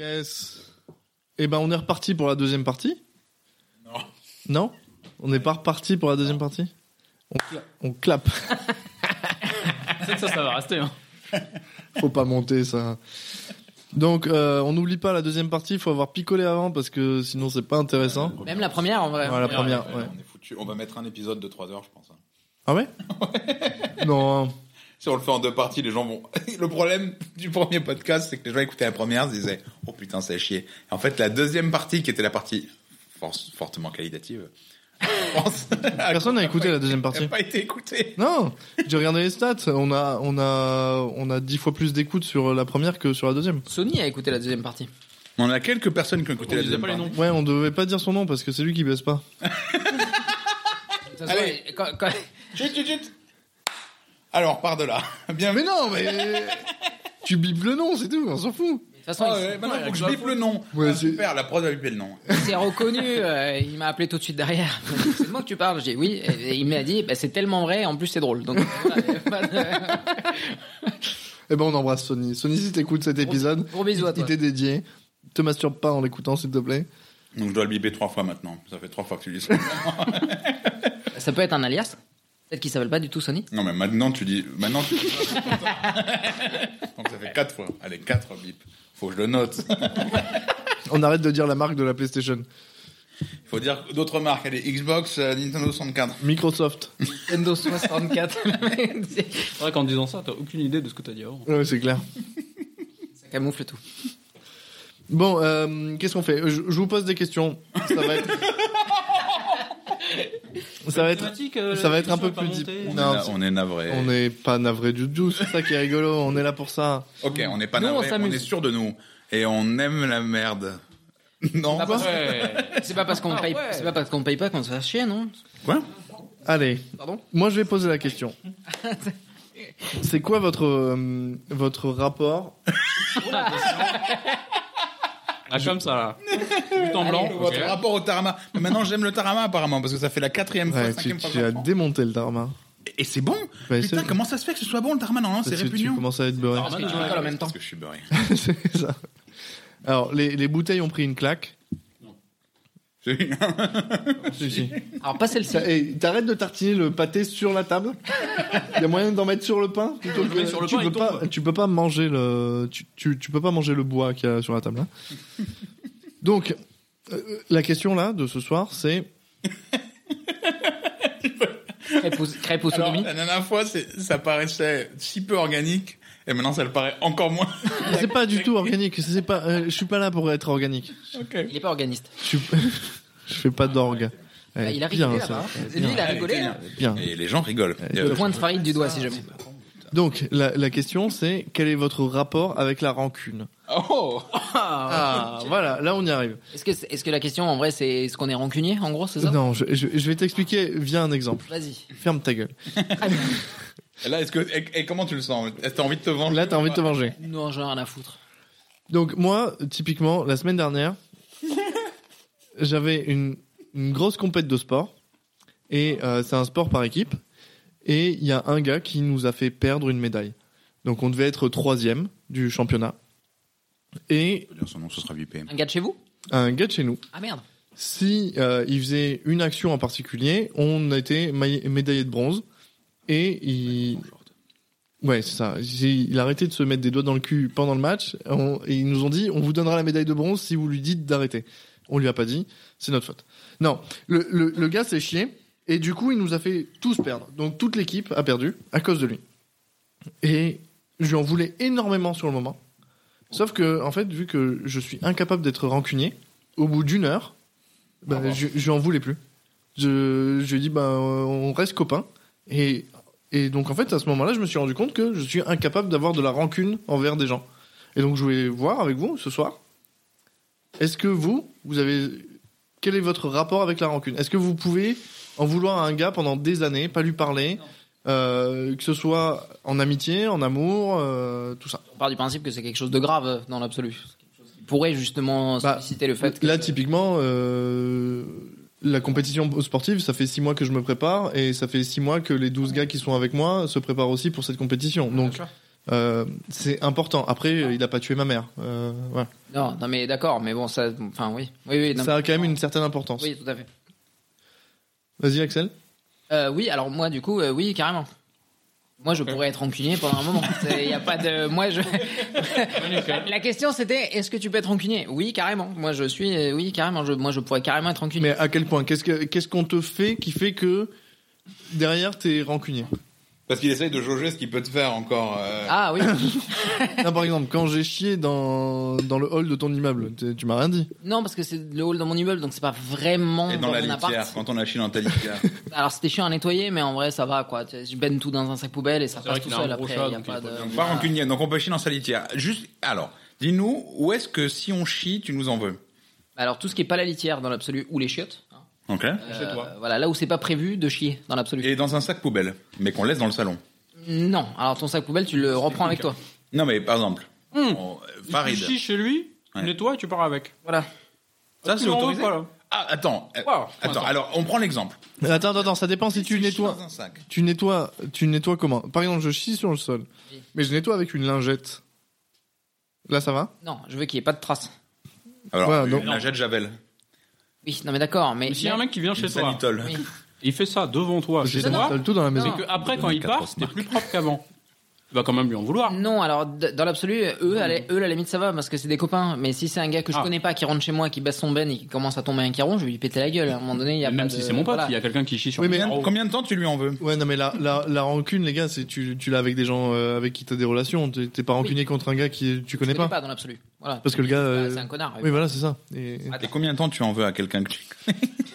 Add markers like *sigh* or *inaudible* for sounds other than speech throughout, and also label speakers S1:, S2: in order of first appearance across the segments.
S1: Yes. Eh ben, on est reparti pour la deuxième partie
S2: Non.
S1: Non On n'est pas reparti pour la deuxième partie on, cla- on clappe.
S3: C'est que ça, ça va rester. hein.
S1: *laughs* Faut pas monter, ça. Donc, euh, on n'oublie pas la deuxième partie. Il faut avoir picolé avant parce que sinon, c'est pas intéressant.
S4: Même la première en vrai.
S1: Ouais, la première,
S2: ouais,
S1: ouais.
S2: On est foutu. On va mettre un épisode de 3 heures, je pense. hein.
S1: Ah ouais Non. hein.
S2: Si on le fait en deux parties, les gens vont. *laughs* le problème du premier podcast, c'est que les gens écoutaient la première, se disaient Oh putain, c'est à chier. Et en fait, la deuxième partie, qui était la partie force- fortement qualitative, *laughs* je *laughs* pense, a-
S1: Personne n'a écouté la deuxième
S2: a
S1: partie.
S2: pas été écoutée.
S1: Non, j'ai regardé les stats. On a, on a, on a dix fois plus d'écoutes sur la première que sur la deuxième.
S4: Sony a écouté la deuxième partie.
S2: On a quelques personnes qui ont écouté
S3: On
S2: la
S3: disait
S2: deuxième
S3: pas les
S2: partie.
S3: noms.
S1: Ouais, on devait pas dire son nom parce que c'est lui qui baisse pas.
S4: De toute façon,
S2: Allez.
S4: il- quand- quand-
S2: Chut, chut, chut. Alors, par de là. *laughs*
S1: Mais
S2: Bienvenue.
S1: non, mais euh, tu bipes le nom, c'est tout. On s'en fout.
S4: de toute façon,
S2: Ah
S4: il-
S2: ouais, maintenant,
S3: ouais,
S2: faut que je
S3: la
S2: bip le nom.
S1: Ouais,
S2: Ah,
S1: c'est-
S2: super, la prod a bipé le nom.
S4: il s'est reconnu. euh, il m'a appelé tout de suite derrière. *laughs* C'est de moi que tu parles. J'ai dit oui. Et il m'a dit bah, c'est tellement vrai. En plus, c'est drôle. Donc, *laughs* voilà, il y a pas de-
S1: Eh ben, on embrasse Sony. Sony, si t'écoutes cet épisode,
S4: gros bisous à
S1: il
S4: toi.
S1: t'est dédié. Te masturbe pas en l'écoutant, s'il te plaît.
S2: Donc, je dois le biper trois fois maintenant. Ça fait trois fois que tu dis ça.
S4: Ça peut être un alias. Peut-être qu'il s'appelle pas du tout Sony.
S2: Non, mais maintenant tu dis. Maintenant tu dis. Donc ça fait 4 fois. Allez, 4 bip. Faut que je le note.
S1: On arrête de dire la marque de la PlayStation.
S2: Il faut dire d'autres marques. Allez, Xbox, euh, Nintendo 64.
S1: Microsoft.
S4: Nintendo 64.
S3: C'est vrai qu'en disant ça, t'as aucune idée de ce que t'as dit avant.
S1: Ouais, c'est clair.
S4: *laughs* ça camoufle tout.
S1: Bon, euh, qu'est-ce qu'on fait je, je vous pose des questions. Ça va être. ça va être.
S3: Thématique, euh,
S1: ça va être un peu
S3: l'émission
S1: plus
S3: est pas
S1: deep.
S3: montée.
S2: On,
S1: Non,
S2: est, na-
S1: c'est-
S2: on est navré.
S1: On n'est pas navré du tout, c'est ça qui est rigolo. On est là pour ça.
S2: Ok, on n'est pas
S4: Nous, on
S2: navré. On,
S4: s'amuse.
S2: est sûr de nous. Et on aime
S1: *laughs*
S2: la merde. Non
S4: Ah, parce-
S3: Ouais.
S4: C'est pas parce qu'on
S3: Ah
S4: paye.
S3: ouais.
S4: C'est pas parce qu'on paye pas qu'on se fait chier, non
S2: Quoi
S1: Allez,
S4: Pardon
S1: moi je vais poser la question. C'est quoi votre euh, votre rapport
S3: Ah, comme ça, là. But en
S4: Allez,
S3: blanc. ok.
S2: Votre rapport au tarama. Mais maintenant j'aime le tarama apparemment parce que ça fait la quatrième fois,
S1: Ouais, tu,
S2: cinquième fois. que
S1: tu
S2: j'en
S1: as
S2: prends.
S1: démonté le dharma.
S2: Et c'est bon.
S1: Ouais,
S2: Putain,
S1: c'est-
S2: comment ça se fait que ce soit bon le tarama normalement c'est
S1: Parce que tu
S2: répugnant.
S1: commences à être beurré.
S3: Ah,
S4: Parce que
S3: non,
S4: tu
S3: non,
S4: rigoles en
S3: non,
S4: même temps.
S2: Parce que je suis beurré.
S1: *laughs*
S2: *laughs*
S1: C'est ça. Alors les, les bouteilles ont pris une claque. Si, si.
S4: Alors pas celle-ci.
S1: Ça- et T'arrêtes de tartiner le pâté sur la table. Il y a moyen d'en mettre sur le pain. plutôt
S3: Je le
S1: que-
S3: mets sur le
S1: tu
S3: pain,
S1: peux
S3: il
S1: pas,
S3: tombe.
S1: tu peux pas manger le, tu, tu, tu peux pas manger le bois qu'il y a sur la table. hein. Donc euh, la question là de ce soir c'est
S4: Crêpe ou, crêpe ou
S2: Alors,
S4: sodomie.
S2: la dernière fois, c'est- ça paraissait si peu organique, et maintenant ça le paraît encore moins.
S1: C'est pas du tout organique. C'est pas. euh, je suis pas là pour être organique.
S4: Il est pas organiste.
S1: Je, suis- *laughs* je fais pas d'orgue. Eh,
S4: Bah, il a
S1: bien,
S4: rigolé
S1: ça.
S4: là-bas.
S1: Eh,
S4: Lui, il a
S2: Allez,
S4: rigolé. hein.
S2: tiens.
S4: là.
S1: bien.
S2: Et les gens rigolent.
S1: Et
S2: Euh,
S4: Le point de Farid du doigt, si jamais.
S1: Donc la, la question c'est quel est votre rapport avec la rancune
S2: Oh
S1: Ah voilà, là on y arrive.
S4: Ah. Est-ce que, est-ce que la question en vrai c'est est-ce qu'on est rancunier en gros, c'est ça
S1: Non, je, je- je vais t'expliquer via un exemple.
S4: Vas-y.
S1: Ferme ta gueule.
S2: Et là, est-ce que et, et comment tu le sens Est-ce que T'as envie de te vendre
S1: Là t'as envie de te venger.
S4: Non, j'en ai rien à foutre.
S1: Donc moi, typiquement, la semaine dernière,
S4: *laughs*
S1: j'avais une, une grosse compète de sport. Et euh, c'est un sport par équipe. Et il y a un gars qui nous a fait perdre une médaille. Donc on devait être troisième du championnat. Et
S2: Son nom, ce sera VP.
S4: Un gars de chez vous
S1: un gars de chez nous,
S4: Ah merde.
S1: si euh, il faisait une action en particulier, on était maille- médaillé de bronze. Et il, Ouais, c'est ça. Il il a arrêté de se mettre des doigts dans le cul pendant le match. On- et ils nous ont dit, on vous donnera la médaille de bronze si vous lui dites d'arrêter. On lui a pas dit, c'est notre faute. Non, le, le, le gars s'est chié. Et du coup, il nous a fait tous perdre. Donc toute l'équipe a perdu à cause de lui. Et je lui en voulais énormément sur le moment. Sauf que, en fait, vu que je suis incapable d'être rancunier, au bout d'une heure, bah, je, je lui en voulais plus. Je, je lui ai dit, bah, on reste copains. Et et donc en fait, à ce moment-là, je me suis rendu compte que je suis incapable d'avoir de la rancune envers des gens. Et donc je voulais voir avec vous ce soir, est-ce que vous, vous avez, quel est votre rapport avec la rancune Est-ce que vous pouvez en vouloir à un gars pendant des années, pas lui parler, euh, que ce soit en amitié, en amour, euh, tout ça
S4: On part du principe que c'est quelque chose de grave euh, dans l'absolu. Il pourrait justement
S1: Bah,
S4: solliciter le fait que.
S1: Là, typiquement, euh, la compétition sportive, ça fait six mois que
S4: Ah,
S1: je me prépare et ça fait six mois que les 12 gars qui sont avec moi se préparent aussi pour cette compétition. Donc, euh, c'est important. Après, il a pas tué ma mère. Euh, voilà.
S4: Non, non, mais d'accord, mais bon, ça. Enfin, oui. Oui, oui. non,
S1: Ça a
S4: mais-
S1: quand même une certaine importance.
S4: Oui, tout à fait.
S1: Vas-y, Axel.
S4: Euh, oui, alors moi, du coup, euh, oui, carrément. Moi, je pourrais être rancunier pendant un moment. Il y a pas de.
S1: *laughs*
S4: Moi, je. La question, c'était est-ce que tu peux être rancunier Oui, carrément. Moi, je suis. euh, oui, carrément. Je, moi, je pourrais carrément être rancunier.
S1: Mais à quel point Qu'est-ce que- qu'est-ce qu'on te fait qui fait que derrière t'es rancunier
S2: Parce qu'il essaye de jauger ce qu'il peut te faire encore. euh,
S4: Ah oui. *laughs*
S1: Là, Ah, Par exemple, quand j'ai chié dans, dans le hall de ton immeuble, t'es- tu m'as rien dit.
S4: non, parce que c'est le hall dans mon immeuble, donc c'est pas vraiment
S2: et dans,
S4: dans,
S2: la
S4: mon
S2: litière,
S4: appart.
S2: quand on a chié dans ta
S4: *laughs*
S2: litière.
S4: Alors, c'était chiant à nettoyer, mais en vrai, ça va quoi. Tu sais, Je baigne tout dans un sac poubelle et ça
S3: C'est vrai
S4: passe tout
S3: qu'il a
S4: seul
S3: un gros
S4: après.
S3: chat,
S4: y a
S3: donc
S4: pas
S3: il faut
S4: de-
S3: bien
S2: Donc, pas rancunier, donc on peut chier dans sa litière. Juste, alors, dis-nous, où est-ce que si on chie, tu nous en veux
S4: Alors, tout ce qui est pas la litière dans l'absolu ou les chiottes. hein, euh,
S2: Ok
S3: Chez toi.
S4: Voilà, là où c'est pas prévu de chier dans l'absolu.
S2: Et Euh, dans un sac poubelle, mais qu'on laisse dans le salon.
S4: Non, alors ton sac poubelle, tu le reprends avec toi.
S2: *laughs* Non, mais par exemple,
S3: Hum.
S2: on- euh,
S3: Tu
S2: Farid.
S3: chies chez lui, tu
S2: Ouais.
S3: nettoies et tu pars avec.
S4: Voilà.
S2: Ça,
S3: Tu
S2: c'est
S3: l'en veux
S2: autorisé
S3: pas, là.
S2: Ah, attends, euh,
S3: Wow,
S2: attends.
S3: attends.
S2: Alors, on prend l'exemple.
S1: Mais Attends, attends, attends, ça dépend si tu
S2: chies
S1: nettoies.
S2: dans un sac.
S1: Tu nettoies, tu nettoies comment Par exemple, je chie sur le sol,
S4: Oui.
S1: mais je nettoie avec une lingette. Là, ça
S3: Ah,
S1: va
S4: Non, je veux qu'il n'y ait pas de traces.
S2: Alors,
S1: Voilà, donc-
S2: une lingette Javel,
S4: Oui, non mais d'accord, mais...
S3: Mais s'il y a un mec qui vient chez
S2: une
S3: toi,
S2: sanitole.
S4: Oui.
S3: il fait ça devant toi, chez
S1: J'ai
S3: toi,
S1: le tout dans la maison.
S3: c'est que après quand il
S2: Quatre
S3: part, t'es plus propre qu'avant. Tu vas quand même lui en vouloir.
S4: Non, alors d- dans l'absolu, eux, à la, eux, à la limite, ça va parce que c'est des copains. Mais si c'est un gars que je
S3: Ah.
S4: connais pas qui rentre chez moi, qui baisse son ben et qui commence à tomber un caron, je vais lui péter la gueule. À un moment donné, il y a
S3: Même
S4: pas
S3: si
S4: de-
S3: c'est mon pote,
S4: voilà.
S3: il y a quelqu'un qui chie sur
S1: Oui,
S3: lui.
S1: mais-
S4: Oh.
S2: Combien, combien de temps tu lui en veux
S1: Ouais, non, mais la, la, la rancune, les gars, c'est tu, tu l'as avec des gens euh, avec qui t'as des relations. T'es t'es pas rancunier contre un gars qui tu connais
S4: Je
S1: pas.
S4: connais pas dans l'absolu. Voilà.
S1: Parce que le gars. euh,
S4: Ah, C'est un connard.
S1: Oui, voilà, c'est ça. Et-
S2: Et combien de temps tu en veux à quelqu'un que tu *laughs*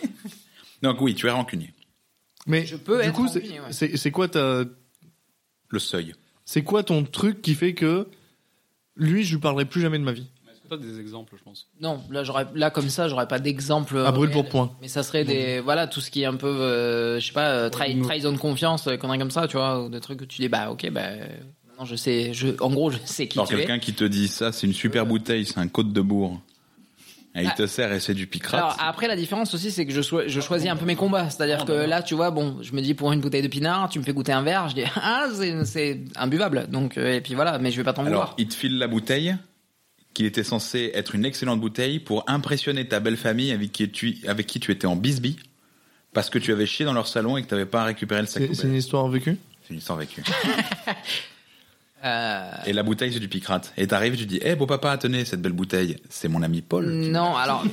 S2: Donc, oui, tu es rancunier.
S1: Mais
S4: Je peux
S1: du
S4: être
S1: coup, c'est
S4: rancunier, ouais.
S1: c'est- c'est quoi ta-
S2: Le seuil.
S1: c'est quoi ton truc qui fait que lui, je lui parlerai plus jamais de ma vie
S3: Est-ce que t'as des exemples, je pense
S4: Non, là, j'aurais, là comme ça, j'aurais pas d'exemple. euh,
S1: À brûle
S4: réel.
S1: pour point.
S4: Mais ça serait des, voilà, tout ce qui est un peu, euh, je sais pas, euh, trahi-
S3: nous-
S4: trahison de confiance, euh, conneries comme ça, tu vois, ou des trucs où tu dis, bah, ok, bah, euh, maintenant je sais, je, en gros, je sais qui
S2: Alors,
S4: tu es. Euh.
S2: quelqu'un qui te dit ça, c'est une super bouteille, c'est un côte de bourg. Et il
S4: Ah.
S2: te sert et c'est Ah, du picrate.
S4: Alors après la différence aussi c'est que je, soi- je choisis un peu mes combats, c'est-à-dire que là tu vois bon je me dis pour une bouteille de pinard tu me fais goûter un verre, je dis *laughs* ah c'est- c'est imbuvable donc euh, et puis voilà mais je vais pas t'en
S2: Alors,
S4: vouloir.
S2: il te file la bouteille, qui était censée être une excellente bouteille pour impressionner ta belle famille avec qui tu, avec qui tu étais en bisbee, parce que tu avais chié dans leur salon et que tu n'avais pas récupéré le sac
S1: C'est c'est
S2: poubelle.
S1: une histoire vécue
S2: C'est une histoire vécue.
S4: Euh,
S2: Et la bouteille, c'est du picrate. Et t'arrives, tu dis, hé, beau papa, tenez cette belle bouteille, c'est mon ami Paul.
S4: non *laughs* alors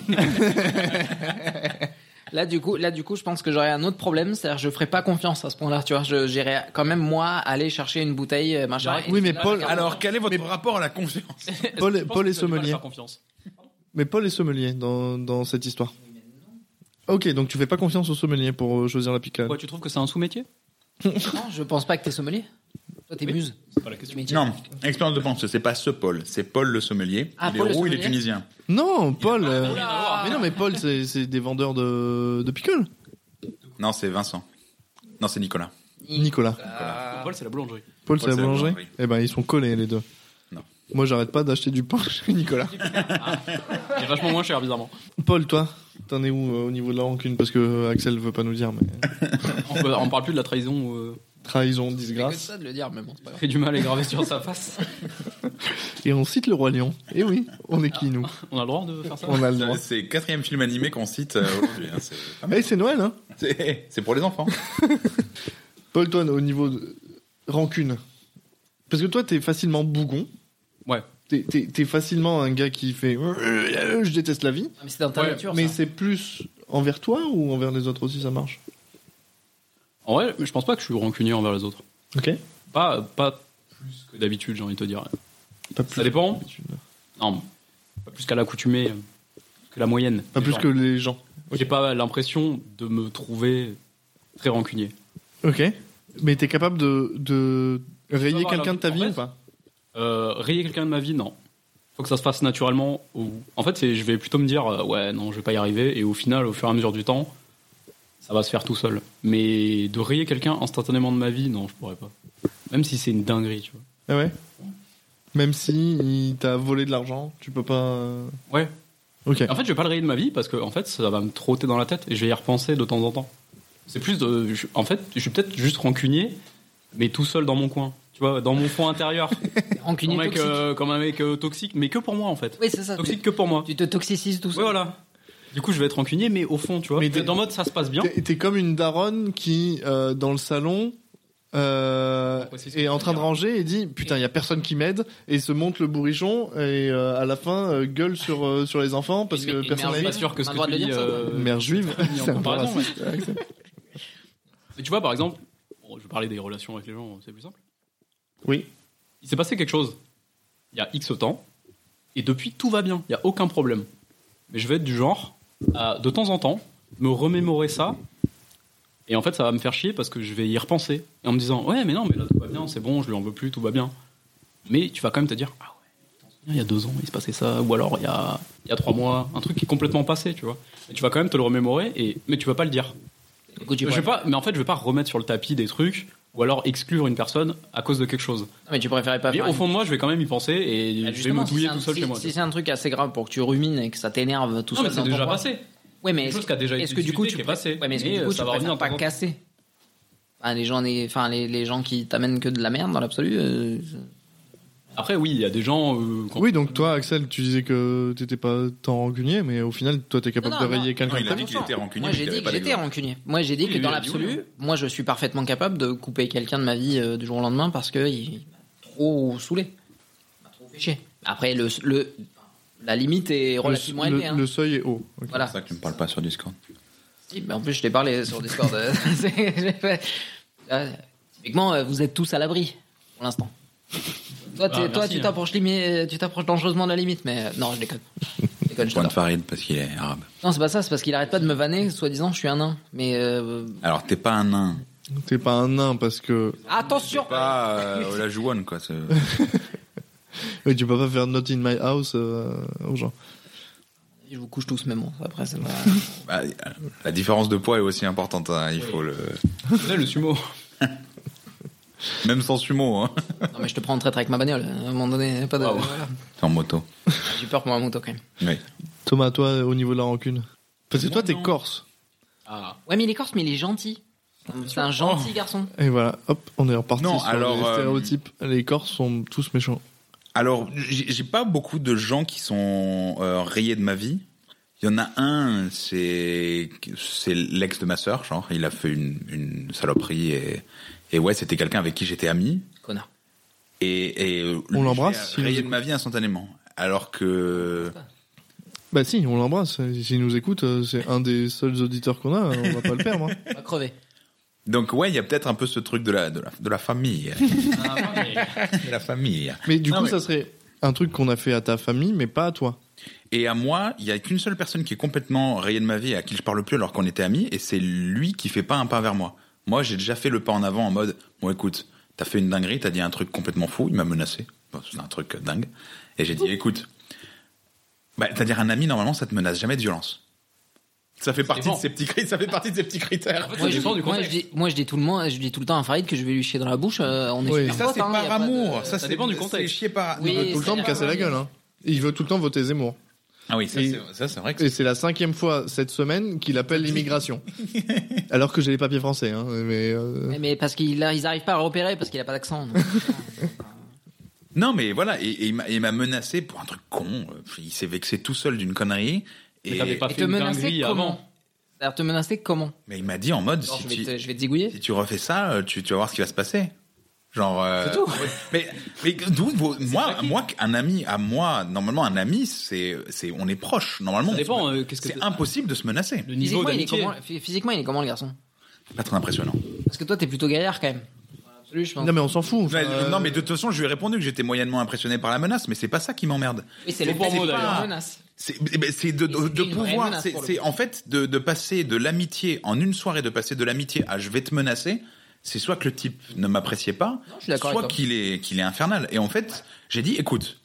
S4: là du coup là du coup je pense que j'aurais un autre problème c'est-à-dire je ferai pas confiance à ce point-là tu vois je j'irai quand même moi aller chercher une bouteille euh,
S3: Bah,
S4: machin.
S1: Oui, mais Paul-
S2: Alors, quel est votre rapport à la confiance
S1: Paul est-
S3: Je pense
S1: Paul
S3: que
S1: est
S3: tu as du mal à
S1: sommelier.
S3: faire confiance.
S1: Mais Paul est sommelier dans, dans cette histoire. Ok, donc tu fais pas confiance au sommelier pour euh, choisir la picade.
S3: Quoi, tu trouves que c'est un sous-métier
S4: Non, je pense pas que t'es sommelier. Toi t'es muse.
S3: C'est pas la question.
S4: Mais-
S2: Non, expérience de pensée, c'est pas ce Paul, c'est Paul le sommelier.
S4: Ah,
S2: il
S4: Paul
S2: est
S4: le
S2: roux, il est
S4: sommelier.
S2: tunisien.
S1: Non, Paul. euh,
S4: rien à voir.
S1: Mais non, mais Paul, c'est c'est des vendeurs de, de picoles.
S2: Non, c'est Vincent. Non, c'est Nicolas.
S1: Nicolas.
S4: Ah.
S3: Bah, Paul, c'est la boulangerie.
S1: Paul, c'est la boulangerie
S2: boulangerie.
S1: Eh ben, ils sont collés, les deux.
S2: Non.
S1: Moi, j'arrête pas d'acheter du pain chez Nicolas.
S3: Il est vachement moins cher, bizarrement.
S1: Paul, toi, t'en es où euh, au niveau de la rancune Parce que euh, Axel veut pas nous dire, mais.
S3: On, peut- on parle plus de la trahison euh,
S1: Trahison,
S4: C'est que
S1: disgrâce.
S4: ça de le dire mais bon c'est pas grave.
S3: fait du mal et gravé sur sa face.
S1: Et on cite le Roi Lion. Et oui, on est qui, nous
S3: On a le droit de faire ça
S1: On a le droit.
S2: C'est- C'est le quatrième film animé qu'on cite euh, aujourd'hui. hein, c'est pas mal.
S1: Eh, c'est Noël, hein
S2: C'est c'est pour les enfants.
S1: Paul, toi, au niveau de rancune. Parce que toi, t'es facilement bougon.
S3: Ouais.
S1: T'es- T'es t'es facilement un gars qui fait euh, je déteste la vie.
S4: Ah, Mais c'est dans ta
S3: Ouais,
S4: nature.
S1: Mais
S4: ça.
S1: c'est plus envers toi ou envers les autres aussi, ça marche
S3: En vrai, je pense pas que je suis rancunier envers les autres.
S1: Ok.
S3: Pas, pas plus que d'habitude, j'ai envie de te dire.
S1: Pas plus.
S3: Ça dépend. Non, pas plus qu'à l'accoutumée, euh, que la moyenne.
S1: Pas plus
S3: Genre,
S1: que les gens.
S3: J'ai pas l'impression de me trouver très rancunier.
S1: Ok. Mais t'es capable de, de rayer
S3: avoir
S1: quelqu'un de ta
S3: la-
S1: vie
S3: en
S1: ou
S3: fait-
S1: pas
S3: Euh, rayer quelqu'un de ma vie, non. Faut que ça se fasse naturellement. Ou... En fait, c'est, je vais plutôt me dire, euh, ouais, non, je vais pas y arriver. Et au final, au fur et à mesure du temps, ça va se faire tout seul. Mais de rayer quelqu'un instantanément de ma vie, non, je pourrais pas. Même si c'est une dinguerie, tu vois.
S1: Ah ouais Même si il t'a volé de l'argent, tu peux pas. euh,
S3: Ouais.
S1: Ok.
S3: En fait, je vais pas le rayer de ma vie parce que, en fait, ça va me trotter dans la tête et je vais y repenser de temps en temps. C'est plus de. je- en fait, je suis peut-être juste rancunier mais tout seul dans mon coin. Tu vois, dans mon fond intérieur.
S4: *laughs* Rancunier
S3: comme, un mec,
S4: toxique.
S3: euh, comme un mec euh, toxique, mais que pour moi en fait.
S4: Oui, c'est ça.
S3: Toxique que pour moi.
S4: Tu te toxicises tout
S3: Ouais,
S4: seul.
S3: voilà. Du coup, je vais être rancunier, mais au fond, tu vois.
S1: Mais
S3: Mais
S1: t'es-
S3: dans mode, ça se passe bien.
S1: T'es- T'es comme une daronne qui, euh, dans le salon, euh,
S3: Ouais, c'est ce que
S1: est
S3: je
S1: en
S3: veux
S1: train de
S3: dire.
S1: ranger et dit Putain, il y a personne qui m'aide, et se monte le bourrichon, et euh, à la fin, euh, gueule sur, euh, sur les enfants parce
S4: Une-
S1: que
S4: une
S1: personne
S4: merde
S1: n'aide.
S3: pas sûr que ce
S4: On a
S3: que
S4: le droit
S3: tu
S4: de le
S3: dis,
S4: dire, ça,
S3: euh,
S1: Mère juive.
S3: mis en
S1: C'est un peu
S3: comparaison,
S1: raciste. Ouais, c'est-
S3: Mais tu vois, par exemple, bon, je vais parler des relations avec les gens, c'est plus simple.
S1: Oui.
S3: Il s'est passé quelque chose il y a X temps, et depuis, tout va bien, il n'y a aucun problème. Mais je vais être du genre, à, de temps en temps, me remémorer ça, et en fait, ça va me faire chier parce que je vais y repenser, et en me disant, ouais, mais non, mais là, tout va bien, c'est bon, je lui en veux plus, tout va bien. Mais tu vas quand même te dire, ah ouais, putain, souviens, il y a deux ans, il se passait ça, ou alors il y a, il y a trois mois, un truc qui est complètement passé, tu vois. Et tu vas quand même te le remémorer, et, mais tu vas pas le dire.
S4: Du coup, tu
S3: Je
S4: pourrais-
S3: vais pas, mais en fait, je vais pas remettre sur le tapis des trucs ou alors exclure une personne à cause de quelque chose.
S4: Non, Mais tu préférais pas
S3: Mais
S4: faire.
S3: au
S4: une-
S3: fond de moi, je vais quand même y penser et
S4: Ah,
S3: je vais me
S4: justement, si
S3: douiller
S4: c'est un-
S3: tout seul
S4: si-
S3: chez moi.
S4: Si c'est un truc assez grave pour que tu rumines et que ça t'énerve tout
S3: non, mais
S4: seul.
S3: c'est
S4: dans ton
S3: déjà
S4: coin.
S3: passé.
S4: Ouais, mais
S3: Quelque
S4: est-ce
S3: chose qui a déjà
S4: est-ce
S3: été
S4: que du coup
S3: discuté,
S4: tu
S3: qui est
S4: pré-
S3: passé.
S4: Ouais, mais est-ce que
S3: Mais,
S4: du
S3: euh,
S4: coup
S3: ça
S4: tu
S3: va revenir
S4: préfères
S3: de
S4: pas
S3: temps en temps.
S4: casser Enfin, les gens, les, enfin, les, les gens qui t'amènent que de la merde dans l'absolu. euh, c'est-
S3: Après, oui, il y a des gens. euh, quand-
S1: Oui, donc toi, Axel, tu disais que t'étais pas tant rancunier, mais au final, toi, t'es capable
S4: Non, non,
S1: de rayer
S4: non.
S1: quelqu'un.
S2: Non, il a dit
S4: bon
S2: qu'il
S4: sang.
S2: était rancunier,
S4: Moi
S2: mais
S4: j'ai
S2: qu'il
S4: dit
S2: avait pas
S4: que
S2: les
S4: j'étais
S2: doigts.
S4: rancunier. Moi j'ai dit
S3: Oui,
S4: que
S3: il
S4: dans
S3: a dit oui,
S4: l'absolu,
S3: hein.
S4: moi je suis parfaitement capable de couper quelqu'un de ma vie euh, du jour au lendemain parce que il m'a trop saoulé. Il m'a trop fait chier. Après le, le la limite est relativement
S1: le,
S4: élevée. hein.
S1: le seuil est haut. Ok.
S4: Voilà.
S2: C'est ça que tu me parles pas sur Discord.
S4: Si, mais en plus, je t'ai parlé sur Discord. *laughs* euh, c'est- j'ai fait- Euh, Typiquement, euh, vous êtes tous à l'abri pour l'instant. Toi, t'es-
S3: Ah,
S4: toi
S3: merci,
S4: tu
S3: hein.
S4: t'approches limi- euh, tu t'approches dangereusement de la limite, mais euh, non, je déconne. Je déconne, je
S2: Point de
S4: t'adore.
S2: Farid parce qu'il est arabe.
S4: Non, c'est pas ça, c'est parce qu'il arrête pas de me vanner, soi-disant, je suis un nain. Mais euh,
S2: Alors t'es pas un nain.
S1: T'es pas un nain parce que
S4: attention
S2: Pas euh, la jouane quoi. c'est- *laughs*
S1: oui, tu peux pas faire Not in my house euh, aux gens.
S4: Je vous couche tous, mais bon, après, c'est pas-
S2: Bah, la différence de poids est aussi importante. hein, Il faut le
S3: Tu sais, le sumo.
S2: même sans sumo hein.
S4: Non, mais je te prends en traître avec ma bagnole, à un moment donné, pas de.
S3: Waouh.
S4: voilà.
S2: C'est en moto.
S4: J'ai peur pour ma moto quand même.
S2: Oui.
S1: Thomas, toi, au niveau de la rancune. Parce que
S3: Moi,
S1: toi, t'es
S3: non.
S1: corse.
S3: Ah,
S4: Ouais, mais il est corse, mais il est gentil. C'est un gentil garçon.
S1: Et voilà, hop, on est reparti
S2: Non,
S1: sur
S2: alors,
S1: les
S2: euh,
S1: stéréotypes. Les Corses sont tous méchants.
S2: Alors j'ai j'ai pas beaucoup de gens qui sont euh, rayés de ma vie. Il y en a un, c'est c'est l'ex de ma sœur, genre il a fait une, une saloperie et et ouais c'était quelqu'un avec qui j'étais ami.
S4: Connard.
S2: Et, et euh,
S1: On l'embrasse, il
S2: j'ai
S1: nous
S2: Rayé de
S1: écoute.
S2: ma vie instantanément. Alors que
S1: Bah si, on l'embrasse. S'il nous écoute, euh, c'est un des seuls auditeurs qu'on a. On va pas le perdre.
S4: *laughs*
S1: hein.
S4: On va crever.
S2: donc ouais, il y a peut-être un peu ce truc de la de la, de la famille, *laughs* de la famille.
S1: Mais du
S2: Non,
S1: coup,
S2: mais-
S1: ça serait un truc qu'on a fait à ta famille, mais pas à toi.
S2: Et à moi, il y a qu'une seule personne qui est complètement rayée de ma vie et à qui je parle plus alors qu'on était amis, et c'est lui qui fait pas un pas vers moi. Moi, j'ai déjà fait le pas en avant en mode, bon écoute, t'as fait une dinguerie, t'as dit un truc complètement fou, il m'a menacé, Bon, c'est un truc euh, dingue, et j'ai dit, écoute, bah, c'est-à-dire un ami normalement ça te menace jamais de violence. Ça fait partie
S3: bon.
S2: de ces petits cri- ça fait partie de ces petits critères.
S3: fait,
S4: Moi,
S3: Ça
S4: je,
S3: dépend
S4: dis,
S3: du
S4: moi,
S3: contexte.
S4: je dis- moi, je dis tout le monde, je dis tout le temps à Farid que je vais lui chier dans la bouche. euh, on est
S1: Oui.
S4: super
S2: Et ça
S4: potes,
S2: c'est
S4: hein, y
S2: par
S4: a pas de-
S2: amour, ça,
S3: ça
S2: c'est-
S3: dépend du
S2: c'est
S3: contexte.
S2: chier par.
S4: Oui,
S1: Il veut tout le temps me
S4: c'est-
S1: casser la gueule. Hein. Il veut tout le temps voter Zemmour.
S2: Ah oui, ça
S1: Et-
S2: c'est- ça, c'est vrai que
S1: Et c'est la cinquième fois cette semaine qu'il appelle
S2: *laughs*
S1: l'immigration. Alors que j'ai les papiers français. Hein, mais euh,
S4: Mais, mais parce qu'ils a- ils arrivent pas à repérer parce qu'il a pas d'accent. donc.
S2: Non, mais voilà, et, et il m'a- il m'a menacé pour un truc con. euh, Il s'est vexé tout seul d'une connerie.
S3: mais
S2: et-
S3: t'avais pas
S4: Et
S3: fait
S4: te
S3: une
S4: menacer
S3: dinguerie
S4: comment
S3: avant.
S4: C'est-à-dire te menacer comment
S2: mais il m'a dit en mode,
S4: Genre,
S2: si,
S4: je, vais
S2: tu,
S4: te, je vais te zigouiller
S2: si tu refais ça, euh, tu, tu vas voir ce qui va se passer. Genre. euh,
S4: C'est tout.
S2: Mais, mais d'où vos- moi, moi, un ami à moi, normalement, un ami, c'est, c'est, on est proche. Normalement,
S3: Ça
S2: on se-
S3: dépend, euh, qu'est-ce que
S2: c'est
S3: t'es-
S2: impossible de se menacer.
S3: le niveau
S4: physiquement il, est
S3: d'amitié.
S4: comment, phy- physiquement, il est comment le garçon
S2: Pas très impressionnant.
S4: Parce que toi, t'es plutôt gaillard quand même. Dans l'absolu, je pense.
S1: non, mais on s'en fout. enfin,
S2: Ouais,
S1: euh,
S2: Non, mais de toute façon, je lui ai répondu que j'étais moyennement impressionné par la menace, mais c'est pas ça qui m'emmerde.
S4: Oui, c'est le
S3: Bon pour
S4: c'est
S3: moi,
S4: pas-
S3: d'ailleurs.
S4: menace.
S2: C'est eh ben, c'est de, de,
S4: c'est
S2: de
S4: une vraie
S2: pouvoir,
S4: menace
S2: c'est
S4: pour le
S2: c'est- en fait de, de passer de l'amitié en une soirée, de passer de l'amitié à je vais te menacer. C'est soit que le type ne m'appréciait pas,
S4: je suis d'accord
S2: soit
S4: avec toi.
S2: qu'il est qu'il est infernal. Et en fait, j'ai dit écoute,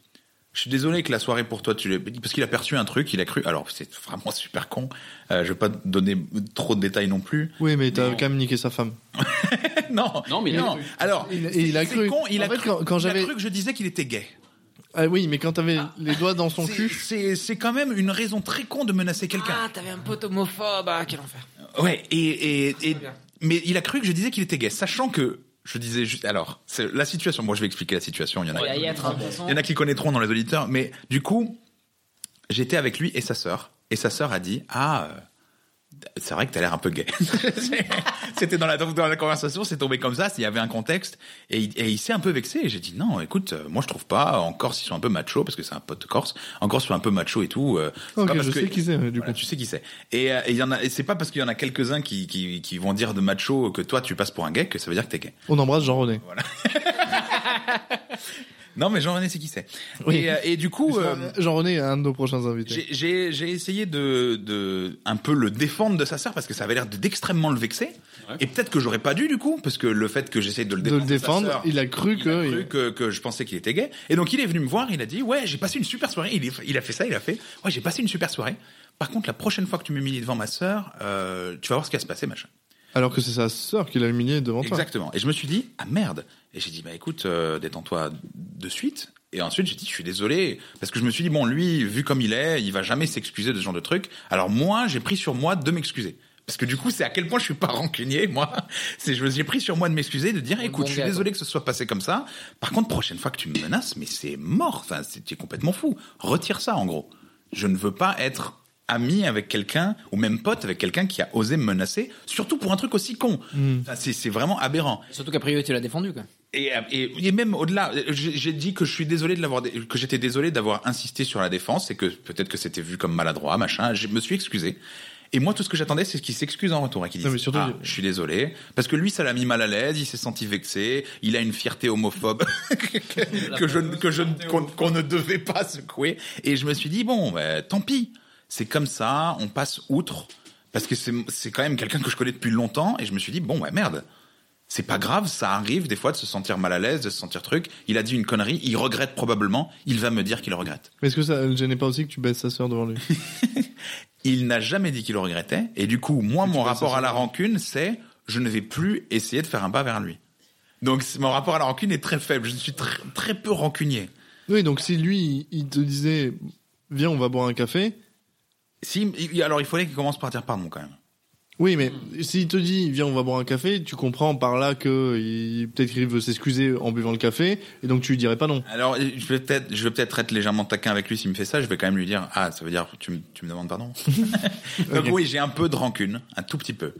S2: je suis désolé que la soirée pour toi, tu l'aies- parce qu'il a perçu un truc, il a cru. Alors c'est vraiment super con. Euh, je vais pas te donner trop de détails non plus. *laughs*
S1: Oui, mais t'as
S3: Non.
S1: quand même niqué sa femme.
S2: non,
S3: Non, mais il a cru.
S2: Alors
S1: Il- et il a
S2: c'est
S1: cru.
S2: Con, il
S1: En
S2: a
S1: fait,
S2: cru.
S1: quand- quand
S2: il a
S1: j'avais-
S2: cru que je disais qu'il était gay.
S1: Ah oui, mais quand t'avais les doigts dans son
S2: C'est-
S1: cul.
S2: C'est c'est quand même une raison très con de menacer quelqu'un.
S4: Ah, t'avais un pote homophobe, ah, quel enfer.
S2: Ouais, et, et, et- mais il a cru que je disais qu'il était gay, sachant que Je disais juste, alors, c'est la situation. Moi, je vais expliquer la situation. Il y en a,
S4: Il y a
S2: qui-
S4: Yatra, de toute façon.
S2: il y en a qui connaîtront dans les auditeurs, mais du coup, j'étais avec lui et sa sœur, et sa sœur a dit ah. euh, C'est vrai que t'as l'air un peu gay. *laughs* C'était dans la, dans la conversation, c'est tombé comme ça, il y avait un contexte, et il, et il s'est un peu vexé, et j'ai dit non, écoute, euh, moi je trouve pas, en Corse ils sont un peu macho, parce que c'est un pote corse, en Corse ils sont un peu macho et tout. euh, c'est
S1: Ok,
S2: pas parce
S1: je
S2: que-
S1: sais qui c'est, du
S2: voilà,
S1: coup.
S2: tu sais qui c'est. Et, euh, et il y en a, et c'est pas parce qu'il y en a quelques-uns qui, qui, qui vont dire de macho que toi tu passes pour un gay que ça veut dire que t'es gay.
S1: On embrasse Jean-René.
S2: Non, mais Jean-René, c'est qui c'est.
S1: Oui.
S2: Et, euh, et du coup, euh,
S1: Jean-René est un de nos prochains invités.
S2: j'ai- j'ai j'ai essayé de, de un peu le défendre de sa sœur parce que ça avait l'air d'extrêmement le vexer.
S3: Ouais.
S2: Et peut-être que j'aurais pas dû du coup, parce que le fait que j'essaye de le
S1: De le
S2: défendre, de sa
S1: défendre,
S2: sœur,
S1: il a cru
S2: il
S1: que.
S2: a cru que, que je pensais qu'il était gay. Et donc il est venu me voir, il a dit ouais j'ai passé une super soirée. Il, est- il a fait ça, il a fait ouais j'ai passé une super soirée. Par contre la prochaine fois que tu m'humilies devant ma sœur, euh, tu vas voir ce qui va se passer machin.
S1: Alors que c'est sa sœur qui l'a humilié devant toi.
S2: Exactement. Et je me suis dit ah merde. Et j'ai dit bah écoute euh, détends-toi de suite. Et ensuite j'ai dit je suis désolé parce que je me suis dit bon lui vu comme il est il va jamais s'excuser de ce genre de truc. Alors moi j'ai pris sur moi de m'excuser. Parce que du coup, c'est à quel point je suis pas *laughs* rancunier, moi. C'est, je me suis pris sur moi de m'excuser, de dire,
S4: Le
S2: écoute,
S4: bon
S2: je suis
S4: gars,
S2: désolé que ce soit passé comme ça. Par contre, prochaine fois que tu me menaces, mais c'est mort. Enfin, c'est- tu es complètement fou. Retire ça, en gros. Je ne veux pas être ami avec quelqu'un ou même pote avec quelqu'un qui a osé me menacer, surtout pour un truc aussi con. Enfin, c'est, c'est vraiment aberrant.
S4: Surtout qu'a priori, tu l'as défendu, quoi.
S2: Et, euh, et, et même au-delà, euh, j'ai j'ai dit que je suis désolé de l'avoir, dé- que j'étais désolé d'avoir insisté sur la défense et que peut-être que c'était vu comme maladroit, machin. Je me suis excusé. Et moi, tout ce que j'attendais, c'est qu'il s'excuse en retour et qu'il dise
S1: Non, mais surtout,
S2: ah,
S1: il-
S2: je suis désolé parce que lui, ça l'a mis mal à l'aise, il s'est senti vexé, il a une fierté homophobe que, que je ne- que je ne- qu'on qu'on ne devait pas secouer. Et je me suis dit bon, bah, tant pis, c'est comme ça, on passe outre parce que c'est c'est quand même quelqu'un que je connais depuis longtemps et je me suis dit bon, bah, merde c'est pas grave, ça arrive des fois de se sentir mal à l'aise, de se sentir truc. Il a dit une connerie, il regrette probablement, il va me dire qu'il regrette.
S1: Mais est-ce que ça ne gênait pas aussi que tu baisses sa sœur devant
S2: *laughs*
S1: lui
S2: Il n'a jamais dit qu'il le regrettait, et du coup, moi, mon
S1: penses
S2: rapport
S1: à ça,
S2: à la
S1: c'est
S2: rancune, c'est je ne vais plus essayer de faire un pas vers lui. Donc c'est- mon rapport à la rancune est très faible, je suis très, très peu rancunier.
S1: Oui, donc si lui, il te disait, viens, on va boire un café.
S2: Si, il- alors il fallait qu'il commence par dire pardon quand même.
S1: Oui, mais s'il te dit, viens, on va boire un café, tu comprends par là que il- peut-être qu'il veut s'excuser en buvant le café, et donc tu lui dirais pas non.
S2: Alors je vais peut-être, je vais peut-être être légèrement taquin avec lui s'il me fait ça, je vais quand même lui dire ah ça veut dire tu me, tu me demandes pardon. Donc
S1: Ok.
S2: oui j'ai un peu de rancune, un tout petit peu,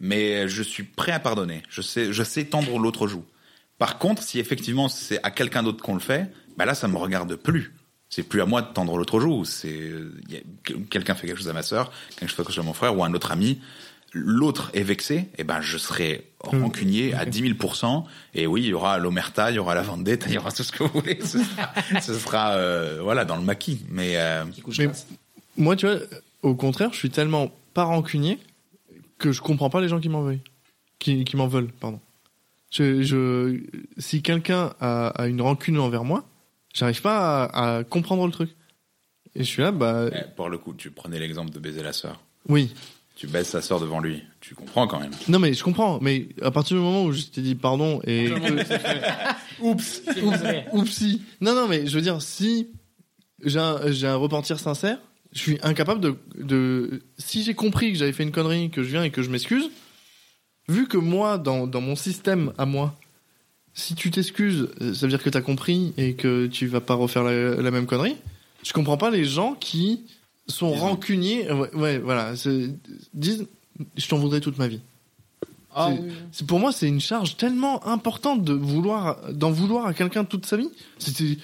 S2: mais je suis prêt à pardonner. Je sais, je sais tendre l'autre joue. Par contre si effectivement c'est à quelqu'un d'autre qu'on le fait, bah là ça me regarde plus. C'est plus à moi de tendre l'autre joue. C'est il y a- que- quelqu'un fait quelque chose à ma sœur, quelqu'un fait quelque chose à mon frère ou à un autre ami. L'autre est vexé, et ben je serai rancunier à 10 000 Et oui, il y aura l'omerta, il y aura la vendetta, il y aura tout ce que vous voulez. Ce sera, ce sera, euh, voilà dans le maquis. Mais euh,
S1: Mais moi, tu vois, au contraire, je suis tellement pas rancunier que je comprends pas les gens qui m'en veulent. Qui, qui m'en veulent, pardon. Je, je- si quelqu'un a, a une rancune envers moi, j'arrive pas à, à comprendre le truc. Et je suis là, bah
S2: eh, pour le coup, tu prenais l'exemple de baiser la sœur.
S1: oui.
S2: Tu baises sa sœur devant lui. Tu comprends quand même.
S1: Non mais je comprends, mais à partir du moment où je t'ai dit pardon et
S2: Oups.
S1: *laughs* Oupsie. Non, non, mais je veux dire, si j'ai un, j'ai un repentir sincère, je suis incapable de. de si j'ai compris que j'avais fait une connerie, que je viens et que je m'excuse, vu que moi, dans, dans mon système à moi, si tu t'excuses, euh, ça veut dire que t'as compris et que tu vas pas refaire la, la même connerie. Je comprends pas les gens qui sont
S2: Disons.
S1: rancuniers, ouais, ouais, voilà, se- disent je t'en voudrais toute ma vie.
S4: Ah
S1: C'est-
S4: oui.
S1: C'est pour moi c'est une charge tellement importante de vouloir d'en vouloir à quelqu'un toute sa vie. C'est- c'est-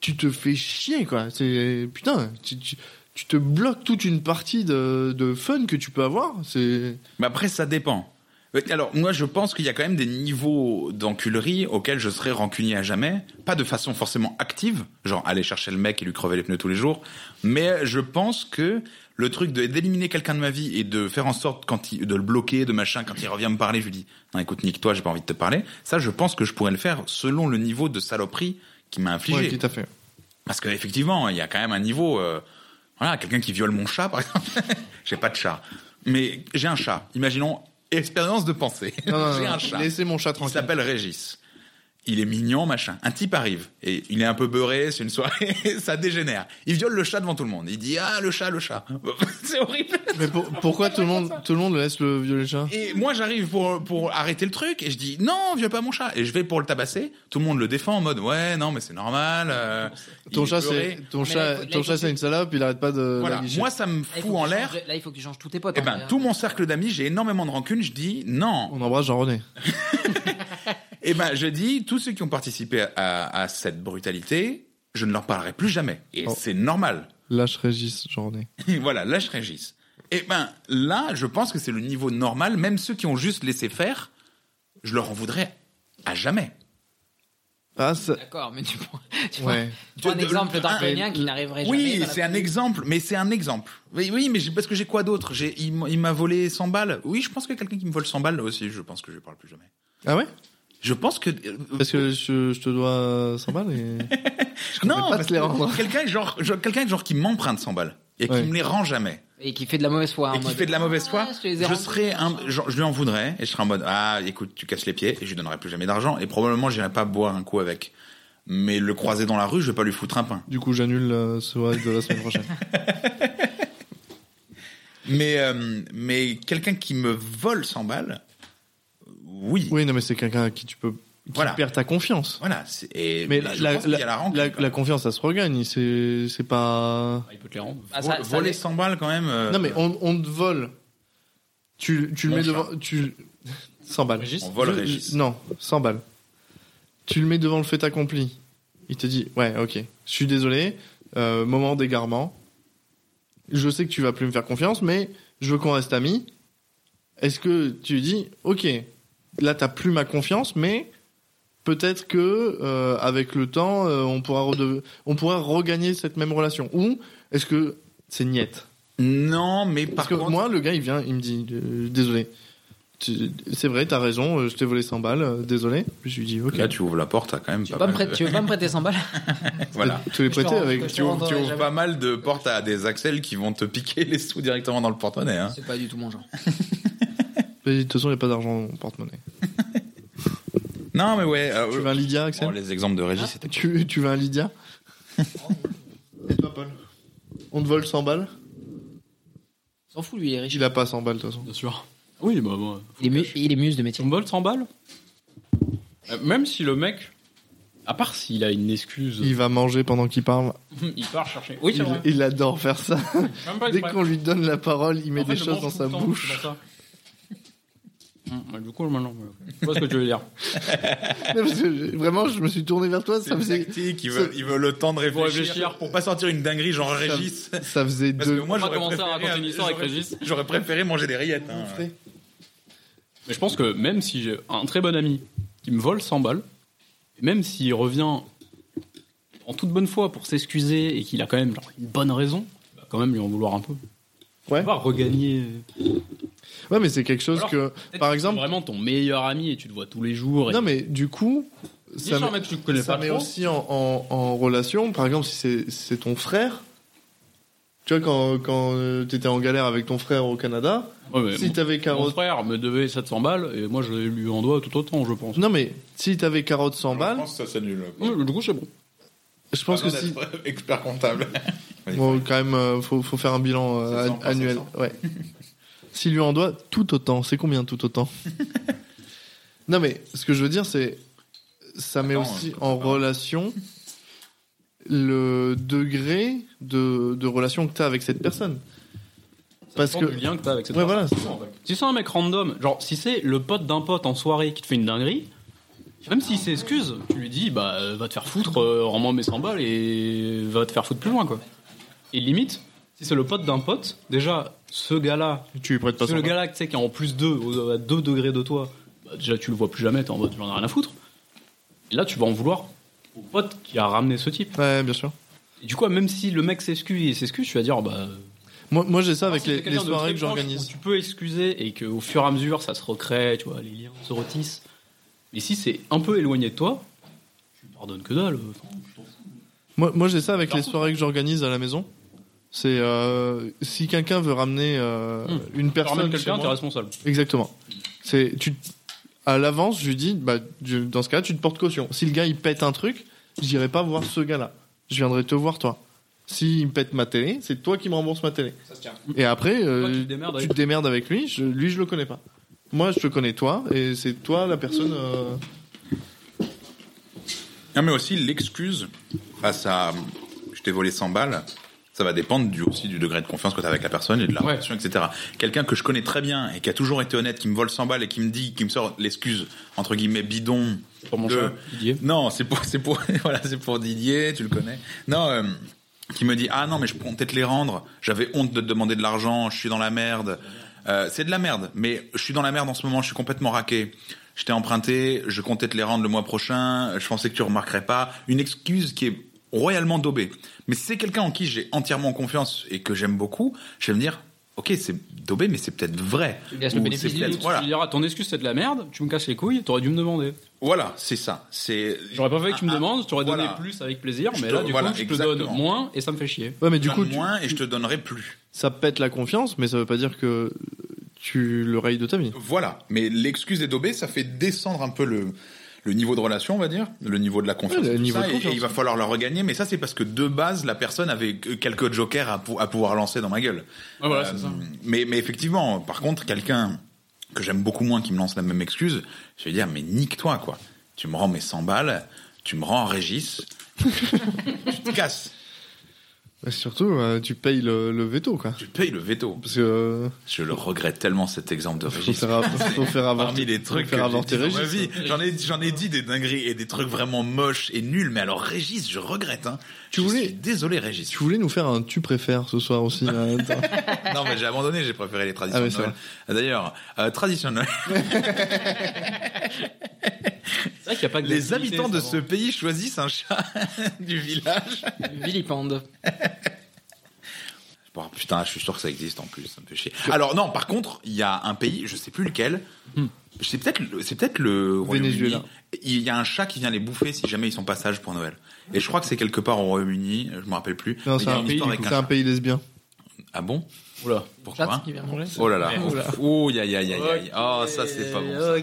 S1: tu te fais chier quoi. C'est putain, tu, tu- tu te bloques toute une partie de, de fun que tu peux avoir. C'est
S2: Mais après, ça dépend. Euh, Alors, moi, je pense qu'il y a quand même des niveaux d'enculerie auxquels je serais rancunier à jamais. Pas de façon forcément active, genre aller chercher le mec et lui crever les pneus tous les jours. Mais je pense que le truc de d'éliminer quelqu'un de ma vie et de faire en sorte quand il, de le bloquer, de machin, quand il revient me parler, je lui dis, non, écoute, nique-toi, j'ai pas envie de te parler. Ça, je pense que je pourrais le faire selon le niveau de saloperie qui m'a infligé.
S1: ouais, tout à fait.
S2: Parce qu'effectivement, il y a quand même un niveau. euh, voilà, quelqu'un qui viole mon chat, par exemple. *laughs* j'ai pas de chat. Mais j'ai un chat. Imaginons expérience de pensée.
S1: Non, non,
S2: *laughs* j'ai
S1: non,
S2: un chat.
S1: Laissez mon chat
S2: Il
S1: tranquille.
S2: s'appelle Régis. il est mignon, machin. Un type arrive et il est un peu beurré, c'est une soirée, *laughs* ça dégénère. Il viole le chat devant tout le monde. Il dit ah le chat, le chat. c'est horrible.
S1: Mais pour- pourquoi tout le monde, tout le monde laisse le violer le chat
S2: Et moi j'arrive pour pour arrêter le truc et je dis non, viole pas mon chat. Et je vais pour le tabasser. Tout le monde le défend en mode ouais non mais c'est normal. euh, il
S1: Ton
S2: est
S1: chat,
S2: beurré.
S1: c'est ton
S4: Mais là, il
S1: chat,
S4: faut-
S1: ton
S4: là, il faut
S1: chat,
S4: que-
S1: c'est une salope. Il arrête pas de. la
S2: Voilà.
S1: guicher.
S2: Moi ça me
S4: Là, il
S2: fout
S4: faut que
S2: en
S4: tu
S2: l'air.
S4: changes- Là, il faut que tu changes tous tes potes.
S2: Eh
S4: hein,
S2: ben
S4: euh,
S2: tout mon cercle d'amis, j'ai énormément de rancune. Je dis non.
S1: On embrasse Jean-René.
S2: Eh ben, je dis, tous ceux qui ont participé à, à- à cette brutalité, je ne leur parlerai plus jamais. Et
S1: Oh.
S2: c'est normal. *laughs*
S1: Lâche Régis, Jean-René.
S2: voilà, là, je régisse. Eh ben, là, je pense que c'est le niveau normal. Même ceux qui ont juste laissé faire, je leur en voudrais à jamais.
S1: Ah, ça-
S4: D'accord, mais tu prends, *laughs* tu prends-
S1: ouais.
S4: tu prends un
S2: De- de-
S4: exemple
S2: le-
S4: d'Arménien qui n'arriverait jamais.
S2: Oui,
S4: dans la
S2: c'est un
S4: politique.
S2: exemple, mais c'est un exemple. Oui, oui, mais j'ai- parce que j'ai quoi d'autre J'ai, il m'a- il m'a volé 100 balles. Oui, je pense que quelqu'un qui me vole 100 balles aussi, je pense que je ne parle plus jamais.
S1: Ah ouais
S2: Je pense que euh,
S1: Parce que je, je te dois 100 balles et.
S2: non,
S1: pas te
S2: parce
S1: les
S2: que
S1: rendre.
S2: quelqu'un genre, genre- quelqu'un genre qui m'emprunte 100 balles et
S1: Ouais.
S2: qui me les rend jamais.
S4: Et qui fait de la mauvaise foi. en
S2: et qui
S4: mode,
S2: fait de la mauvaise foi,
S4: Ah, je te les ai
S2: je,
S4: rendus.
S2: serais un, je, je lui en voudrais et je serais en mode ah écoute tu casses les pieds et je lui donnerai plus jamais d'argent et probablement j'irai pas boire un coup avec. Mais le croiser dans la rue, je vais pas lui foutre un pain.
S1: Du coup, j'annule euh, ce rêve de la semaine
S2: *laughs*
S1: prochaine.
S2: Mais euh, mais quelqu'un qui me vole 100 balles, oui,
S1: Oui, non, mais c'est quelqu'un à qui tu peux. Qui
S2: Voilà.
S1: perd ta confiance.
S2: voilà. c'est- Et
S1: Mais
S2: mais
S1: la,
S2: je
S1: la,
S2: pense qu'il y a la
S1: la-
S2: rancune,
S1: la-
S2: quoi.
S1: la confiance, ça se regagne. C'est c'est pas.
S3: Ah, il peut te les rendre.
S4: Ah, ça-
S2: Vol-
S4: ça-
S2: voler 100 balles quand même. euh,
S1: Non, mais on, on te vole. Tu, tu le
S2: Mon
S1: mets
S2: chat.
S1: devant. Tu... 100 balles.
S3: Régis
S2: on vole
S1: Je-
S2: Régis.
S1: je- Non, 100 balles. Tu le mets devant le fait accompli. Il te dit Ouais, ok, je suis désolé, euh, moment d'égarement. Je sais que tu vas plus me faire confiance, mais je veux qu'on reste amis. Est-ce que tu lui dis Ok, là, t'as plus ma confiance, mais peut-être que euh, avec le temps, euh, on, pourra rede- on pourra regagner cette même relation Ou est-ce que c'est niette
S2: Non, mais par
S1: parce que
S2: contre,
S1: moi, le gars, il vient, il me dit euh, Désolé, tu- c'est vrai, t'as raison, euh, je t'ai volé 100 balles, euh, désolé. Puis je lui dis Ok,
S2: là tu ouvres la porte, t'as quand même
S4: Tu
S2: pas
S4: veux pas me
S2: mal de-
S4: prêter- tu veux pas me prêter 100 balles
S2: voilà.
S1: Euh, tu les
S4: Je te
S1: prêtais
S4: rends-
S1: avec.
S4: je te
S2: Tu ouvres, tu
S4: rendrai
S2: ouvres
S4: jamais.
S2: pas mal de portes à des axels qui vont te piquer les sous directement dans le porte-monnaie. Hein.
S4: C'est pas du tout mon genre.
S1: Mais De toute façon, il n'y a pas d'argent dans mon porte-monnaie.
S2: Non, mais ouais. euh,
S1: Tu veux un Lydia, Axel
S2: Bon, les exemples de Régis, c'était cool.
S1: tu, tu veux un
S2: *laughs*
S1: Lydia Et toi, Paul On te vole 100 balles
S4: S'en fout, lui, il est riche.
S1: Il a pas 100 balles, de toute façon.
S3: Bien sûr. Oui, bah bon.
S4: Il est, mu- il est muse de métier.
S3: On vole 100 balles Euh, Même si le mec, à part s'il a une excuse,
S1: Il va manger pendant qu'il parle.
S3: *laughs* il part chercher. Oui, c'est
S1: Il,
S3: vrai.
S1: il adore faire ça.
S3: Même pas
S1: Dès
S3: exprès.
S1: qu'on lui donne la parole, il met
S3: En fait,
S1: des
S3: je
S1: choses
S3: mange
S1: dans
S3: tout
S1: sa
S3: le temps, c'est
S1: bouche.
S3: pour ça. Hum, bah, Du coup, maintenant, *laughs* ouais, ok. je vois ce que tu veux dire.
S1: *laughs* Non, parce que j'ai- vraiment, je me suis tourné vers toi. Ah, Ça
S2: C'est
S1: faisait,
S2: tactique, il
S1: ça-
S2: veut, il veut le temps de réfléchir,
S3: Pour réfléchir.
S2: pour pas sortir une dinguerie genre Régis.
S1: ça faisait
S2: Parce que
S1: deux.
S2: moi,
S3: On va
S2: j'aurais
S3: commencer à
S2: préféré,
S3: raconter une histoire avec
S2: j'aurais-
S3: Régis.
S2: J'aurais préféré manger des rillettes. hein.
S3: Mais je pense que même si j'ai un très bon ami qui me vole 100 balles, et même s'il revient en toute bonne foi pour s'excuser et qu'il a quand même genre, une bonne raison, il va quand même lui en vouloir un peu.
S1: Ouais.
S3: On va regagner.
S1: Ouais, mais c'est quelque chose
S3: Alors,
S1: que. Par exemple.
S3: vraiment ton meilleur ami et tu le vois tous les jours. Et
S1: Non, mais du coup,
S3: Dis
S1: ça
S3: sur un
S1: met,
S3: mec que tu connais
S1: ça
S3: pas
S1: met
S3: trop.
S1: aussi en, en- en relation. Par exemple, si c'est- c'est ton frère, tu vois, quand, quand euh, t'étais en galère avec ton frère au Canada,
S3: Ouais, mais
S1: si
S3: mon-
S1: t'avais
S3: mon
S1: carotte.
S3: frère me devait 700 balles et moi je lui en dois tout autant, je pense.
S1: Non, mais si t'avais carotte 100 balles,
S2: que ça, c'est nul.
S3: Ouais, Du coup, c'est bon.
S1: je pense que
S2: Pardon
S1: si.
S2: d'être *laughs* Expert comptable. Oui.
S1: Bon, quand même, euh, faut, faut faire un bilan euh,
S2: 700 par
S1: annuel.
S2: 700.
S3: *laughs*
S1: Ouais. S'il lui en doit tout autant, c'est combien tout
S3: *laughs*
S1: autant Non, mais ce que je veux dire, c'est. Ça met
S3: hein,
S2: Attends,
S1: aussi
S2: je
S1: en
S2: comprends pas.
S1: relation le degré de, de relation que t'as avec cette personne. Parce
S3: dépend
S1: que.
S3: du lien que t'as avec cette
S1: Ouais,
S3: personne.
S1: voilà.
S3: Si c'est un mec random, genre si c'est le pote d'un pote en soirée qui te fait une dinguerie, même s'il s'excuse, tu lui dis bah euh, va te faire foutre, euh, rends-moi mes 100 balles et va te faire foutre plus loin quoi. Et limite, si c'est le pote d'un pote, déjà ce gars-là,
S1: Tu lui prêtes pas
S3: c'est le
S1: 100 balles.
S3: gars-là tu sais, qui est en plus 2, à 2 degrés de toi, bah, déjà tu le vois plus jamais, t'es en mode j'en ai rien à foutre. Et là tu vas en vouloir au pote qui a ramené ce type.
S1: Ouais, bien sûr.
S3: Et du coup, même si le mec s'excuse et s'excuse, tu vas dire bah.
S1: Moi, moi j'ai ça avec
S3: Ah, Si
S1: les,
S3: t'es
S1: les
S3: quelqu'un de très
S1: soirées que
S3: proche
S1: j'organise.
S3: où Tu peux excuser et qu'au fur et à mesure ça se recrée, tu vois, les liens se rôtissent. Mais si c'est un peu éloigné de toi, tu pardonnes que dalle. euh, Enfin,
S1: Moi, moi j'ai ça avec les
S3: Partout.
S1: soirées que j'organise à la maison. C'est euh, si quelqu'un veut ramener euh,
S3: Hmm.
S1: une
S3: tu ramènes
S1: personne chez
S3: quelqu'un, t'es
S1: moi-
S3: responsable.
S1: Exactement. C'est tu à l'avance, je lui dis, bah, je- dans ce cas-là, tu te portes caution. Si le gars, il pète un truc, j'irai pas voir ce gars-là. Je viendrai te voir, toi. S'il me pète ma télé, c'est toi qui me rembourse ma télé.
S5: Ça se tient.
S1: Et après, euh,
S3: Toi, tu te démerdes avec.
S1: tu te démerdes avec lui. Je, lui, je le connais pas. Moi, je te connais toi, et c'est toi la personne. euh,
S2: Non, mais aussi l'excuse face à je t'ai volé 100 balles, ça va dépendre du, aussi du degré de confiance que tu as avec la personne et de la
S3: Ouais.
S2: relation, etc. Quelqu'un que je connais très bien et qui a toujours été honnête, qui me vole 100 balles et qui me dit, qui me sort l'excuse, entre guillemets, bidon.
S3: Pour mon
S2: de-
S3: chat, Didier.
S2: Non, c'est pour, c'est pour, *laughs* voilà, c'est pour Didier, tu le connais. Non, euh, qui me dit, ah non, mais je comptais te les rendre, j'avais honte de te demander de l'argent, je suis dans la merde. Euh, c'est de la merde, mais je suis dans la merde en ce moment, je suis complètement raqué. Je t'ai emprunté, je comptais te les rendre le mois prochain, je pensais que tu remarquerais pas. Une excuse qui est royalement daubée. Mais si c'est quelqu'un en qui j'ai entièrement confiance et que j'aime beaucoup, je vais me dire, ok, c'est daubé, mais c'est peut-être vrai.
S4: Tu laisses le
S2: Ou
S4: bénéfice
S2: c'est
S4: du
S2: peut-être-
S3: Tu
S2: Voilà,
S3: lui diras, ton excuse c'est de la merde, tu me casses les couilles, t'aurais dû me demander.
S2: voilà c'est ça. C'est.
S3: J'aurais pas fait que tu me
S2: Ah, ah,
S3: demandes, t'aurais donné
S2: voilà.
S3: plus avec plaisir,
S2: Je
S3: mais
S2: te-
S3: là du
S2: voilà,
S3: coup je te
S2: exactement.
S3: donne moins et ça me fait chier.
S1: Ouais, mais du coup, tu-
S2: moins et je te donnerai plus.
S1: ça pète la confiance, mais ça veut pas dire que tu le rayes de ta vie.
S2: Voilà. Mais l'excuse des daubés, ça fait descendre un peu le, le niveau de relation, on va dire, le niveau de la confiance.
S1: Ouais, le
S2: tout
S1: niveau
S2: ça,
S1: de
S2: et-
S1: confiance.
S2: Et, il va falloir la regagner. Mais ça, c'est parce que de base, la personne avait que- quelques jokers à, pou- à pouvoir lancer dans ma gueule.
S1: Ah,
S3: Ouais, voilà,
S2: Euh,
S3: c'est ça.
S2: Mais, mais effectivement, par contre, quelqu'un que j'aime beaucoup moins qui me lance la même excuse, je vais dire, mais nique-toi, quoi. Tu me rends mes 100 balles, tu me rends
S1: *laughs*
S2: en Régis, tu te casses,
S1: Et surtout, euh, tu payes le, le veto, quoi.
S2: tu payes le veto.
S1: Parce que euh,
S2: Je le regrette tellement cet exemple de
S1: faut
S2: Régis.
S1: faire, av- faut faire avorter-
S2: Parmi les trucs
S1: faut
S2: que
S1: faire
S2: j'ai
S1: avorter
S2: dit dans ma
S1: Régis.
S2: vie. j'en ai j'en ai dit des dingueries et des trucs vraiment moches et nuls. Mais alors Régis, je regrette. Hein.
S1: Tu
S2: Je
S1: voulais-
S2: suis désolé Régis.
S1: Tu voulais nous faire un tu préfères ce soir aussi. hein, attends.
S2: non mais j'ai abandonné. J'ai préféré les traditions.
S1: Ah oui,
S2: de
S1: c'est
S2: Noël. D'ailleurs, euh, tradition de Noël.
S3: C'est vrai qu'il y a pas que
S2: Les
S3: d'activité,
S2: habitants
S3: ça
S2: de
S3: va.
S2: ce pays choisissent un chat *laughs* du village.
S4: *laughs* Vilipende.
S2: Bon, putain, je suis sûr que ça existe en plus. Ça me fait chier. Alors non, par contre, il y a un pays, je sais plus lequel. C'est peut-être le- c'est peut-être le Royaume-Uni.
S1: Hmm. Venezuela.
S2: Il y a un chat qui vient les bouffer si jamais ils sont passage pour Noël. Et je crois que c'est quelque part au Royaume-Uni, je me rappelle plus.
S1: Non,
S2: Mais il
S1: c'est
S2: y a
S1: un,
S2: une
S1: pays,
S2: histoire avec
S1: c'est
S2: un
S1: un
S2: chat.
S1: pays lesbien.
S2: Ah bon
S3: Oula.
S2: Pourquoi
S4: qui vient manger.
S2: Oh là là.
S4: Oula.
S2: Oh, ya ya ya ya. Oh, ça c'est pas bon. ça.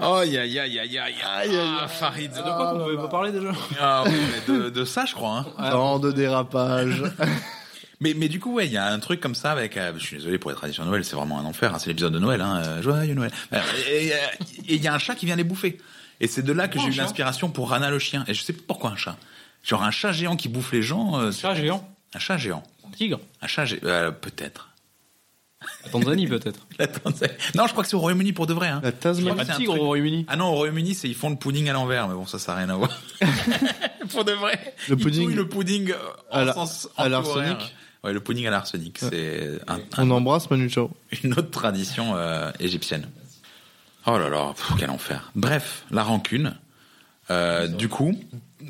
S2: Oh, ya ya ya ya ya. Ah, Farid.
S3: C'est de quoi qu'on pouvait pas parler déjà
S2: Ah, oui, mais de, de ça, je crois. hein.
S1: Tant de dérapage.
S2: Mais, mais du coup, ouais, il y a un truc comme ça avec. euh, je suis désolé pour les traditions de Noël, c'est vraiment un enfer. hein, c'est l'épisode de Noël. Hein, euh, joyeux Noël. Euh, Et euh, et il y a un chat qui vient les bouffer. Et c'est de là que j'ai eu l'inspiration pour Rana le chien. Et je sais pas pourquoi un chat. Genre un chat géant qui bouffe les gens. euh,
S3: Chat géant,
S2: Un chat géant.
S3: un tigre,
S2: Un chat géant. euh, Peut-être. *laughs*
S3: la Tanzanie peut-être.
S2: Attends, c'est- Non, je crois que c'est au Royaume-Uni pour de vrai. Hein.
S1: La
S3: Il y a
S1: Tasmanie.
S3: pas
S2: c'est
S3: de
S2: un
S3: tigre
S2: truc-
S3: au Royaume-Uni.
S2: Ah non, au Royaume-Uni, c'est ils font le pudding à l'envers, mais bon, ça, ça n'a rien à voir. *laughs* Pour de vrai.
S1: Le
S2: Ils
S1: pudding
S2: douillent le pudding euh, en
S1: à la-
S2: sens
S1: à
S2: anti-horaire.
S1: l'arsenic.
S2: Ouais, le pudding à l'arsenic, c'est un- un-
S1: On embrasse Manu Chao.
S2: une autre tradition euh, égyptienne. Oh là là, pff, quel enfer. Bref, la rancune. Euh, du coup,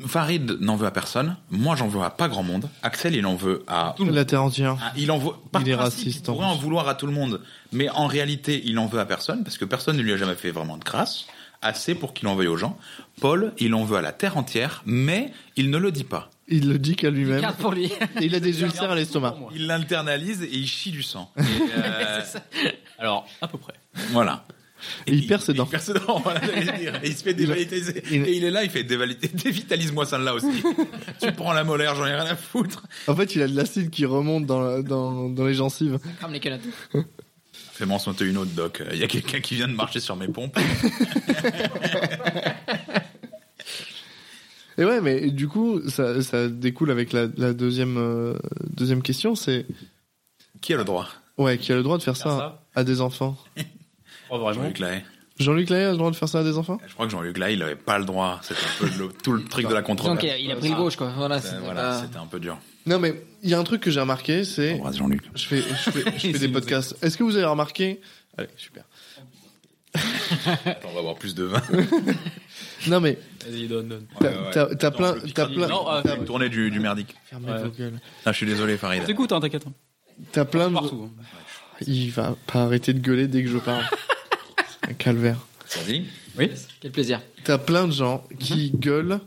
S2: Farid n'en veut à personne. Moi, j'en veux à pas grand monde. Axel, il en veut à
S1: La terre entière.
S2: ah, il en veut par
S1: Il est
S2: principe,
S1: raciste,
S2: Il
S1: en
S2: pourrait
S1: plus.
S2: en vouloir à tout le monde, mais en réalité, il en veut à personne parce que personne ne lui a jamais fait vraiment de crasse, assez pour qu'il en veuille aux gens. Paul, il en veut à la terre entière, mais il ne le dit pas.
S1: Il le dit qu'à lui-même.
S4: Carte pour lui. *laughs*
S1: Et il a des ulcères à l'estomac.
S3: Pour moi.
S2: Il l'internalise et il chie du sang. Et, euh,
S3: Alors, à peu près.
S2: voilà.
S1: Et il perd ses dents.
S2: Il perd ses dents, voilà, j'allais dire.
S1: *laughs*
S2: Et il se fait dévitaliser.
S1: il-
S2: Et il est là, il fait dévali- *laughs* dévitalise-moi
S1: *laughs*
S2: celle-là aussi. tu prends la molaire, j'en ai rien à foutre.
S1: En fait, il a de l'acide qui remonte dans, la- dans, dans les gencives.
S4: Crame les culottes.
S2: Fais-moi en sauter une autre, Doc. Il y a quelqu'un qui vient de marcher sur mes pompes.
S1: Et ouais, mais du coup, ça, ça découle avec la, la deuxième, euh, deuxième question, c'est...
S2: Qui a le droit
S1: Ouais, qui a le droit de faire ça,
S3: ça
S1: à des enfants
S3: Oh, vraiment.
S2: Jean-Luc Lahaye.
S1: Jean-Luc Lahaye a le droit de faire ça à des enfants
S2: Je crois que Jean-Luc là, il avait pas le droit. C'était un peu le-
S4: *laughs*
S2: tout le truc de la
S4: Donc
S2: controverse.
S4: il a, il a pris le gauche quoi. Voilà.
S2: Euh,
S4: c'est
S2: voilà,
S4: pas-
S2: c'était un peu dur.
S1: Non, mais il y a un truc que j'ai remarqué, c'est...
S2: Embrasse Jean-Luc.
S1: Je fais, je
S3: *laughs*
S1: fais, je fais
S3: Il
S1: des
S3: nous
S1: podcasts. Est-ce que vous avez remarqué Allez, super.
S2: Attends, On va avoir plus de
S4: *laughs*
S2: vin.
S1: Non, mais
S3: Vas-y, donne, donne.
S1: t'as
S2: Ouais, ouais.
S1: t'as- t'as
S2: Attends,
S1: plein,
S2: je vais
S1: t'as
S2: te
S1: plein,
S3: Non, euh,
S1: t'as-
S2: Une tournée du, du merdique.
S1: fermez
S3: Ouais.
S1: vos gueules.
S2: Ah, je suis désolé, Farid.
S3: T'écoutes, hein, t'inquiète. hein.
S1: T'as plein de,
S3: Partout. hein.
S1: il va pas arrêter de gueuler dès que je
S3: *laughs*
S1: parle. C'est un calvaire.
S2: Vas-y.
S3: Oui.
S4: Quel plaisir.
S1: T'as plein de gens qui
S3: Hein?
S1: gueulent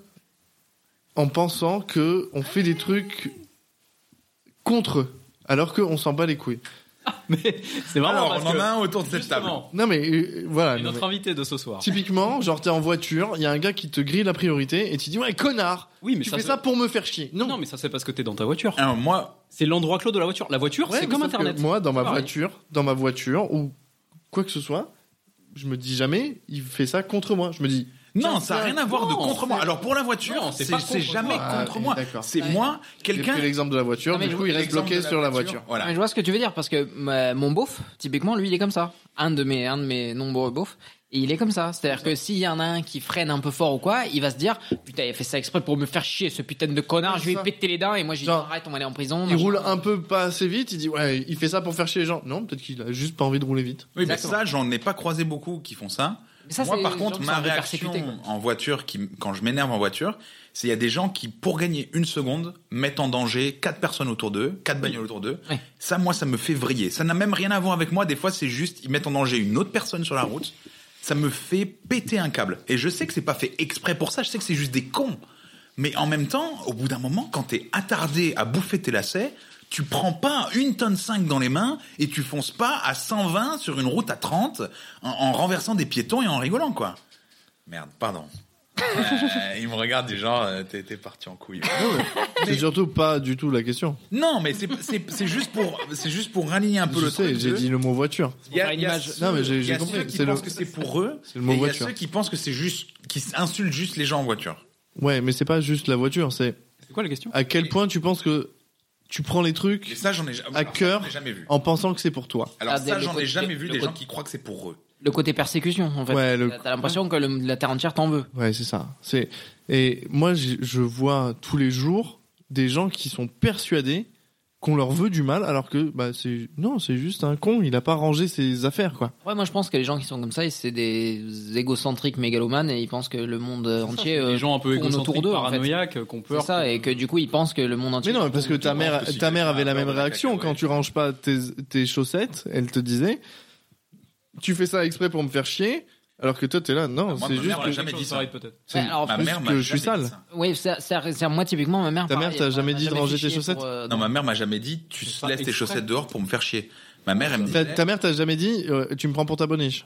S1: en pensant que on fait des trucs contre eux, alors qu'on s'en bat les couilles.
S3: *laughs* Mais c'est marrant
S2: Alors,
S3: parce
S2: on en
S3: que,
S2: a un autour de cette table.
S3: justement,
S1: Non, mais euh, voilà.
S3: et
S1: non, mais-
S3: notre invité de ce soir.
S1: Typiquement, genre t'es en voiture, il y a un gars qui te grille la priorité et tu dis ouais connard,
S3: Oui, mais
S1: tu
S3: ça,
S1: fais
S3: c'est-
S1: ça pour me faire chier. Non,
S3: Non, mais ça c'est parce que t'es dans ta voiture.
S2: Alors, moi,
S3: C'est l'endroit clos de la voiture. La voiture,
S1: Ouais,
S3: c'est
S1: mais
S3: comme
S1: sauf que
S3: Internet.
S1: Moi, dans ma
S3: Pareil.
S1: voiture, dans ma voiture ou quoi que ce soit, je me dis jamais il fait ça contre moi. Je me dis
S2: non, ça n'a rien à voir de
S3: non,
S2: contre moi. Alors, pour la voiture,
S3: Non, c'est
S2: c'est
S3: pas contre
S2: c'est jamais
S1: moi. Ah,
S2: contre moi.
S1: d'accord.
S2: C'est
S4: Ouais.
S2: moi,
S1: j'ai
S2: quelqu'un.
S1: pris l'exemple de la voiture,
S4: Non, mais
S1: du
S4: je-
S1: coup il reste
S2: L'exemple
S1: bloqué
S2: de
S1: sur la voiture.
S4: Non,
S2: Voilà.
S4: mais Ah, je vois ce que tu veux dire parce que ma- mon beauf, typiquement, lui, il est comme ça. Un de mes, un de mes nombreux beaufs. Et il est comme ça. C'est-à-dire que s'il y en a un qui freine un peu fort ou quoi, il va se dire Putain, il a fait ça exprès pour me faire chier, ce putain de connard, je vais
S1: Ça.
S4: lui péter les dents. Et moi, j'ai dit
S1: Genre,
S4: Arrête, on va aller en prison.
S1: Il
S4: machin.
S1: roule un peu pas assez vite, il dit ouais il fait ça pour faire chier les gens. Non, peut-être qu'il a juste pas envie de rouler vite.
S2: Oui, mais
S4: Exactement.
S2: ça, j'en ai pas croisé beaucoup qui font ça.
S4: Mais ça,
S2: Moi,
S4: c'est
S2: par
S4: les gens
S2: contre,
S4: qui
S2: ma
S4: sont un peu
S2: réaction
S4: persécutés, quoi.
S2: en voiture, qui, quand je m'énerve en voiture, c'est il y a des gens qui, pour gagner une seconde, mettent en danger quatre personnes autour d'eux, quatre bagnoles autour d'eux.
S4: Ouais.
S2: Ça, moi, ça me fait vriller. Ça n'a même rien à voir avec moi. Des fois, c'est juste, ils mettent en danger une autre personne sur la route. Ça me fait péter un câble. Et je sais que c'est pas fait exprès pour ça. Je sais que c'est juste des cons. Mais en même temps, au bout d'un moment, quand t'es attardé à bouffer tes lacets, tu prends pas une tonne 5 dans les mains et tu fonces pas à 120 sur une route à 30 en, en renversant des piétons et en rigolant, quoi. Merde, pardon. Euh, il me regarde du genre, euh, t'es t'es parti en couille.
S1: Ah C'est surtout pas du tout la question.
S2: Non, mais c'est- c'est c'est juste pour c'est juste pour raligner un peu
S1: Je
S2: le
S1: sais,
S2: truc.
S1: j'ai
S2: de-
S1: dit le mot voiture.
S2: Il y a,
S4: Pour faire une
S2: il y a
S4: image.
S2: ceux-
S1: Non, mais j'ai-
S2: il y a
S1: j'ai compris.
S2: ceux qui
S1: C'est le-
S2: pensent que c'est pour eux.
S1: c'est le mot
S2: et il y a
S1: voiture.
S2: ceux qui pensent que c'est juste qui insultent juste les gens en voiture.
S1: Ouais, mais c'est pas juste la voiture, c'est
S3: C'est quoi la question
S1: à quel point tu penses que tu prends les
S2: Et
S1: trucs
S2: ça, j'en ai, ja- alors, ça,
S1: cœur.
S2: j'en ai jamais vu.
S1: en pensant que c'est pour toi.
S2: Alors
S4: Ah,
S2: ça,
S4: le
S2: j'en
S4: côté-
S2: ai jamais vu
S4: le
S2: des gens
S4: côté-
S2: qui croient que c'est pour eux.
S4: Le côté persécution, en fait.
S1: Ouais, le-
S4: T'as- T'as l'impression que le- la terre entière t'en veut.
S1: Ouais, c'est ça. C'est et moi j- je vois tous les jours des gens qui sont persuadés qu'on leur veut du mal alors que bah c'est non, c'est juste un con, il a pas rangé ses affaires quoi.
S4: Ouais, moi, je pense que les gens qui sont comme ça, ils- c'est des égocentriques mégalomanes et ils pensent que le monde entier. euh,
S3: Les gens un peu
S4: tournent autour
S3: égocentriques,
S4: d'eux, en fait.
S3: paranoïaques, qu'on peut.
S4: C'est ça, et que du coup, ils pensent que le monde
S1: Mais
S4: entier.
S1: non, parce que ta
S2: penses
S1: mère
S2: que si
S1: ta mère
S2: quelqu'un
S1: avait la
S2: a
S1: même
S2: peur de la
S1: réaction
S2: cacahuète.
S1: quand tu ranges pas tes, tes chaussettes, elle te disait tu fais ça exprès pour me faire chier alors que toi t'es là non,
S2: moi,
S1: c'est
S2: ma
S1: juste
S2: mère, elle a
S1: que
S2: jamais dit ça.
S3: peut-être.
S1: c'est
S4: Ouais, alors,
S2: Ma
S1: juste
S2: mère m'a
S1: que je
S2: jamais
S1: suis
S2: dit
S1: sale.
S2: ça.
S4: Oui, ça, ça, c'est- moi typiquement ma mère.
S1: Ta mère
S4: pareil,
S1: t'a
S4: elle
S1: jamais
S4: m'a
S1: dit de ranger
S4: fait
S1: tes
S4: chier
S1: chaussettes
S4: pour, euh,
S2: Non, ma mère m'a jamais dit tu
S3: C'est pas
S2: laisses tes
S3: exprès.
S2: chaussettes dehors pour me faire chier. Ma mère, elle me
S1: Ta,
S2: disait,
S1: ta mère t'a jamais dit euh, tu me prends pour ta boniche.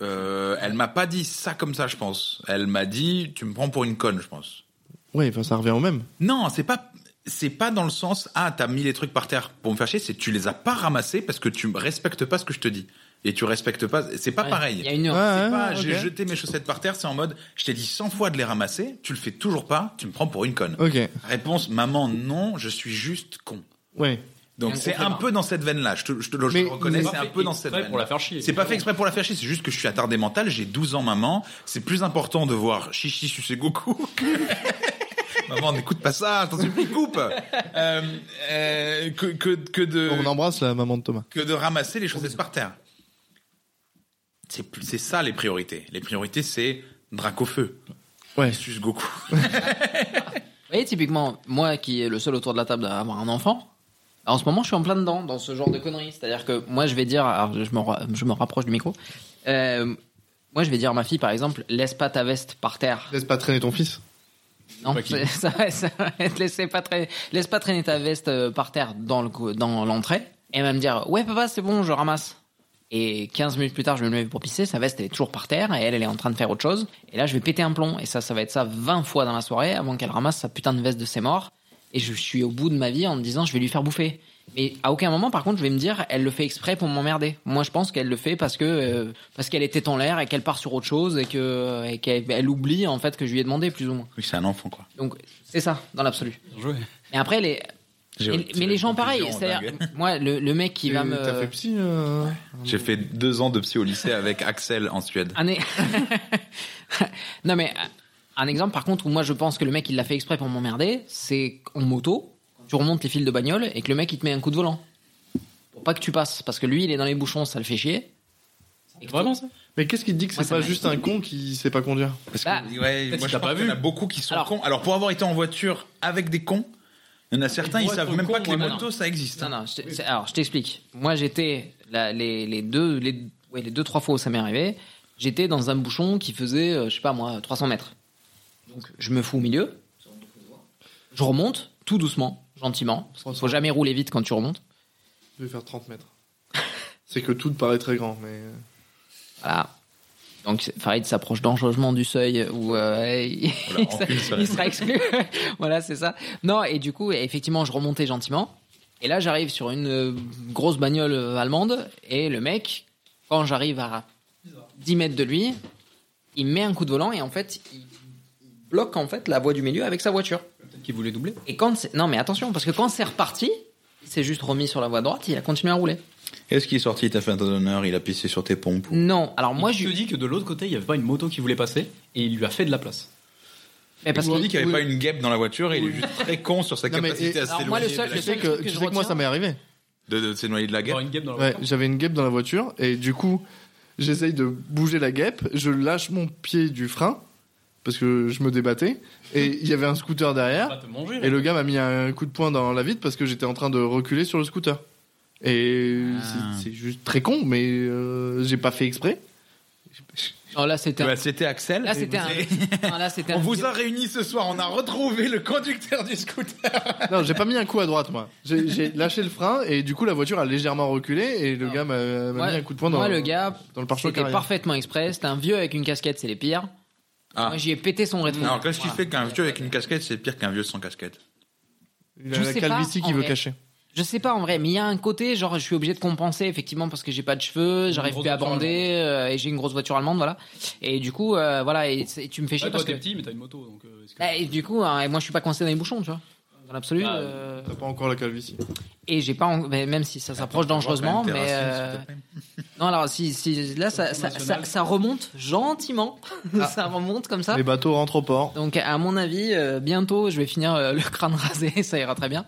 S2: euh, elle m'a pas dit ça comme ça, je pense. Elle m'a dit tu me prends pour une conne, je pense.
S1: Ouais, enfin ça revient au même.
S2: Non, c'est pas c'est pas dans le sens ah t'as mis les trucs par terre pour me faire chier, c'est tu les as pas ramassés parce que tu me respectes pas ce que je te dis et tu respectes pas. C'est pas
S4: ouais, Il y a
S2: pareil.
S4: une nuance.
S1: Ouais,
S3: Ah,
S2: C'est
S1: ouais,
S2: pas
S1: ouais,
S2: j'ai
S1: Ah, ok.
S2: jeté mes chaussettes par terre, c'est en mode je t'ai dit 100 fois de les ramasser, tu le fais toujours pas, tu me prends pour une conne.
S1: OK.
S2: Réponse maman non, je suis juste con.
S1: Ouais.
S2: Donc c'est un peu dans cette veine-là, je te, je te le je
S1: Mais
S2: le reconnais,
S1: c'est
S2: c'est
S3: pas
S2: un
S3: fait
S2: peu dans cette
S3: exprès
S2: veine.
S3: pour la faire chier.
S2: C'est pas fait exprès pour la faire chier, c'est juste que je suis attardé mental, j'ai 12 ans maman, c'est plus important de voir Chichi sucer Goku. que- *laughs* maman, n'écoute pas ça, t'en supplie, coupe Euh, euh, que, que, que de,
S1: On embrasse la maman de Thomas.
S2: que de ramasser les chaussettes par terre. C'est plus- c'est ça les priorités. Les priorités, c'est Drac au feu,
S1: Ouais.
S2: suce Goku.
S4: Vous voyez, typiquement, moi qui est le seul autour de la table à avoir un enfant, en ce moment, je suis en plein dedans, dans ce genre de conneries. C'est-à-dire que moi, je vais dire, alors je me, ra- je me rapproche du micro, Euh, moi, je vais dire à ma fille, par exemple, laisse pas ta veste par terre.
S1: Laisse pas traîner ton fils.
S4: Non,
S3: pas qui.
S4: c'est- *laughs* ça va, ça va être, laissez pas traîner, laisse pas traîner ta veste euh, par terre dans le cou- dans l'entrée. Et elle va me dire, ouais papa, c'est bon, je ramasse. Et 15 minutes plus tard, je me lève pour pisser, sa veste elle est toujours par terre et elle elle est en train de faire autre chose. Et là, je vais péter un plomb et ça, ça va être ça 20 fois dans la soirée avant qu'elle ramasse sa putain de veste de ses morts. Et je suis au bout de ma vie en me disant, je vais lui faire bouffer. Mais à aucun moment, par contre, je vais me dire, elle le fait exprès pour m'emmerder. Moi, je pense qu'elle le fait parce que euh, parce qu'elle était en l'air et qu'elle part sur autre chose et que et qu'elle elle oublie en fait que je lui ai demandé plus ou moins.
S2: Oui, c'est un enfant, quoi.
S4: Donc c'est ça, dans l'absolu.
S3: Bien joué.
S4: Mais après, les,
S2: J'ai
S4: mais-
S2: retiré
S4: mais les
S2: une
S4: gens pareil,
S2: conclusion
S4: c'est-à-dire,
S2: dingue.
S4: moi, le, le mec qui va
S1: Et
S4: me...
S1: T'as fait psy euh,
S4: Ah.
S2: J'ai fait deux ans de psy au lycée avec Axel en Suède.
S4: Un... é- *laughs* non mais, un exemple par contre où moi je pense que le mec il l'a fait exprès pour m'emmerder, c'est en moto, tu remontes les fils de bagnole et que le mec il te met un coup de volant. Pour pas que tu passes, parce que lui il est dans les bouchons, ça le fait chier. Et que-
S3: Vraiment ça
S1: Mais qu'est-ce qui te dit que
S4: Moi,
S1: c'est
S4: ça
S1: pas
S4: m'a-
S1: juste un con qui sait pas conduire
S2: Parce
S4: Bah,
S2: que, ouais,
S3: peut-être
S2: moi,
S3: que
S2: je
S3: t'as
S2: pense
S3: pas
S2: qu'il y en a
S3: vu.
S2: beaucoup qui sont
S4: Alors-
S2: cons. Alors, pour avoir été en voiture avec des cons, il y en a certains,
S3: Et
S2: ils
S3: pour
S2: savent
S3: être
S2: même pas
S3: con,
S2: que les
S4: ouais,
S2: motos, ça existe.
S4: Non, non, je t'ai- c'est- alors je t'explique. Moi j'étais la- les, les deux, les, ouais, les deux, trois fois où ça m'est arrivé, j'étais dans un bouchon qui faisait, euh, je sais pas moi, 300 mètres. Donc je me fous au milieu, je remonte tout doucement, gentiment, parce qu'il faut jamais rouler vite quand tu remontes. *laughs*
S1: Je vais faire 30 mètres. C'est que tout te paraît très grand, mais. euh.
S4: Voilà. Donc Farid s'approche dangereusement du seuil où euh, il, *laughs*
S2: Voilà, encule, ça.
S4: il sera exclu. *laughs* voilà, c'est ça. Non, et du coup, effectivement, je remontais gentiment. Et là, j'arrive sur une euh, grosse bagnole euh, allemande. Et le mec, quand j'arrive à 10 mètres de lui, il met un coup de volant et en fait, il il bloque en fait la voie du milieu avec sa voiture.
S3: Peut-être qu'il voulait doubler.
S4: Et quand c'est... Non, mais attention, parce que quand c'est reparti, il s'est juste remis sur la voie droite et il a continué à rouler.
S2: Est-ce qu'il est sorti, il t'a fait un tas d'honneur, il a pissé sur tes pompes ou-
S4: Non, alors moi,
S3: Moi, je
S4: je...
S3: te dis que de l'autre côté, il y avait pas une moto qui voulait passer et il lui a fait de la place.
S4: Mais
S2: Parce qu'il dit qu'il n'y avait
S4: oui.
S2: pas une guêpe dans la voiture et il est juste très con sur sa
S1: Non, mais-
S2: capacité
S1: et-
S2: à
S4: Alors, moi,
S2: s'éloigner
S4: le seul-
S2: de,
S1: Tu
S2: la-
S1: sais
S4: truc
S1: que,
S4: que
S1: tu
S4: je
S1: sais que moi,
S4: retiens- Ah
S1: ça m'est arrivé.
S2: de- de s'éloigner de la guêpe.
S3: Genre une game dans la
S1: Ouais,
S3: voiture.
S1: j'avais une guêpe dans la voiture et du coup, j'essaye de bouger la guêpe, je lâche mon pied du frein parce que je me débattais et il y avait un scooter
S3: Va
S4: Ah.
S1: derrière
S3: te manger. là.
S1: et le gars m'a mis un coup de poing dans la vitre parce que j'étais en train de reculer sur le scooter. Et
S2: Ah.
S1: c'est c'est juste très con, mais euh, j'ai pas fait exprès.
S4: Non, Oh, là, c'était un...
S2: Bah, C'était Axel.
S4: Là,
S2: et
S4: c'était
S2: vous
S4: un...
S2: avez-
S4: Non, là, c'était
S2: On
S4: un-
S2: vous a réunis ce soir, on a retrouvé le conducteur du
S4: *laughs*
S2: scooter.
S1: Non, j'ai pas mis un coup à droite, moi. J'ai j'ai lâché le frein et du coup, la voiture a légèrement reculé et le
S4: Ah.
S1: gars m'a m'a
S4: Ouais,
S1: mis un coup de poing dans,
S4: Moi, le gars,
S1: dans le pare-choc.
S4: c'était
S1: arrière.
S4: parfaitement exprès. C'était un vieux avec une casquette, c'est les pires.
S2: Ah.
S4: Moi, j'y ai pété son rétro.
S2: Alors qu'est-ce qu'il
S4: Voilà.
S2: fait qu'un vieux avec une casquette, c'est pire qu'un vieux sans casquette
S1: Il a
S4: Je
S1: la
S4: sais pas,
S1: calvitie
S4: en
S1: qui veut
S4: vrai.
S1: cacher.
S4: Je sais pas en vrai, mais il y a un côté, genre, je suis obligé de compenser effectivement parce que j'ai pas de cheveux, j'arrive
S3: grosse
S4: plus à
S3: voiture
S4: bander euh, et j'ai une grosse voiture allemande, voilà. Et du coup, euh, voilà, et c'est- tu me fais chier
S3: Ouais, toi,
S4: parce que.
S3: t'es petit, mais t'as une moto. Donc, euh, est-ce que-
S4: Bah, et du coup, hein, et moi, je suis pas coincé dans les bouchons, tu vois. Dans l'absolu.
S3: Bah,
S4: euh,
S1: T'as pas encore la calvitie.
S4: Et j'ai pas, en- mais même si
S2: Bah,
S4: ça s'approche dangereusement, mais euh, non, alors si, si là, ça, ça, ça,
S3: International.
S4: ça remonte gentiment, *laughs* ça remonte comme ça.
S1: Les bateaux rentrent au port.
S4: Donc, à mon avis, euh, bientôt, je vais finir euh, le crâne rasé, *laughs* ça ira très bien.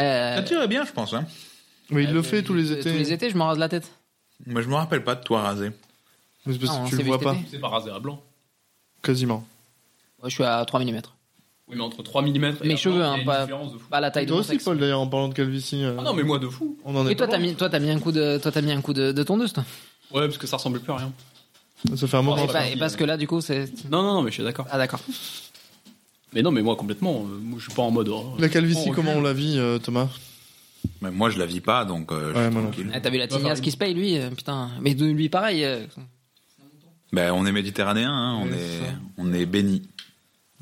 S4: Euh,
S2: Ça tirait bien, je pense. hein.
S1: Mais il
S4: euh,
S1: le fait tous les
S4: Tous
S1: étés.
S4: les étés, je me rase la tête.
S2: Moi, je me rappelle pas de toi rasé.
S1: Mais c'est parce
S4: Non, Ah,
S1: que
S4: on
S1: tu
S4: s'est
S1: le
S4: vu
S1: vois
S4: cet
S1: pas,
S4: été.
S3: C'est pas rasé à blanc.
S1: quasiment.
S4: Moi, je suis à 3 mm.
S3: Oui, mais entre 3 mm et
S4: Mes
S3: un
S4: cheveux,
S3: blanc,
S4: hein,
S3: il y a une
S4: pas-
S3: différence de fou.
S4: Pas la taille
S1: Et toi
S4: de mon
S1: aussi,
S4: sexe.
S1: Paul, d'ailleurs, en parlant de calvitie, euh,
S3: Ah non, mais moi de fou.
S1: on en est
S4: Et toi,
S1: pas
S4: t'as
S1: loin.
S4: mis, toi, t'as mis un coup de, toi, t'as mis un coup de, de tondeuse, toi.
S3: Ouais, parce que ça ressemblait plus à rien.
S1: Ça fait un moment.
S4: et,
S3: ça
S4: pas-
S3: aussi,
S4: et parce
S3: ouais.
S4: que là, du coup, c'est.
S3: Non, non, non, mais je suis d'accord.
S4: Ah d'accord.
S3: Mais non, mais moi complètement, euh, moi, je suis pas en mode. oh,
S1: La calvitie,
S3: on
S1: comment on la vit, euh, Thomas
S2: Mais moi, je la vis pas, donc euh, je
S1: Ouais,
S2: suis
S1: moi non
S2: tranquille.
S4: Ah, t'as vu la
S3: Bah,
S4: tignasse
S3: bah,
S4: qui se paye, lui, euh, putain. Mais de lui, pareil. euh,
S2: Ben, on est méditerranéen, hein, on
S1: Ouais,
S2: est,
S1: ça.
S2: on est béni.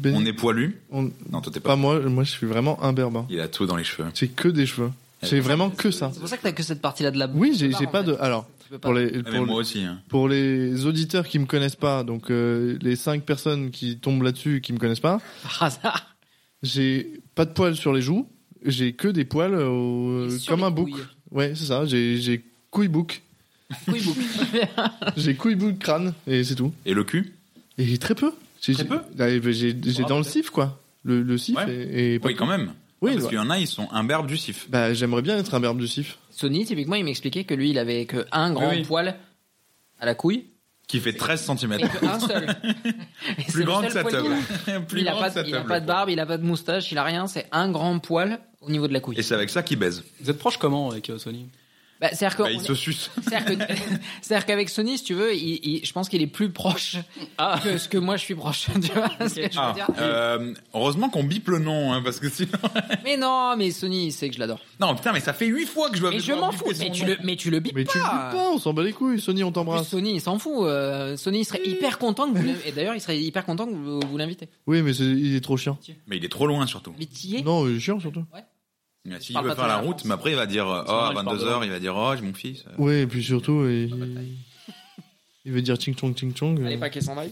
S1: Béni-
S2: On est poilu.
S1: on-
S2: Non, toi, t'es
S1: Pas
S2: pas.
S1: moi, moi je suis vraiment un berbère.
S2: Il a tout dans les cheveux.
S1: J'ai que des cheveux. J'ai
S2: Ouais.
S1: vraiment que ça.
S4: C'est pour ça que t'as que cette partie-là de la.
S1: Oui, j'ai
S4: barbe,
S1: j'ai
S4: en
S1: pas
S4: fait.
S1: de. Alors,
S4: Tu peux pas-
S1: pour les,
S2: Ah, mais
S1: pour,
S2: moi aussi. hein.
S1: pour les auditeurs qui me connaissent pas, donc euh, les cinq personnes qui tombent là-dessus qui me connaissent pas,
S4: Par *laughs* hasard.
S1: j'ai pas de poils sur les joues, j'ai que des poils au-
S4: Et sur
S1: Euh, comme
S4: les
S1: un bouc.
S4: couilles.
S1: Ouais, c'est ça, j'ai j'ai couille
S4: *laughs*
S1: bouc.
S4: Oui, beaucoup.
S1: J'ai couille bouc crâne, et c'est tout.
S2: Et le cul
S1: Et très peu. J'ai-
S3: Très peu
S1: Allez, bah, J'ai j'ai
S3: Faudra
S1: dans le
S3: peut-être.
S1: sif, quoi. Le, le sif
S2: Ouais.
S1: et,
S2: Oui, quand même.
S1: Oui,
S2: Parce
S1: bah,
S2: qu'il y en a, ils sont imberbes du sif.
S1: bah, j'aimerais bien être un berbe du sif.
S4: Sony, typiquement, il m'expliquait que lui, il avait que un grand
S3: Oui, oui.
S4: poil à la couille
S2: Qui fait 13 cm.
S4: et que
S2: *laughs*
S4: un seul. Et c'est
S2: Plus
S4: le
S2: grand
S4: seul
S2: que sa
S4: poil
S2: table. *laughs*
S4: qu'il a.
S2: Plus
S4: il a
S2: grand
S4: pas,
S2: que sa
S4: de- il a
S2: table,
S4: pas de
S2: quoi.
S4: barbe, il a pas de moustache, il a rien. C'est un grand poil au niveau de la couille.
S2: Et c'est avec ça qu'il baise.
S3: Vous êtes proche comment avec euh, Sony
S4: Bah, c'est-à-dire que-
S2: Bah, il se suce.
S4: c'est-à-dire que- c'est-à-dire qu'avec Sony, si tu veux, il- il- je pense qu'il est plus proche
S3: Ah
S4: que ce que moi je suis proche. *laughs* Tu vois ce que *laughs* je veux
S2: Ah,
S4: dire
S2: euh, heureusement qu'on bip le nom, hein, parce que sinon. *laughs*
S4: Mais non, mais Sony, il sait que je l'adore.
S2: Non, putain, mais ça fait 8 fois que je dois
S4: Mais je
S2: devoir
S4: m'en
S2: biper
S4: fous.
S2: son
S4: Mais tu
S2: nom.
S4: le, mais tu le bipes
S1: Mais
S4: pas.
S1: tu le dis pas, on s'en bat les couilles. Sony, on
S4: En plus,
S1: t'embrasse.
S4: Sony, il s'en fout. euh, Sony, il serait hyper content que vous l'inv- Et d'ailleurs, il serait hyper content que vous, vous l'invitez.
S1: Oui, mais c'est- il est trop chiant.
S2: Mais il est trop loin surtout.
S4: Mais t'y es
S1: Non, il est chiant surtout.
S2: Mais S'il
S4: parle
S2: veut
S4: pas
S2: faire
S4: de
S2: la
S4: la
S2: route,
S4: France.
S2: mais après il va dire euh, oh
S3: vrai,
S2: à
S3: je parle de
S2: 22h,
S3: loin.
S2: il va dire oh j'ai mon fils.
S1: Oui, et puis surtout, il... il veut dire ching chong ching chong. euh.
S4: Allez, pas qu'elle s'en aille.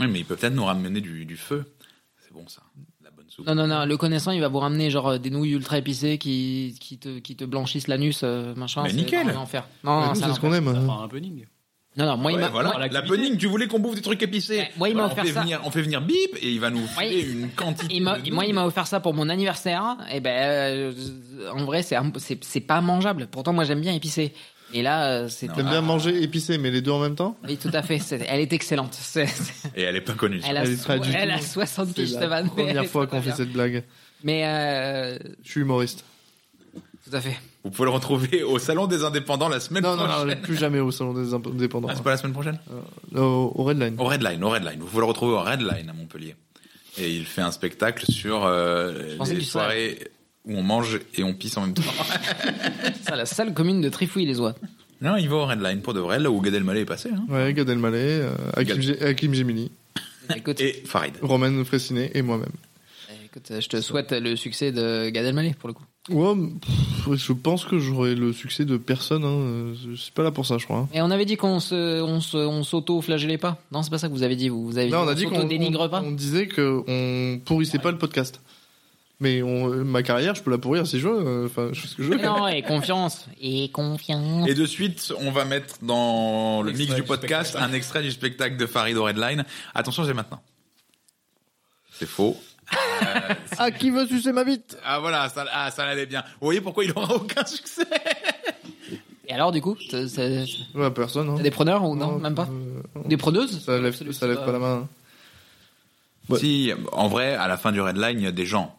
S2: Oui, mais il peut peut-être nous ramener du, du feu. C'est bon ça, de la bonne soupe.
S4: Non, non, non. Le connaissant, il va vous ramener genre euh, des nouilles ultra épicées qui, qui, te, qui te blanchissent l'anus, euh, machin.
S2: Mais
S4: c'est-
S2: nickel.
S4: non, un enfer. Non,
S1: Mais
S4: non,
S1: Ah, nous,
S4: c'est un
S1: c'est ce qu'on
S4: enfer.
S1: aime. hein.
S3: Enfin, un punning.
S4: Non, non, moi, il
S2: Ouais,
S4: m'a.
S2: voilà,
S4: moi-
S2: la
S3: l'activité.
S2: pudding, tu voulais qu'on bouffe des trucs épicés.
S4: Ouais, moi, il m'a
S2: Voilà, on
S4: offert
S2: fait
S4: ça.
S2: venir, on fait venir bip et il va nous filer
S4: Ouais.
S2: une quantité.
S4: Il m'a-
S2: de-
S4: moi, il m'a offert ça pour mon anniversaire. Et ben, euh, en vrai, c'est un- c'est c'est pas mangeable. Pourtant, moi, j'aime bien épicé. Et là, euh, c'est.
S2: Non.
S1: T'aimes bien manger épicé, mais les deux en même temps
S4: Oui, tout à fait. c'est- Elle est excellente. *laughs* C'est- c'est-
S2: Et elle est pas connue.
S4: Elle a,
S1: Elle est pas du
S4: elle
S1: tout.
S4: a 60
S1: C'est
S4: piges de
S1: la
S4: vanne. mais elle
S1: première
S4: est
S1: fois
S4: très *laughs*
S1: qu'on fait
S4: bien.
S1: cette blague.
S4: Mais euh,
S1: Je suis humoriste.
S4: tout à fait.
S2: Vous pouvez le retrouver au salon des indépendants la semaine
S1: Non, non,
S2: prochaine.
S1: non, plus jamais au salon des indépendants. hein.
S2: Ah, c'est pas la semaine prochaine
S1: Au, au Red Line.
S2: Au Redline, au Redline. Vous pouvez le retrouver au Redline à Montpellier. Et il fait un spectacle sur euh,
S4: pensais
S2: les
S4: qu'il serait-
S2: soirées où on mange et on pisse en même temps.
S4: Ça, la salle commune de
S1: *laughs*
S4: Trifouille-les-Oies.
S2: non, il va au Red Line pour de vrai, là où Gad Elmaleh est passé. Hein.
S1: Ouais, Gad Elmaleh, euh, Hakim,
S2: Gad.
S1: Ge- Hakim Gemini,
S4: Écoute,
S2: Et Farid.
S1: Roman Fressinet et moi-même.
S4: écoute, je te souhaite le succès de Gad Elmaleh pour le coup.
S1: Ouais, pff, je pense que j'aurai le succès de personne. Hein. Je suis pas là pour ça, je crois. hein.
S4: Et on avait dit qu'on se, on se, on s'auto-flagellait pas. Non, c'est pas ça que vous avez dit. Vous, vous avez
S1: Non, on a dit qu'on
S4: dénigre pas.
S1: on- on disait que on pourrissait pas le podcast. Mais on, euh, ma carrière, je peux la pourrir si je veux. euh, Enfin, je fais ce que je veux.
S4: Mais Non, et confiance. Et confiance.
S2: Et de suite, on va mettre dans le mix
S3: Extrait
S2: du
S3: du
S2: podcast
S3: spectacle.
S2: un extrait du spectacle de Farid au Red Line. Attention, c'est maintenant. C'est faux.
S1: Ah, qui veut sucer ma bite
S2: Ah voilà, ça, ah, ça l'allait bien. Vous voyez pourquoi il aura aucun succès
S4: Et alors, du coup, t'as t'as- t'as
S1: ouais, Personne. hein.
S4: des preneurs ou non, Même pas
S1: euh,
S4: Des preneuses
S1: ça lève,
S4: Absolument,
S1: ça lève pas la main. hein. Ouais.
S2: Si, en vrai, à la fin du Red Line, il y a des gens.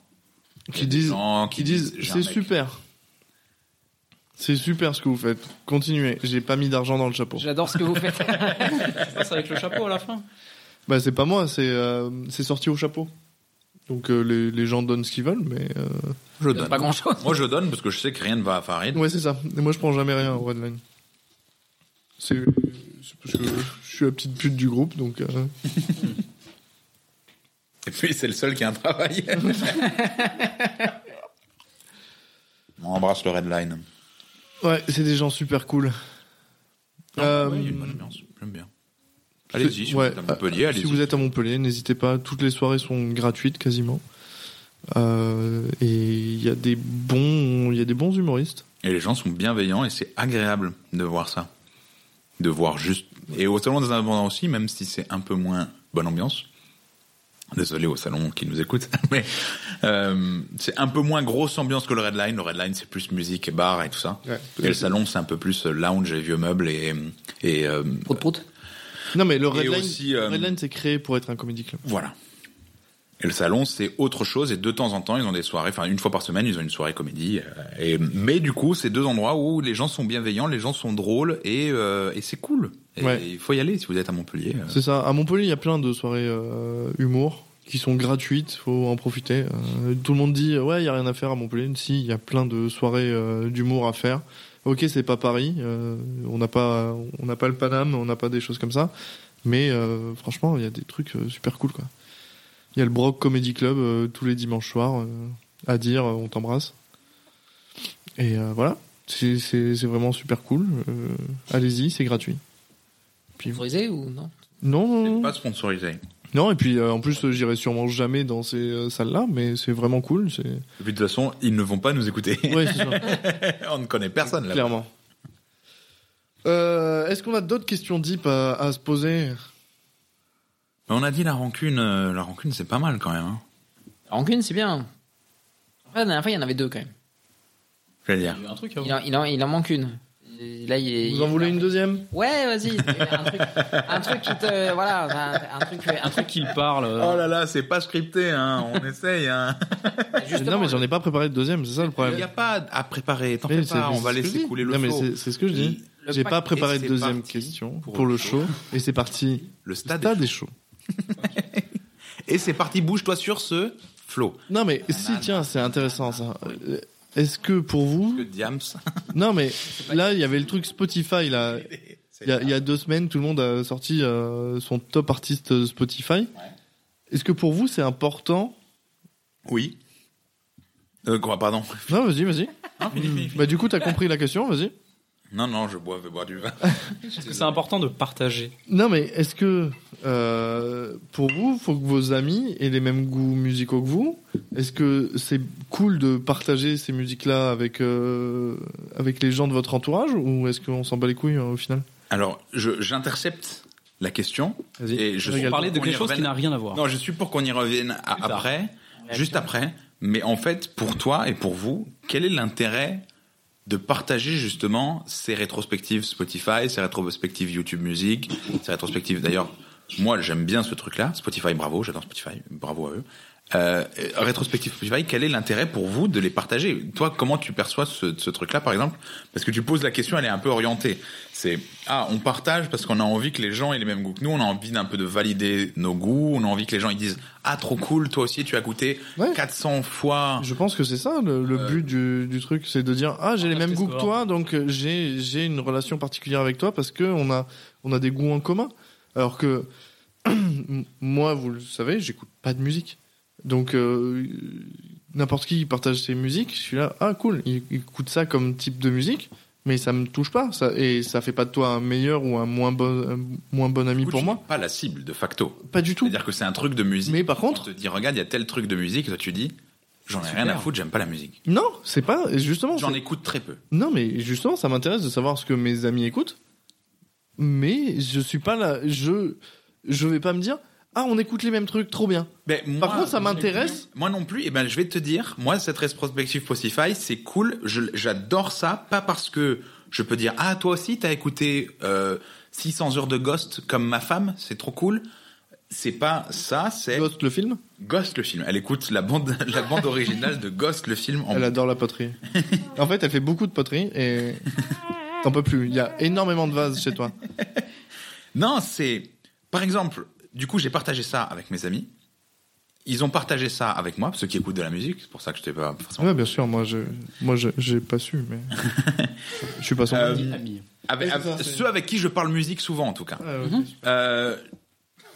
S4: Euh,
S1: Qui disent,
S2: gens
S1: qui disent,
S2: j'ai un
S1: c'est
S2: mec.
S1: super. C'est super ce que vous faites. Continuez. J'ai pas mis d'argent dans le chapeau.
S4: J'adore ce que vous faites.
S3: passe avec le chapeau à la fin.
S1: Bah, c'est pas moi, c'est euh, c'est sorti au chapeau. Donc euh, les, les gens donnent ce qu'ils veulent, mais euh,
S2: Je
S4: C'est
S2: donne.
S4: pas grand chose.
S2: Moi, je donne parce que je sais que rien ne va à Farid.
S1: ouais, c'est ça. Et moi, je prends jamais rien au Redline. C'est c'est parce que je suis la petite pute du groupe, donc euh,
S2: Et puis, c'est le seul qui a
S1: *laughs*
S2: un travail. *laughs* on embrasse le Red Line.
S1: ouais, c'est des gens super cool. Euh,
S2: Oui, moi, j'aime bien. J'aime bien. Allez-y, si vous
S1: Ouais,
S2: êtes à Montpellier,
S1: euh,
S2: allez-y.
S1: Si vous êtes à Montpellier, n'hésitez pas. Toutes les soirées sont gratuites quasiment. Euh, et il y a des bons, il y a des bons humoristes.
S2: Et les gens sont bienveillants et c'est agréable de voir ça. De voir juste. Et au salon des indépendants aussi, même si c'est un peu moins bonne ambiance. Désolé au salon qui nous écoute, *laughs* mais euh, c'est un peu moins grosse ambiance que le Red Line. Le Red Line, c'est plus musique et bar et tout ça.
S1: Ouais.
S2: et le salon, c'est un peu plus euh, lounge et vieux meubles et, et euh,
S4: Prout, prout.
S1: Non mais le
S2: Et
S1: Redline,
S2: aussi, euh,
S1: le Redline, c'est créé pour être un comédie club.
S2: Voilà. Et le salon, c'est autre chose. Et de temps en temps, ils ont des soirées. Enfin, une fois par semaine, ils ont une soirée comédie. euh, Et mais du coup, c'est deux endroits où les gens sont bienveillants, les gens sont drôles et, euh, et c'est cool. Et
S1: Ouais.
S2: Il faut y aller si vous êtes à Montpellier. euh.
S1: C'est ça. À Montpellier, il y a plein de soirées euh, humour qui sont gratuites. Faut en profiter. Euh, tout le monde dit ouais, il y a rien à faire à Montpellier. Si, il y a plein de soirées euh, d'humour à faire. Ok, c'est pas Paris. euh, on n'a pas, on n'a pas le Paname, on n'a pas des choses comme ça. Mais euh, franchement, il y a des trucs euh, super cool quoi. Il y a le Brock Comedy Club euh, tous les dimanches soirs euh, à dire euh, on t'embrasse. Et euh, voilà, c'est c'est- c'est vraiment super cool. Euh, Allez-y, c'est gratuit.
S4: Brisé ou non
S1: Non, non, non.
S2: C'est pas sponsorisé.
S1: Non, et puis euh, en plus, euh, j'irai sûrement jamais dans ces euh, salles-là, mais c'est vraiment cool. c'est-
S2: *laughs* Et puis de toute façon, ils ne vont pas nous écouter. *laughs*
S1: Ouais, c'est ça,
S2: On ne connaît personne là.
S1: clairement. Euh, Est-ce qu'on a d'autres questions deep à, à se poser
S2: Mais on a dit la rancune. euh, La rancune, c'est pas mal quand même. hein.
S4: Rancune, c'est bien. Après, la dernière fois, il y en avait deux quand même.
S2: Je vais dire.
S3: Il y a un truc
S4: Il en, il en- il en manque une. Et Là, il est-
S1: Vous
S4: il-
S1: en voulez une deuxième
S4: Ouais, vas-y. Un truc, un truc qui te. Voilà, un, un truc. Un truc
S3: qu'il parle.
S1: Euh.
S2: Oh là là, c'est pas scripté. Hein.
S1: *laughs*
S2: On essaye. Hein.
S4: justement,
S1: Non, mais j'en ai pas préparé de deuxième, c'est ça le
S2: Il n'y
S1: problème.
S2: a pas à préparer. T'en
S1: Mais
S2: fais
S1: c'est-
S2: pas. On
S1: c'est
S2: va
S1: ce que je
S2: laisser
S1: dis.
S2: couler le
S1: Non, mais
S2: flow.
S1: c'est c'est ce que je dis.
S4: Le
S1: J'ai
S4: pack-
S1: pas préparé
S2: et
S1: de
S2: c'est
S1: deuxième
S2: parti
S1: question
S2: pour
S1: pour,
S2: le
S1: le show, et c'est
S2: *laughs*
S1: parti.
S2: Le stade.
S1: T'as des shows.
S2: Et c'est parti. Bouge-toi sur ce flow.
S1: Non, mais si, tiens, c'est intéressant ça. Euh, Est-ce que pour vous,
S2: Que *laughs* diams.
S1: Non, mais là, il y avait le truc Spotify, là. Il y, a, il y a deux semaines, tout le monde a sorti euh, son top artiste Spotify. Est-ce que pour vous, c'est important
S2: Oui. Euh, quoi, pardon
S1: Non, vas-y, vas-y. Bah, du coup, t'as compris la question, vas-y.
S2: Non, non, je bois, je vais boire du vin.
S3: Parce que c'est important de partager.
S1: Non, mais est-ce que euh, pour vous, faut que vos amis aient les mêmes goûts musicaux que vous Est-ce que c'est cool de partager ces musiques-là avec, euh, avec les gens de votre entourage ou est-ce qu'on s'en bat les couilles euh, au final
S2: Alors, je- j'intercepte la question.
S1: Vas-y.
S2: Et je
S1: Régale-toi.
S2: suis
S3: On parlait de
S2: qu'on y
S3: quelque chose qui
S2: revienne-
S3: n'a rien à voir.
S2: Non, je suis pour qu'on y revienne à-
S3: Plus tard.
S2: après, juste après. Mais en fait, pour toi et pour vous, quel est l'intérêt de partager justement ces rétrospectives Spotify, ces rétrospectives YouTube Music, ces rétrospectives d'ailleurs. Moi, j'aime bien ce truc-là. Spotify, bravo, j'adore Spotify, bravo à eux. euh, rétrospective Spotify, quel est l'intérêt pour vous de les partager Toi, comment tu perçois ce, ce truc-là, par exemple Parce que tu poses la question, elle est un peu orientée. C'est ah, on partage parce qu'on a envie que les gens aient les mêmes goûts que nous. On a envie d'un peu de valider nos goûts. On a envie que les gens ils disent ah trop cool, toi aussi tu as goûté
S1: Ouais.
S2: 400 fois.
S1: Je pense que c'est ça le, le
S2: Euh,
S1: but du, du truc, c'est de dire ah j'ai les
S3: Partage
S1: mêmes
S3: tes
S1: goûts que
S3: scores.
S1: toi, donc euh, j'ai j'ai une relation particulière avec toi parce que on a on a des goûts en commun. Alors que *clears throat* moi, vous le savez, j'écoute pas de musique, donc euh, n'importe qui partage ses musiques, je suis là ah cool, il, il écoute ça comme type de musique, mais ça me touche pas, ça et ça fait pas de toi un meilleur ou un moins bon un moins bon ami
S2: Du coup,
S1: pour
S2: tu
S1: moi,
S2: n'es Pas la cible de facto.
S1: pas du tout.
S2: C'est-à-dire que c'est un truc de musique.
S1: Mais par contre,
S2: on te dit regarde, il y a tel truc de musique. Toi tu dis j'en ai
S3: Super.
S2: rien à foutre, j'aime pas la musique.
S1: non, c'est pas justement.
S2: J'en
S1: c'est-
S2: écoute très peu.
S1: Non, mais justement, ça m'intéresse de savoir ce que mes amis écoutent. Mais je suis pas là. Je, je vais pas me dire. Ah, on écoute les mêmes trucs, trop bien.
S2: Ben,
S1: Par
S2: moi,
S1: contre, ça
S2: moi,
S1: m'intéresse.
S2: Moi non plus, et ben je vais te dire, moi cette rétrospective Spotify, c'est cool, je- j'adore ça, pas parce que je peux dire ah toi aussi t'as écouté euh, 600 heures de Ghost comme ma femme, c'est trop cool. C'est pas ça, c'est Ghost.
S1: Ghost, le film,
S2: le film. Elle écoute la bande *laughs* la bande originale de Ghost le film en
S1: elle adore la *laughs* poterie. en fait, elle fait beaucoup de poterie et t'en peux plus. Il y a énormément de vases chez toi.
S2: Non, c'est par exemple, du coup, j'ai partagé ça avec mes amis. Ils ont partagé ça avec moi, ceux qui écoutent de la musique, c'est pour ça que je t'ai pas forcément
S1: Ouais, bien sûr. Moi, je, moi, je- j'ai pas su, *laughs* mais je suis pas son
S2: Euh,
S1: ami.
S3: Ami.
S2: avec,
S1: Ouais, c'est ça,
S2: avec-
S1: c'est-
S2: ceux avec qui je parle musique souvent en tout cas.
S1: Ah, ok.
S3: Mhm.
S2: Euh,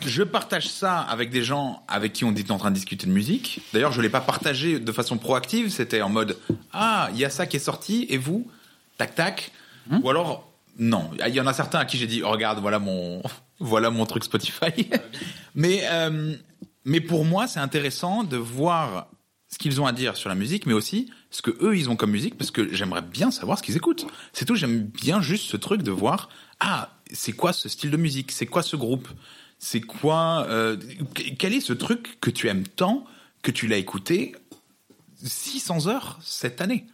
S2: je partage ça avec des gens avec qui on était en train de discuter de musique. D'ailleurs, je l'ai pas partagé de façon proactive. C'était en mode ah il y a ça qui est sorti et vous tac tac. Ou alors non, il y en a certains à qui j'ai dit Oh, regarde voilà mon *laughs* voilà mon truc Spotify. *laughs* mais euh, mais pour moi c'est intéressant de voir ce qu'ils ont à dire sur la musique, mais aussi ce que eux ils ont comme musique, parce que j'aimerais bien savoir ce qu'ils écoutent. C'est tout, j'aime bien juste ce truc de voir ah c'est quoi ce style de musique, c'est quoi ce groupe, c'est quoi euh, qu- quel est ce truc que tu aimes tant que tu l'as écouté 600 heures cette année.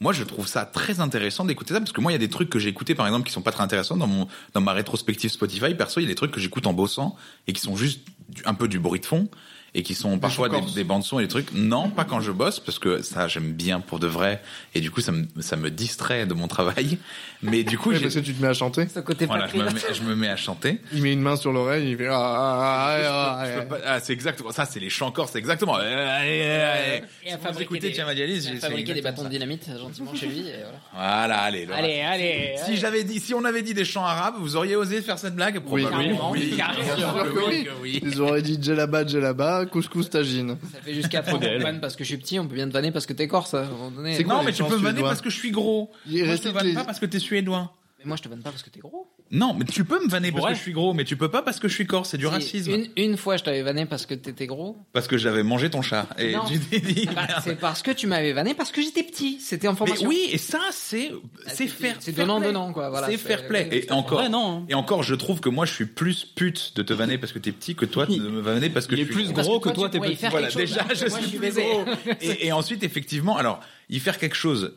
S2: Moi, je trouve ça très intéressant d'écouter ça parce que moi, il y a des trucs que j'ai écoutés, par exemple, qui sont pas très intéressants dans mon dans ma rétrospective Spotify. Perso, il y a des trucs que j'écoute en bossant et qui sont juste du- un peu du bruit de fond et qui sont parfois des,
S1: chants-corses.
S2: des bandes son et des trucs. Non, pas quand je bosse parce que ça, j'aime bien pour de vrai et du coup, ça me ça me distrait de mon travail. Mais du
S1: *laughs*
S2: coup,
S1: Ouais,
S2: j'ai-
S1: parce que tu te mets à chanter.
S4: Ce côté
S2: voilà, Oh je
S4: patrie,
S2: me,
S4: là.
S2: mets, je me mets à chanter.
S1: Il met une main sur l'oreille. Il fait. ah, ah, ah, ah,
S2: Je
S1: ah,
S2: peux pas- ah, c'est exactement ça, c'est les chants corses, c'est exactement. Euh, euh, euh,
S4: Et à
S2: si vous
S4: fabriquer
S2: écoutez
S4: des-
S2: Tiens, Madialis,
S4: Il a
S2: c'est
S4: fabriqué des
S2: exactement
S4: bâtons
S2: ça.
S4: de dynamite gentiment chez lui. et voilà.
S2: Voilà, allez, Laura.
S4: Allez, allez.
S2: Si j'avais dit, si on avait dit des chants arabes, vous auriez osé faire cette blague Probablement.
S4: oui, carrément.
S2: bien sûr que oui, que oui.
S1: Ils auraient dit djellaba, djellaba, couscous, tagine.
S4: Ça fait jusqu'à 3 qu'on vanne parce que je suis petit, on peut bien te vanner parce que t'es corse. à un moment donné.
S1: C'est quoi
S2: Non,
S1: les
S2: mais tu
S1: chants
S2: peux me vanner
S1: suédois
S2: parce que je suis gros.
S1: Il
S2: Moi, je
S1: reste
S2: te vanne
S1: les-
S2: pas parce que t'es suédois.
S4: Mais moi je te vanne pas parce que t'es gros.
S2: Non, mais tu peux me vanner parce
S3: Ouais.
S2: que je suis gros, mais tu peux pas parce que je suis corse, c'est du
S4: Si,
S2: racisme.
S4: Une, une fois je t'avais vanné parce que
S2: *laughs*
S4: t'étais gros.
S2: Parce que j'avais mangé ton chat. Et
S4: Non.
S2: tu t'es dit.
S4: Bah,
S2: merde.
S4: c'est parce que tu m'avais vanné parce que j'étais petit. C'était en
S2: Mais
S4: formation.
S2: oui, et ça, c'est c'est fair.
S4: C'est
S2: fair play.
S4: donnant-donnant, quoi, voilà.
S2: c'est fair play.
S4: C'est-
S2: Et encore,
S3: Ouais, non. hein.
S2: et encore, je trouve que moi, je suis plus pute de te vanner parce que t'es petit que toi de me vanner parce que
S3: Il
S2: je
S3: est
S2: suis
S3: plus
S2: gros.
S4: Parce
S3: Gros que toi,
S4: tu
S3: t'es
S4: pourrais y
S3: petit.
S4: faire
S2: voilà,
S4: quelque chose,
S2: déjà,
S4: alors que
S2: je
S4: moi,
S2: suis plus
S4: baisé. *laughs*
S2: gros. Et, et ensuite, effectivement, alors, y faire quelque chose,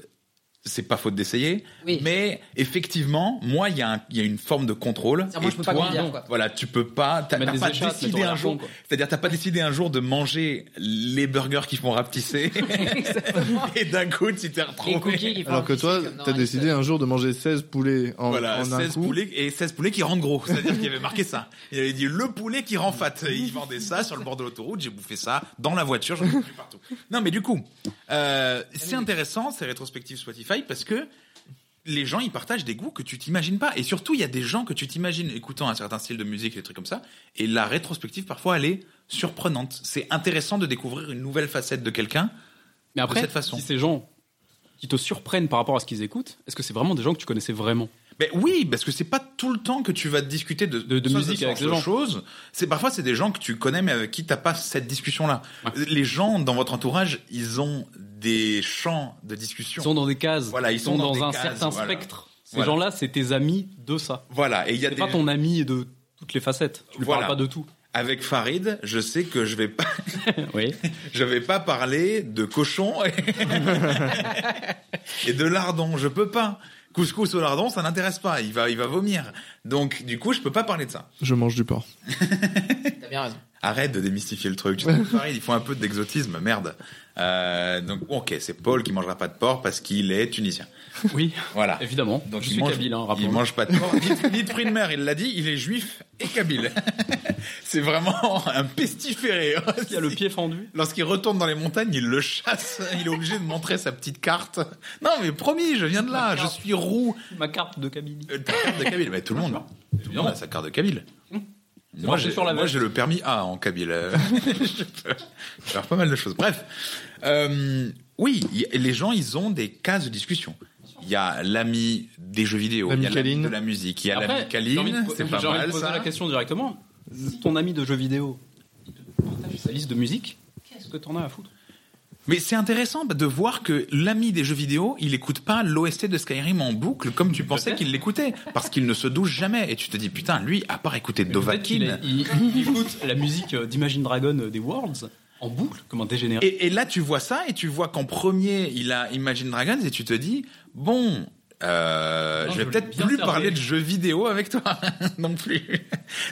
S2: c'est pas faute d'essayer,
S4: Oui.
S2: mais effectivement, moi, il y, a un- il y a une forme de contrôle.
S4: C'est-à-dire, moi,
S2: et
S4: je peux pas
S2: toi,
S4: conduire, quoi.
S2: Voilà, tu peux pas, t'as
S3: Mettre
S2: t'as
S3: des
S2: pas
S3: écharpes,
S2: décidé
S3: mettre
S2: un
S3: au
S2: jour,
S3: lapin, quoi.
S2: c'est-à-dire, t'as pas décidé un jour de manger les burgers qui font rapetisser,
S4: *laughs*
S2: et d'un coup, tu t'es
S4: Les
S2: retrouvé.
S4: cookies qui font
S1: Alors que
S4: un petit
S1: toi,
S4: truc comme
S1: t'as
S4: dans
S1: décidé
S4: Alice.
S1: un jour de manger 16 poulets en,
S2: Voilà,
S1: en un
S2: 16
S1: coup.
S2: poulets et 16 poulets qui rendent gros. C'est-à-dire qu'il y avait marqué ça. Il avait dit le poulet qui rend fat. Et il vendait ça sur le bord de l'autoroute. J'ai bouffé ça dans la voiture. J'en ai bouffé partout. Non, mais du coup, euh, c'est intéressant ces rétrospectives Spotify parce que les gens ils partagent des goûts que tu t'imagines pas. Et surtout, il y a des gens que tu t'imagines écoutant un certain style de musique, des trucs comme ça. Et la rétrospective, parfois, elle est surprenante. C'est intéressant de découvrir une nouvelle facette de quelqu'un.
S3: Mais après,
S2: cette façon.
S3: si ces gens qui te surprennent par rapport à ce qu'ils écoutent, est-ce que c'est vraiment des gens que tu connaissais vraiment
S2: Ben oui, parce que c'est pas tout le temps que tu vas discuter de,
S3: De- de
S2: soit
S3: musique avec
S2: sorte
S3: les
S2: de
S3: gens.
S2: choses. C'est parfois c'est des gens que tu connais mais avec qui t'as pas cette discussion là.
S3: Ouais.
S2: Les gens dans votre entourage, ils ont des champs de
S3: Ils
S2: discussion.
S3: sont dans des cases,
S2: Voilà, ils sont dans des
S3: un
S2: cases,
S3: certain
S2: voilà.
S3: spectre. Ces
S2: Voilà.
S3: gens-là, c'est tes amis de ça.
S2: Voilà, et il y a
S3: C'est
S2: des
S3: pas ton ami de toutes les facettes. Tu ne
S2: Voilà.
S3: parles pas de
S4: *laughs*
S3: tout.
S2: avec Farid, je sais que je vais pas
S3: Oui.
S2: je vais pas
S3: *laughs*
S2: parler de cochon et, et de lardon, je peux pas. Couscous au lardon, ça n'intéresse pas. Il va, il va vomir. Donc, du coup, je peux pas parler de ça.
S1: Je mange du porc.
S4: T'as bien raison.
S2: Arrête de démystifier le truc. C'est pareil, il faut un peu d'exotisme, merde. Euh, donc, ok, c'est Paul qui mangera pas de porc parce qu'il est tunisien.
S3: Oui,
S2: Voilà.
S3: évidemment.
S2: Donc
S3: je
S2: il
S3: suis
S2: mange,
S3: kabyle, hein,
S2: il
S3: rappelons-le.
S2: mange pas de porc, ni, ni de fruits de mer. Il l'a dit, il est juif et kabyle. *laughs* c'est vraiment un pestiféré. hein.
S3: Il a le pied fendu.
S2: Lorsqu'il retourne dans les montagnes, il le chasse. Il est obligé de montrer sa petite carte. Non, mais promis, je viens de là. Je suis roux.
S3: Ma carte de Kabylie.
S2: Euh, ta carte de kabyle. Mais tout le monde, hein. tout le monde a sa carte de kabyle. Moi,
S3: marqué
S2: j'ai,
S3: sur la
S2: moi,
S3: veste.
S2: j'ai le permis A en kabyle.
S3: *laughs*
S2: Euh, je peux faire pas mal de choses. Bref, Euh, oui, y- les gens, ils ont des cases de discussion. Il y a l'ami des jeux vidéo,
S1: L'ami
S2: il y a l'ami
S1: Kaline.
S2: de la musique, il y a l'ami
S3: Après, j'ai envie
S2: Kaline,
S3: de-
S2: c'est pas
S3: J'ai envie de
S2: mal
S3: poser
S2: ça.
S3: la question directement. Si ton ami de jeux vidéo il te partage sa liste de musique, qu'est-ce que t'en as à foutre
S2: Mais c'est intéressant de voir que l'ami des jeux vidéo, il écoute pas l'OST de Skyrim en boucle comme tu pensais
S3: Peut-être.
S2: qu'il l'écoutait, parce qu'il ne se douche jamais. Et tu te dis, putain, lui, à part écouter
S3: Peut-être qu'il
S2: Dovahkiin...
S3: est- il, il écoute la musique euh, d'Imagine Dragon euh, des Worlds en boucle, comme un dégénéré.
S2: Et, et là, tu vois ça, et tu vois qu'en premier, il a Imagine Dragons, et tu te dis, bon, euh,
S3: Non,
S2: je
S3: je
S2: vais
S3: voulais
S2: peut-être
S3: bien
S2: plus
S3: faire
S2: parler
S3: des-
S2: de jeux vidéo avec toi *laughs* non plus.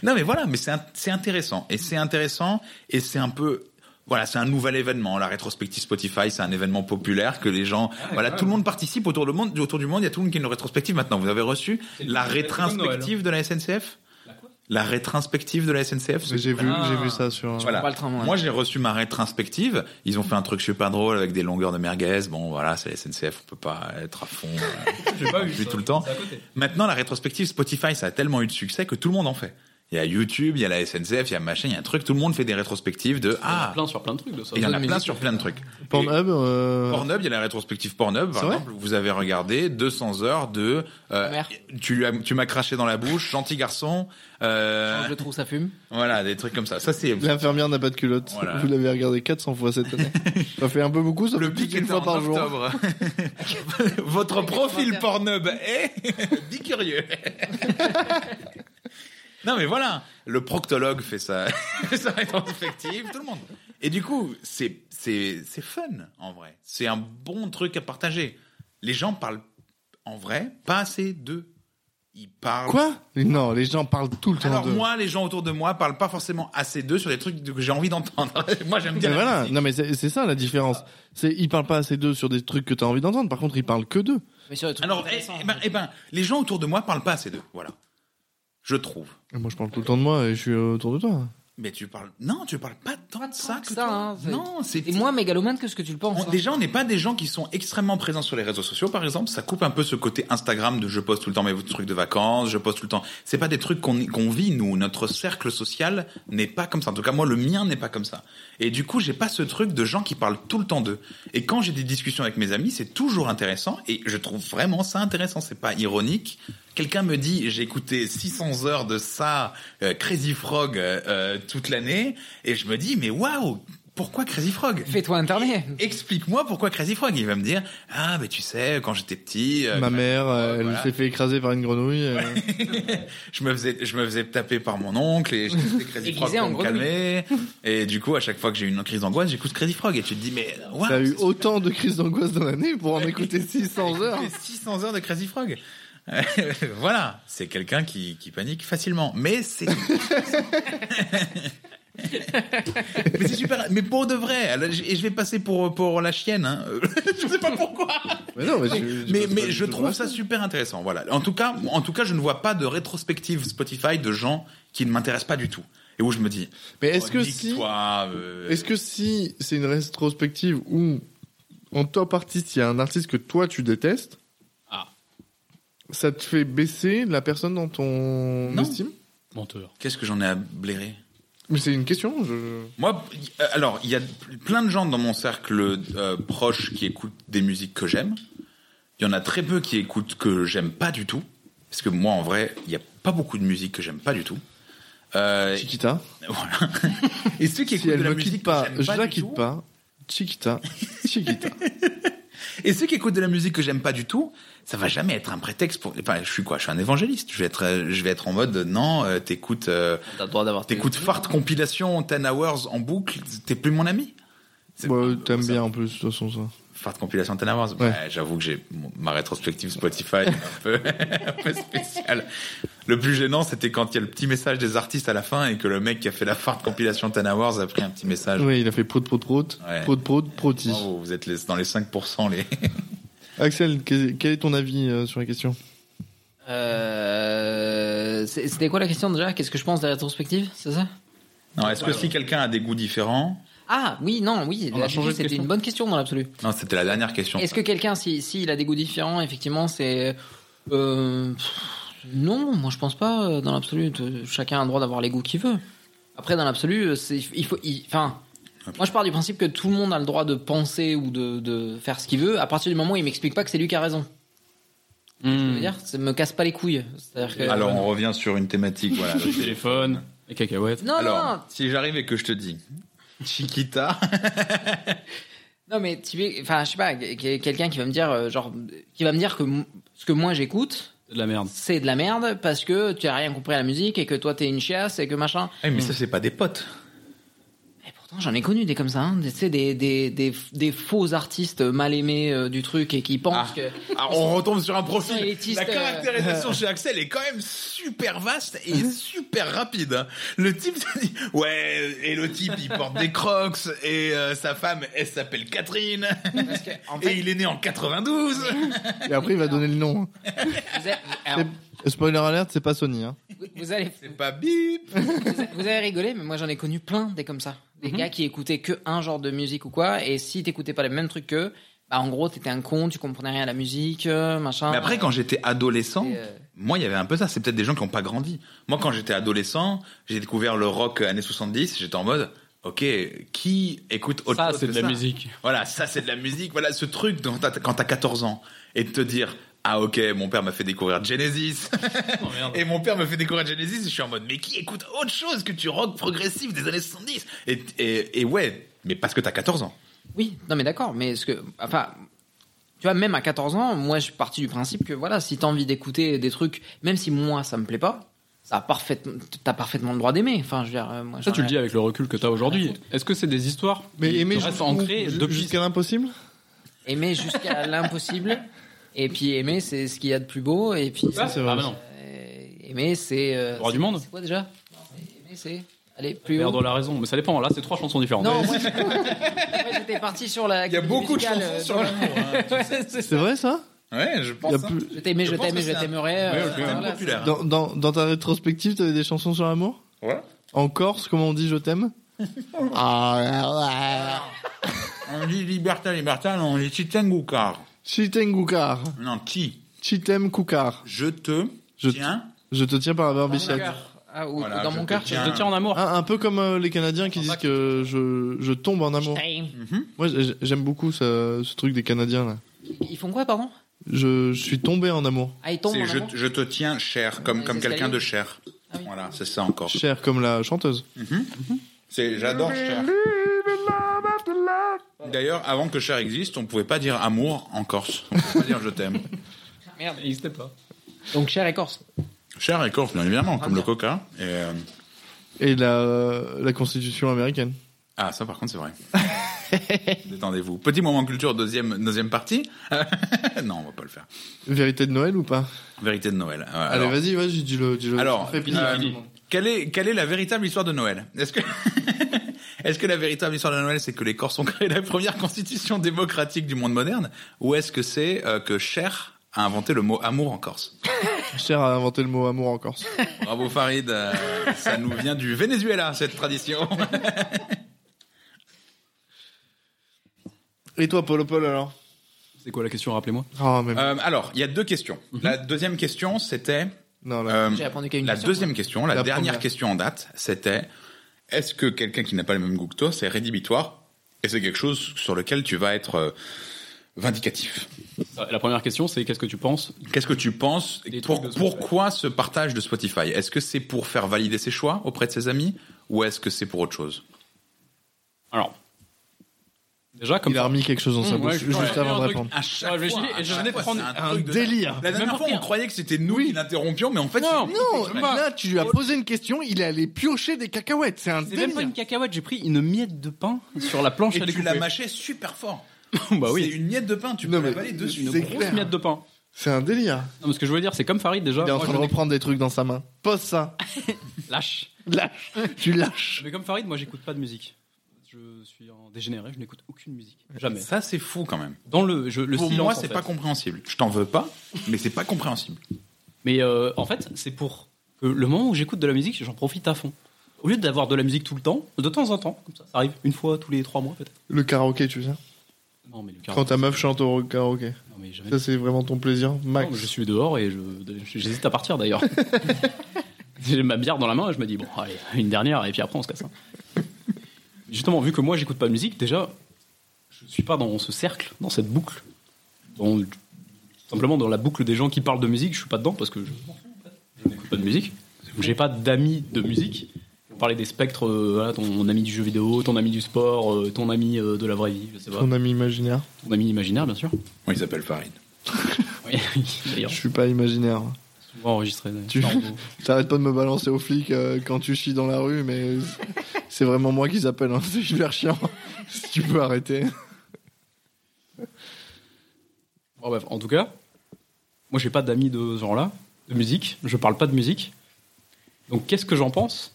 S2: non, mais voilà, mais c'est un- c'est intéressant, et c'est intéressant, et c'est un peu. Voilà, c'est un nouvel événement. La rétrospective Spotify, c'est un événement populaire que les gens.
S3: Ah,
S2: voilà, tout le monde participe autour du monde. Autour du monde, il y a tout le monde qui a une rétrospective maintenant. Vous avez reçu
S3: C'est
S2: la
S3: comme- c'est comme
S2: rétrospective de la SNCF.
S3: La quoi
S2: La rétrospective de la SNCF. ce
S1: J'ai vu,
S3: Ah.
S1: j'ai vu ça sur.
S2: voilà.
S4: comprends pas le train, moi.
S2: moi, j'ai reçu ma rétrospective. Ils ont fait un truc super drôle avec des longueurs de merguez. Bon, voilà, c'est la SNCF, on peut pas être à fond. euh.
S3: *laughs* J'ai pas
S2: vu
S3: vu ça.
S2: tout le temps.
S3: C'est à côté.
S2: Maintenant, la rétrospective Spotify, ça a tellement eu de succès que tout le monde en fait. Il y a YouTube, il y a la SNCF, il y a machin, il y a un truc. Tout le monde fait des rétrospectives de
S3: Il y en a
S2: ah.
S3: plein sur plein de trucs de ça.
S2: et Il y en a
S4: Mais-
S2: plein sur plein de trucs. Et
S1: Pornhub. euh,
S2: Pornhub, il y a la rétrospective Pornhub. Par
S1: C'est vrai
S2: exemple, vous avez regardé 200 heures de euh,
S4: Merde.
S2: tu lui as- tu m'as craché dans la bouche, gentil garçon. euh,
S4: Je le trouve, ça fume.
S2: voilà, des trucs comme ça. Ça
S3: *laughs*
S2: c'est
S1: L'infirmière n'a pas de culotte.
S2: Voilà.
S1: Vous l'avez regardé 400 fois cette
S2: *laughs*
S1: année. ça fait un peu beaucoup, ça
S2: Le
S1: fait plus
S2: pic
S1: qu'une
S2: est
S1: fois
S2: en
S1: par jour.
S2: octobre. *laughs* Votre profil Pornhub est *laughs* bicurieux. non mais voilà, le proctologue fait *laughs* sa, fait sa rétrospective, tout le monde. Et du coup, c'est c'est c'est fun en vrai. C'est un bon truc à partager. Les gens parlent en vrai pas assez d'eux. Ils parlent
S1: Quoi Non, les gens parlent tout le temps
S2: alors
S1: de.
S2: moi, les gens autour de moi parlent pas forcément assez d'eux sur des trucs que j'ai envie d'entendre. *laughs* moi, j'aime bien.
S1: Mais
S2: la
S1: voilà,
S2: musique.
S1: non mais c'est c'est ça la différence. C'est ils parlent pas assez d'eux sur des trucs que t'as envie d'entendre. Par contre, ils parlent que d'eux.
S4: Mais sur le truc
S2: Alors, eh,
S4: intéressant, hein,
S2: eh ben, eh ben, les gens autour de moi parlent pas assez d'eux, voilà. Je trouve.
S1: Et Moi, je parle tout le temps de moi et je suis autour de toi.
S2: Mais tu parles. Non, tu parles pas tant de ça
S4: que
S2: que
S4: ça,
S2: toi.
S4: hein, c'est-
S2: non, c'est.
S4: Et moins mégalomane que ce que tu le penses.
S2: On-
S4: hein.
S2: déjà, on n'est pas des gens qui sont extrêmement présents sur les réseaux sociaux, par exemple. Ça coupe un peu ce côté Instagram de je poste tout le temps mes trucs de vacances, je poste tout le temps. C'est pas des trucs qu'on qu'on vit, nous. Notre cercle social n'est pas comme ça. En tout cas, moi, le mien n'est pas comme ça. Et du coup, j'ai pas ce truc de gens qui parlent tout le temps d'eux. Et quand j'ai des discussions avec mes amis, c'est toujours intéressant et je trouve vraiment ça intéressant. C'est pas ironique. Quelqu'un me dit, j'ai écouté 600 heures de ça, euh, Crazy Frog, euh, euh, toute l'année, et je me dis, mais waouh, pourquoi Crazy Frog
S4: Fais-toi interner.
S2: Explique-moi pourquoi Crazy Frog. Il va me dire Ah, mais tu sais, quand j'étais petit, euh,
S1: Ma mère, euh, elle
S2: voilà.
S1: s'est fait écraser par une grenouille.
S2: *laughs*
S1: euh,
S2: je me faisais, je me faisais taper par mon oncle et j'écoutais Crazy Frog
S4: *laughs* Aiguisé
S2: pour
S4: en
S2: me
S4: grenouille.
S2: calmer. Et du coup, à chaque fois que j'ai une crise d'angoisse, j'écoute Crazy Frog et tu te dis Mais waouh,
S1: T'as eu
S2: c'est-
S1: autant de crises d'angoisse dans l'année pour en écouter 600 heures.
S2: j'ai 600 heures de Crazy Frog. *laughs* voilà, c'est quelqu'un qui, qui panique facilement. Mais c'est. *laughs* mais c'est super. Mais pour de vrai. alors, Et je vais passer pour, pour la chienne. Hein. je sais pas pourquoi.
S1: Mais non, mais, tu- tu
S2: mais,
S1: passes pas
S2: mais
S1: du
S2: je
S1: tout pour
S2: trouve
S1: la-
S2: ça super intéressant. Voilà. En tout cas, en tout cas, je ne vois pas de rétrospective Spotify de gens qui ne m'intéressent pas du tout et où je me dis.
S1: Mais est-ce que
S2: oh,
S1: si,
S2: nique-toi, euh,
S1: est-ce que si c'est une rétrospective où en top artiste il y a un artiste que toi tu détestes,
S3: Ah.
S1: ça te fait baisser la personne dans ton
S2: Non.
S1: estime
S3: Menteur.
S2: qu'est-ce que j'en ai à blairer
S1: Mais c'est une question. Je...
S2: Moi, euh, alors, il y a plein de gens dans mon cercle euh, proche qui écoutent des musiques que j'aime. Il y en a très peu qui écoutent que j'aime pas du tout. Parce que moi, en vrai, il n'y a pas beaucoup de musique que j'aime pas du tout. Euh,
S1: Chiquita.
S2: *laughs* voilà. Et ceux qui
S1: Si
S2: écoutent
S1: elle
S2: de la
S1: me
S2: musique
S1: quitte
S2: que
S1: pas,
S2: j'aime
S1: je la
S2: du
S1: quitte
S2: tout,
S1: pas. Chiquita,
S2: *laughs*
S1: Chiquita.
S2: Et ceux qui écoutent de la musique que j'aime pas du tout, ça va jamais être un prétexte pour. Enfin, je suis quoi Je suis un évangéliste. Je vais être, euh, je vais être en mode euh, non, euh, t'écoutes, euh,
S4: T'as le droit d'avoir
S2: t'écoutes Fart compilation 10 hours en boucle, t'es plus mon ami. C'est-
S1: Bon, Bah, T'aimes
S2: ça-
S1: bien en plus de toute façon ça.
S2: Faire de compilation antenne avance.
S1: Ouais.
S2: Bah, J'avoue que j'ai mon- ma rétrospective Spotify est un peu, *laughs* un peu spéciale. Le plus gênant, c'était quand il y a le petit message des artistes à la fin et que le mec qui a fait la farce compilation antenne Awards a pris un petit message.
S1: Oui, il a fait prod, prod, prod,
S2: Ah, Ouais.
S1: prod, prod, proti.
S2: Bravo, vous êtes les- dans les 5% les. *laughs*
S1: Axel, quel quel est ton avis euh, sur la question
S4: Euh, c'est- C'était quoi la question déjà Qu'est-ce que je pense des rétrospectives C'est ça
S2: Non, est-ce que si quelqu'un a des goûts différents
S4: Ah oui, non, oui.
S3: On a
S4: la-
S3: changé de
S4: C'était
S3: question.
S4: une bonne question dans l'absolu.
S2: Non, c'était la dernière question.
S4: Est-ce que quelqu'un, si, s'il a des goûts différents, effectivement, c'est. euh, pff, non, moi je pense pas, euh, dans l'absolu. t- Chacun a le droit d'avoir les goûts qu'il veut. Après, dans l'absolu, euh, c'est- il faut. il- Enfin. Moi je pars du principe que tout le monde a le droit de penser ou de, de faire ce qu'il veut à partir du moment où il m'explique pas que c'est lui qui a raison.
S3: Hmm.
S4: Je veux dire, ça me casse pas les couilles. C'est-à-dire que.
S2: Alors, on revient sur une thématique.
S4: *laughs*
S2: Voilà,
S3: Le téléphone, les cacahuètes.
S4: non, non, non,
S2: Alors, si j'arrive et que je te dis Chiquita,
S4: Non mais tu enfin je sais pas, que- que- quelqu'un qui va me dire euh, genre qui va me dire que m- ce que moi j'écoute
S3: C'est de la merde.
S4: c'est de la merde parce que tu as rien compris à la musique et que toi t'es une chiasse et que machin.
S2: *laughs* Eh, mais ça c'est pas des potes.
S4: Et pourtant j'en ai connu des comme ça, hein, des, tu sais, des, des, des, des faux artistes mal aimés euh, du truc et qui pensent
S2: Ah.
S4: que euh,
S2: Ah, on retombe sur un profil.
S4: Ils sont élitistes,
S2: La caractérisation
S4: *laughs*
S2: chez Axel est quand même super vaste et super rapide. hein. Le type se dit ouais et le type il porte des Crocs et euh, sa femme elle s'appelle Catherine
S4: parce que en
S2: et
S4: fait
S2: il est né en 92.
S1: Et après, il va donner le nom.
S4: vous avez, alors,
S1: C'est- Spoiler alert, c'est pas Sony. Hein.
S4: vous- vous allez
S2: C'est pas bip.
S4: Vous avez rigolé, mais moi j'en ai connu plein des comme ça. Des
S2: Mhm.
S4: gars qui écoutaient que un genre de musique ou quoi, et si t'écoutais pas les mêmes trucs qu'eux, bah en gros t'étais un con, tu comprenais rien à la musique, euh, machin.
S2: Mais après quand j'étais adolescent,
S4: Et, euh,
S2: Moi, il y avait un peu ça. C'est peut-être des gens qui n'ont pas grandi. Moi, quand j'étais adolescent, j'ai découvert le rock années 70. J'étais en mode, ok, qui écoute autre
S3: Ça,
S2: chose
S3: c'est
S2: que
S3: de la
S2: ça
S3: musique.
S2: Voilà, ça, c'est de la musique. Voilà, ce truc dont t'as- quand t'as 14 ans et de te dire, ah ok, mon père m'a fait découvrir Genesis.
S3: Oh, merde.
S2: Et mon père me fait découvrir Genesis et je suis en mode, mais qui écoute autre chose que du rock progressif des années 70 et, et, et ouais, mais parce que t'as 14 ans.
S4: Oui, non mais d'accord, mais ce que, enfin, tu vois, même à 14 ans, moi je suis parti du principe que voilà, si t'as envie d'écouter des trucs, même si moi ça me plaît pas, ça a parfaitement, t'as parfaitement le droit d'aimer. Enfin, je veux dire, euh, moi.
S3: Ça,
S4: j'en
S3: tu le
S4: ai-
S3: dis avec le recul que t'as aujourd'hui. Est-ce que c'est des histoires
S1: Mais
S3: qui
S1: aimer
S3: te restent
S1: jusqu'où
S3: ancrées
S1: Ju-
S3: depuis
S1: jusqu'à l'impossible
S4: Aimer jusqu'à l'impossible, et puis aimer c'est ce qu'il y a de plus beau, et puis.
S1: c'est
S3: Ah,
S1: vrai.
S3: bah non.
S4: Euh, aimer, c'est. euh,
S3: Droit du
S4: c'est-
S3: monde.
S4: C'est quoi déjà Aimer, c'est. Allez, plus haut.
S3: Perdre la raison. Mais ça dépend. Là, c'est trois chansons différentes.
S4: Non, moi, j'étais- moi, j'étais parti sur la.
S2: Il y a beaucoup de
S4: euh,
S2: chansons sur l'amour. hein.
S1: C'est vrai ça
S2: Ouais, je pense.
S1: Il y a
S2: hein.
S1: plus-
S4: Je t'aimais, je
S2: Je pense
S4: t'aimais,
S2: que
S4: je
S2: c'est un-
S4: t'aimerais.
S2: Ouais,
S4: euh,
S2: le thème
S4: voilà,
S2: populaire.
S1: dans, dans, dans ta rétrospective, t'avais des chansons sur l'amour
S2: Ouais.
S1: En Corse, comment on dit je t'aime Ah,
S2: On dit Libertin, Libertin, on dit Chitengoukar.
S1: Chitem Koukar.
S2: Non, qui
S1: Chitem Koukar.
S2: Je te
S1: Je te-
S2: tiens.
S1: Je te tiens par la
S4: c'est- Dans mon
S1: barbichette.
S4: cœur. Ah, ou
S2: Voilà,
S4: dans
S2: je
S4: mon
S2: te
S4: cœur.
S2: tiens.
S3: Je te tiens en amour.
S1: Un, un peu comme euh, les Canadiens qui disent que je, je tombe en amour.
S2: Mhm.
S1: Moi, j'ai- j'aime beaucoup ce, ce truc des Canadiens là.
S4: Ils font quoi, pardon
S1: Je, je suis tombé en amour.
S4: Ah, ils tombent.
S2: C'est
S4: en
S2: je,
S4: amour
S2: je te tiens cher, comme,
S4: Les
S2: comme quelqu'un
S4: escaliers.
S2: de cher.
S4: Ah oui.
S2: Voilà, c'est ça encore.
S1: Cher comme la chanteuse.
S2: C'est, j'adore cher. D'ailleurs, avant que cher existe, on pouvait pas dire amour en Corse. On pouvait pas dire je t'aime.
S1: *laughs*
S4: Merde.
S3: Il n'existait pas.
S4: Donc, cher et corse.
S2: Cher et Corse, bien évidemment, comme le coca. Et, euh,
S1: Et la, la constitution américaine.
S2: Ah, ça par contre,
S1: *laughs*
S2: c'est vrai. Détendez-vous. Petit moment culture, deuxième, deuxième partie. *laughs* non, on va pas le faire.
S1: Vérité de Noël ou pas
S2: Vérité de Noël. Euh, alors-
S1: Allez, vas-y, vas-y, dis-le. dis-le.
S2: Alors,
S1: Fais hein, plaisir
S2: euh,
S1: à tout le monde.
S2: Quelle est, quelle est la véritable histoire de Noël Est-ce que, *laughs* est-ce que la véritable histoire de Noël, c'est que les Corses ont créé la première constitution démocratique du monde moderne Ou est-ce que c'est euh, que Cher a inventé le mot amour en Corse
S1: Cher a inventé le mot amour en Corse.
S2: Bravo Farid, euh, ça nous vient du Venezuela, cette tradition.
S1: Et toi, Polo Paul, alors
S3: C'est quoi la question Rappelez-moi.
S1: Ah, même.
S2: Euh, alors, il y a deux questions. La deuxième question, c'était...
S1: non, là.
S2: euh,
S4: J'ai répondu qu'à une
S2: la
S4: question.
S2: deuxième question, la,
S1: La
S2: dernière
S1: première.
S2: question en date, c'était est-ce que quelqu'un qui n'a pas le même goût que toi, c'est rédhibitoire Et c'est quelque chose sur lequel tu vas être euh, vindicatif.
S3: Euh, La première question, c'est qu'est-ce que tu penses
S2: Qu'est-ce que tu penses
S3: Des
S2: pour-
S3: trucs de Spotify.
S2: Pourquoi ce partage de Spotify Est-ce que c'est pour faire valider ses choix auprès de ses amis ou est-ce que c'est pour autre chose
S3: Alors. Déjà, comme
S1: il a
S3: ça,
S1: remis quelque chose dans sa
S3: Mmh, ouais,
S1: bouche
S3: je- ouais,
S1: juste avant de
S3: un truc-
S1: répondre.
S2: À
S3: Ouais, Ah, mais je dis-
S2: à
S3: et je
S2: chaque
S3: venais de
S2: fois,
S3: prendre
S2: c'est
S1: Un
S2: truc de
S1: délire.
S2: dingue. La dernière
S3: Même
S2: fois,
S3: pire.
S2: on croyait que c'était nous qui l'interrompions, mais en fait,
S3: Non.
S2: c'est-
S1: Non,
S3: pas.
S1: là, tu lui as posé une question, il est allé piocher des cacahuètes. C'est un
S3: C'est même pas
S1: délire.
S3: une cacahuète, j'ai pris une miette de pain sur la planche à
S2: et tu
S3: découper.
S2: l'as mâché super fort.
S3: *laughs* bah oui,
S2: C'est une miette de pain, tu
S1: Non,
S2: peux
S1: mais
S2: l'avaler dessus.
S1: c'est
S3: grosse
S1: clair.
S3: miette de pain.
S1: C'est un délire.
S3: Non, mais ce que je voulais dire, c'est comme Farid déjà.
S1: Il est en
S3: moi,
S1: train de
S3: je
S1: reprendre des trucs dans sa main. Pose ça.
S3: n'écoute- Lâche.
S1: Lâche. Tu lâches.
S3: Mais comme Farid, moi, j'écoute pas de musique. Je suis un dégénéré, je n'écoute aucune musique. Jamais.
S2: Ça, c'est fou quand même.
S3: Dans le, je, le
S2: Pour
S3: silence.
S2: moi,
S3: en
S2: c'est
S3: fait.
S2: pas compréhensible. Je t'en veux pas, mais c'est pas compréhensible.
S3: Mais euh, en fait, c'est pour que le moment où j'écoute de la musique, j'en profite à fond. Au lieu d'avoir de la musique tout le temps, de temps en temps, comme ça, ça arrive une fois tous les trois mois peut-être.
S1: Le karaoké, tu sais.
S3: Non, mais le
S1: Quand ta meuf chante au karaoké.
S3: Non, mais jamais.
S1: Ça, c'est vraiment ton plaisir,
S3: Non, mais
S1: max.
S3: je suis dehors et je- j'hésite à partir *laughs* d'ailleurs. J'ai ma bière dans la main et je me dis, bon, allez, une dernière et puis après on se casse. hein. Justement, vu que moi j'écoute pas de musique, déjà, je suis pas dans ce cercle, dans cette boucle. Dans, simplement dans la boucle des gens qui parlent de musique, je suis pas dedans parce que je, je n'écoute pas de musique. Donc, J'ai pas d'amis de musique. On parlait des spectres, euh, voilà, ton ami du jeu vidéo, ton ami du sport, euh, ton ami euh, de la vraie vie, je sais pas.
S1: Ton ami imaginaire.
S3: Ton ami imaginaire, bien sûr.
S2: Moi, il s'appelle Farid.
S3: Oui, *laughs* d'ailleurs,
S1: Je suis pas imaginaire.
S3: souvent enregistré. d'ailleurs.
S1: Tu-
S3: Non, bon.
S1: T'arrêtes pas de me balancer aux flics euh, quand tu chies dans la rue, mais c'est vraiment moi qu'ils appellent. hein. *laughs* C'est hyper chiant. si tu peux arrêter.
S3: Bon, bref, en tout cas, moi j'ai pas d'amis de ce genre-là, de musique, je parle pas de musique. Donc qu'est-ce que j'en pense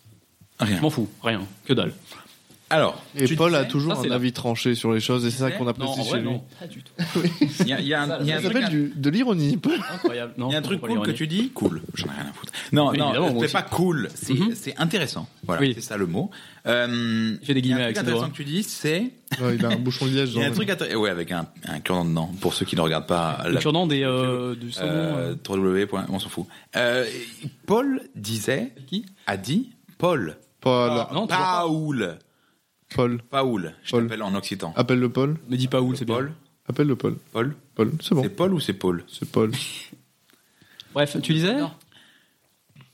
S3: Je
S2: Rien.
S3: m'en fous, rien, que dalle.
S2: Alors,
S1: Et
S2: tu-
S1: Paul a
S3: sais,
S1: toujours
S3: ça,
S1: un
S3: c'est là.
S1: avis tranché sur les choses, et c'est ça qu'on
S3: Non,
S1: apprécie
S3: en
S1: chez
S3: vrai,
S1: lui.
S3: non, pas du tout.
S2: il y a, il y a un, il y a
S1: Ça
S2: un truc,
S1: s'appelle du- de l'ironie, Paul.
S3: Incroyable. Non,
S2: il y a un truc
S3: pour
S2: cool que
S3: l'ironie.
S2: tu dis. Cool. J'en ai rien à foutre. Non,
S3: Oui, évidemment,
S2: non,
S3: moi
S2: c'est pas
S3: aussi.
S2: cool. C'est
S3: Mhm.
S2: c'est intéressant. Voilà,
S3: Oui.
S2: c'est ça le mot. Euh,
S3: Il fait des
S2: il y a
S3: guillemets
S2: un
S3: avec
S2: truc
S3: ses
S2: intéressant
S3: doigts.
S2: que tu dis, c'est.
S1: Ouais, il a un bouchon de liège
S2: Il y
S1: dans
S2: a un
S1: la
S2: truc intéressant. Ouais, avec un, un cure-dent dedans. Pour ceux qui ne regardent pas
S3: Le
S2: la
S3: cure-dent des, euh, du savon,
S2: Euh,
S3: euh,
S2: www. On s'en fout. Euh, Paul disait,
S3: qui
S2: a dit, Paul.
S1: Paul.
S3: Non, toujours pas.
S2: Paul.
S1: Paul.
S2: Paul. Je
S1: Paul.
S2: t'appelle en occitan.
S1: Appelle le Paul.
S3: Me dis pas où, Ah, c'est bien.
S2: Paul.
S1: Appelle le Paul.
S2: Paul.
S1: Paul, c'est bon.
S2: C'est Paul ou c'est Paul
S1: C'est Paul.
S3: Bref, tu disais
S4: Non.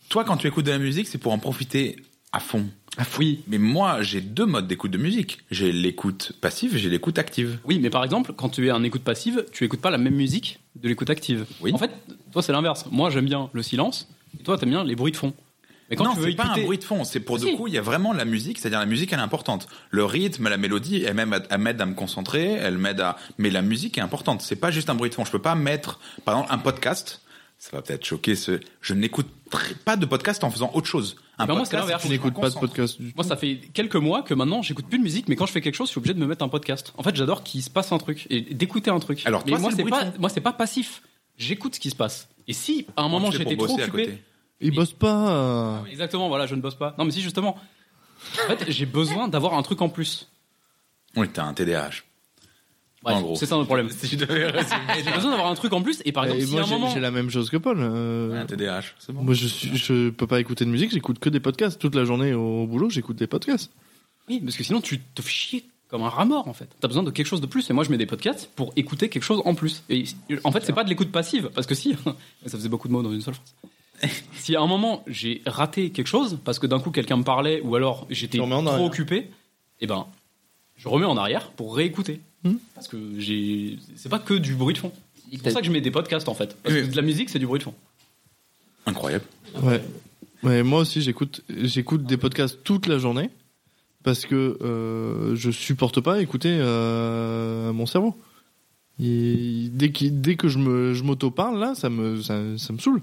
S2: Toi, quand tu écoutes de la musique, c'est pour en profiter à fond.
S3: Ah, Oui.
S2: Mais moi, j'ai deux modes d'écoute de musique. J'ai l'écoute passive et j'ai l'écoute active.
S3: Oui, mais par exemple, quand tu es un écoute passive, tu écoutes pas la même musique de l'écoute active.
S2: Oui.
S3: En fait, toi c'est l'inverse. Moi j'aime bien le silence, et toi t'aimes bien les bruits de fond. Mais quand
S2: non,
S3: tu
S2: c'est
S3: veux
S2: pas un
S3: écouter-
S2: bruit de fond. C'est pour
S3: Si.
S2: du coup, il y a vraiment la musique. C'est-à-dire la musique, elle est importante. Le rythme, la mélodie, elle m'aide à- elle m'aide à me concentrer. Elle m'aide à. Mais la musique est importante. C'est pas juste un bruit de fond. Je peux pas mettre, par exemple, un podcast. Ça va peut-être choquer. Ce... Je n'écoute très- pas de podcast en faisant autre chose. Un
S3: Ben, moi, c'est
S2: podcast,
S3: l'inverse.
S2: il
S1: Tu
S2: faut que je
S1: n'écoutes
S2: me
S1: pas de
S2: concentre.
S1: podcast du tout.
S3: Moi, ça fait quelques mois que maintenant, j'écoute plus de musique, mais quand je fais quelque chose, je suis obligé de me mettre un podcast. En fait, j'adore qu'il se passe un truc et d'écouter un truc.
S2: Alors,
S3: mais
S2: toi,
S3: moi,
S2: c'est le
S3: c'est
S2: bruit
S3: pas,
S2: de
S3: moi, c'est pas passif. J'écoute ce qui se passe. Et si, à un
S2: Comment
S3: moment,
S2: tu fais pour
S3: j'étais trop
S2: bosser à
S3: occupé.
S2: côté Ah
S1: Il bosse pas.
S3: Exactement, voilà, je ne bosse pas. Non, mais si, justement. En fait, j'ai besoin d'avoir un truc en plus.
S2: Oui, t'as un TDAH.
S3: Bref,
S2: En gros.
S3: c'est ça le problème.
S2: *laughs* Si tu devais résumer,
S3: J'ai besoin d'avoir un truc en plus, et par exemple,
S1: Et
S3: si à
S1: moi,
S3: un
S1: j'ai-
S3: moment.
S1: j'ai la même chose que Paul. euh,
S2: un TDAH. C'est bon.
S1: Moi, je, suis- je peux pas écouter de musique, j'écoute que des podcasts. Toute la journée au boulot, j'écoute des podcasts.
S3: Oui, parce que sinon, tu te fais chier comme un rat mort, en fait. T'as besoin de quelque chose de plus. Et moi, je mets des podcasts pour écouter quelque chose en plus. Et en fait, c'est pas de l'écoute passive, parce que si, *laughs* ça faisait beaucoup de mots dans une seule phrase.
S1: *laughs*
S3: si à un moment, j'ai raté quelque chose, parce que d'un coup, quelqu'un me parlait, ou alors j'étais
S1: Tu remets en
S3: trop
S1: arrière.
S3: occupé, eh ben, je remets en arrière pour réécouter.
S1: Hmm.
S3: Parce que j'ai. C'est pas que du bruit de fond.
S4: Il
S3: C'est pour
S4: t'a-
S3: ça que je mets des podcasts, en fait. Parce que
S2: Oui.
S3: de la musique, c'est du bruit de fond.
S2: Incroyable.
S1: Ouais. Mais moi aussi, j'écoute, j'écoute des podcasts toute la journée parce que euh, je supporte pas écouter euh, mon cerveau. Et dès, qu'il- dès que je me, je m'auto parle là, ça me, ça, ça me saoule.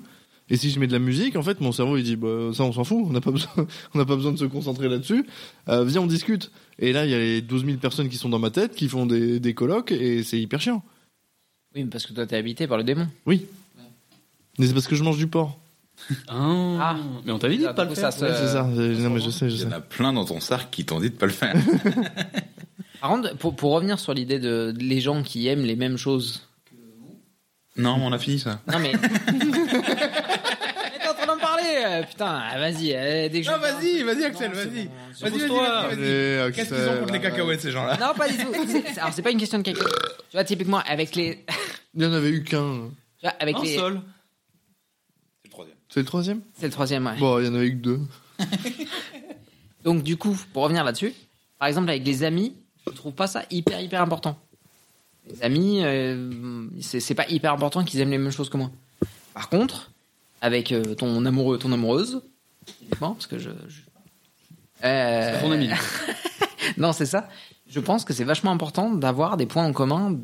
S1: Et si je mets de la musique, en fait, mon cerveau il dit bah, ça, on s'en fout, on n'a pas besoin, *laughs* on n'a pas besoin de se concentrer là-dessus. Euh, viens, on discute. Et là, il y a les 12 000 personnes qui sont dans ma tête, qui font des, des colloques, et c'est hyper chiant.
S4: Oui, mais parce que toi, t'es habité par le démon.
S1: Oui. Mais c'est parce que je mange du porc.
S3: Ah. Mais on t'avait dit de
S4: Ah,
S3: pas
S4: du
S3: le
S4: coup,
S3: faire.
S4: ça se-
S1: Ouais, c'est ça. Non, mais je sais, je
S2: Il y
S1: sais.
S2: en a plein dans ton sarc qui t'ont dit de pas
S1: *laughs*
S2: le faire.
S4: Par contre, pour, pour revenir sur l'idée de de les gens qui aiment les mêmes choses.
S2: non, mais on a fini ça. *laughs*
S4: Non mais. mais t'es en train d'en parler euh, Putain, ah, vas-y, euh, dès que je.
S2: Non, vas-y, vas-y, Axel,
S4: Non, c'est
S2: vas-y.
S4: bon, c'est
S2: Vas-y, vas-y,
S3: Repose-toi.
S2: vas-y, vas-y.
S1: Allez,
S2: Qu'est-ce qu'ils
S1: Axel,
S2: ont contre les
S1: arrête.
S2: cacahuètes, ces gens-là
S4: Non, pas du tout. C'est- Alors, c'est pas une question de quelqu'un. Tu vois, typiquement, avec les. Tu
S1: Il n'y en avait eu qu'un.
S4: vois, avec
S3: Un
S4: les.
S3: seul.
S2: C'est
S1: C'est le
S2: le troisième.
S1: troisième
S4: C'est le troisième, ouais.
S1: Bon, il y en avait que deux.
S4: Donc, du coup, pour revenir là-dessus, par exemple, avec les amis, je trouve pas ça hyper, hyper important. Les amis, euh, c'est c'est pas hyper important qu'ils aiment les mêmes choses que moi. Par contre, avec euh, ton amoureux, ton amoureuse, typiquement, parce que je. je- Euh,
S3: Ton ami.
S4: non, c'est ça. je pense que c'est vachement important d'avoir des points en commun,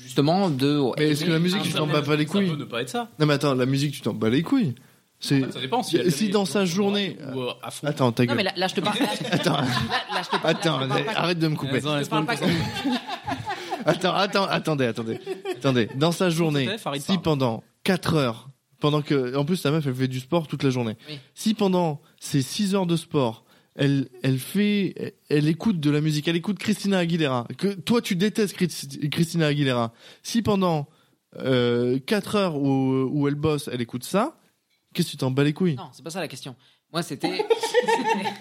S4: justement, de. oh,
S1: Mais est-ce que la musique, tu t'en bats pas les couilles
S3: Ça peut ne pas être ça.
S1: Non, mais attends, la musique, tu t'en bats les couilles. C'est.
S3: Ça dépend.
S1: Si
S3: elle
S1: si
S3: est-
S1: dans sa journée-
S3: Ou, euh, à fond.
S1: Attends, ta
S4: Non, mais
S1: gueule.
S4: là, là, je te parle. là, je-
S1: *laughs* Attends.
S4: là, là, je te parle-
S1: Attends,
S4: là, je te parle pas-
S1: arrête de me couper.
S3: Attends,
S4: je te parle pas que-
S1: Attends, attends, attendez, attendez. attendez. Dans sa journée,
S3: C'était Farid
S1: si
S3: Farm.
S1: pendant 4 heures, pendant que. En plus, sa meuf, elle fait du sport toute la journée.
S4: Oui.
S1: Si pendant ces 6 heures de sport, elle, elle fait. Elle, elle écoute de la musique, elle écoute Christina Aguilera. Que toi, tu détestes Chris- Christina Aguilera. Si pendant 4 heures où, où elle bosse, elle écoute ça. Qu'est-ce que tu t'en bats les couilles
S4: Non, c'est pas ça la question. Moi, c'était.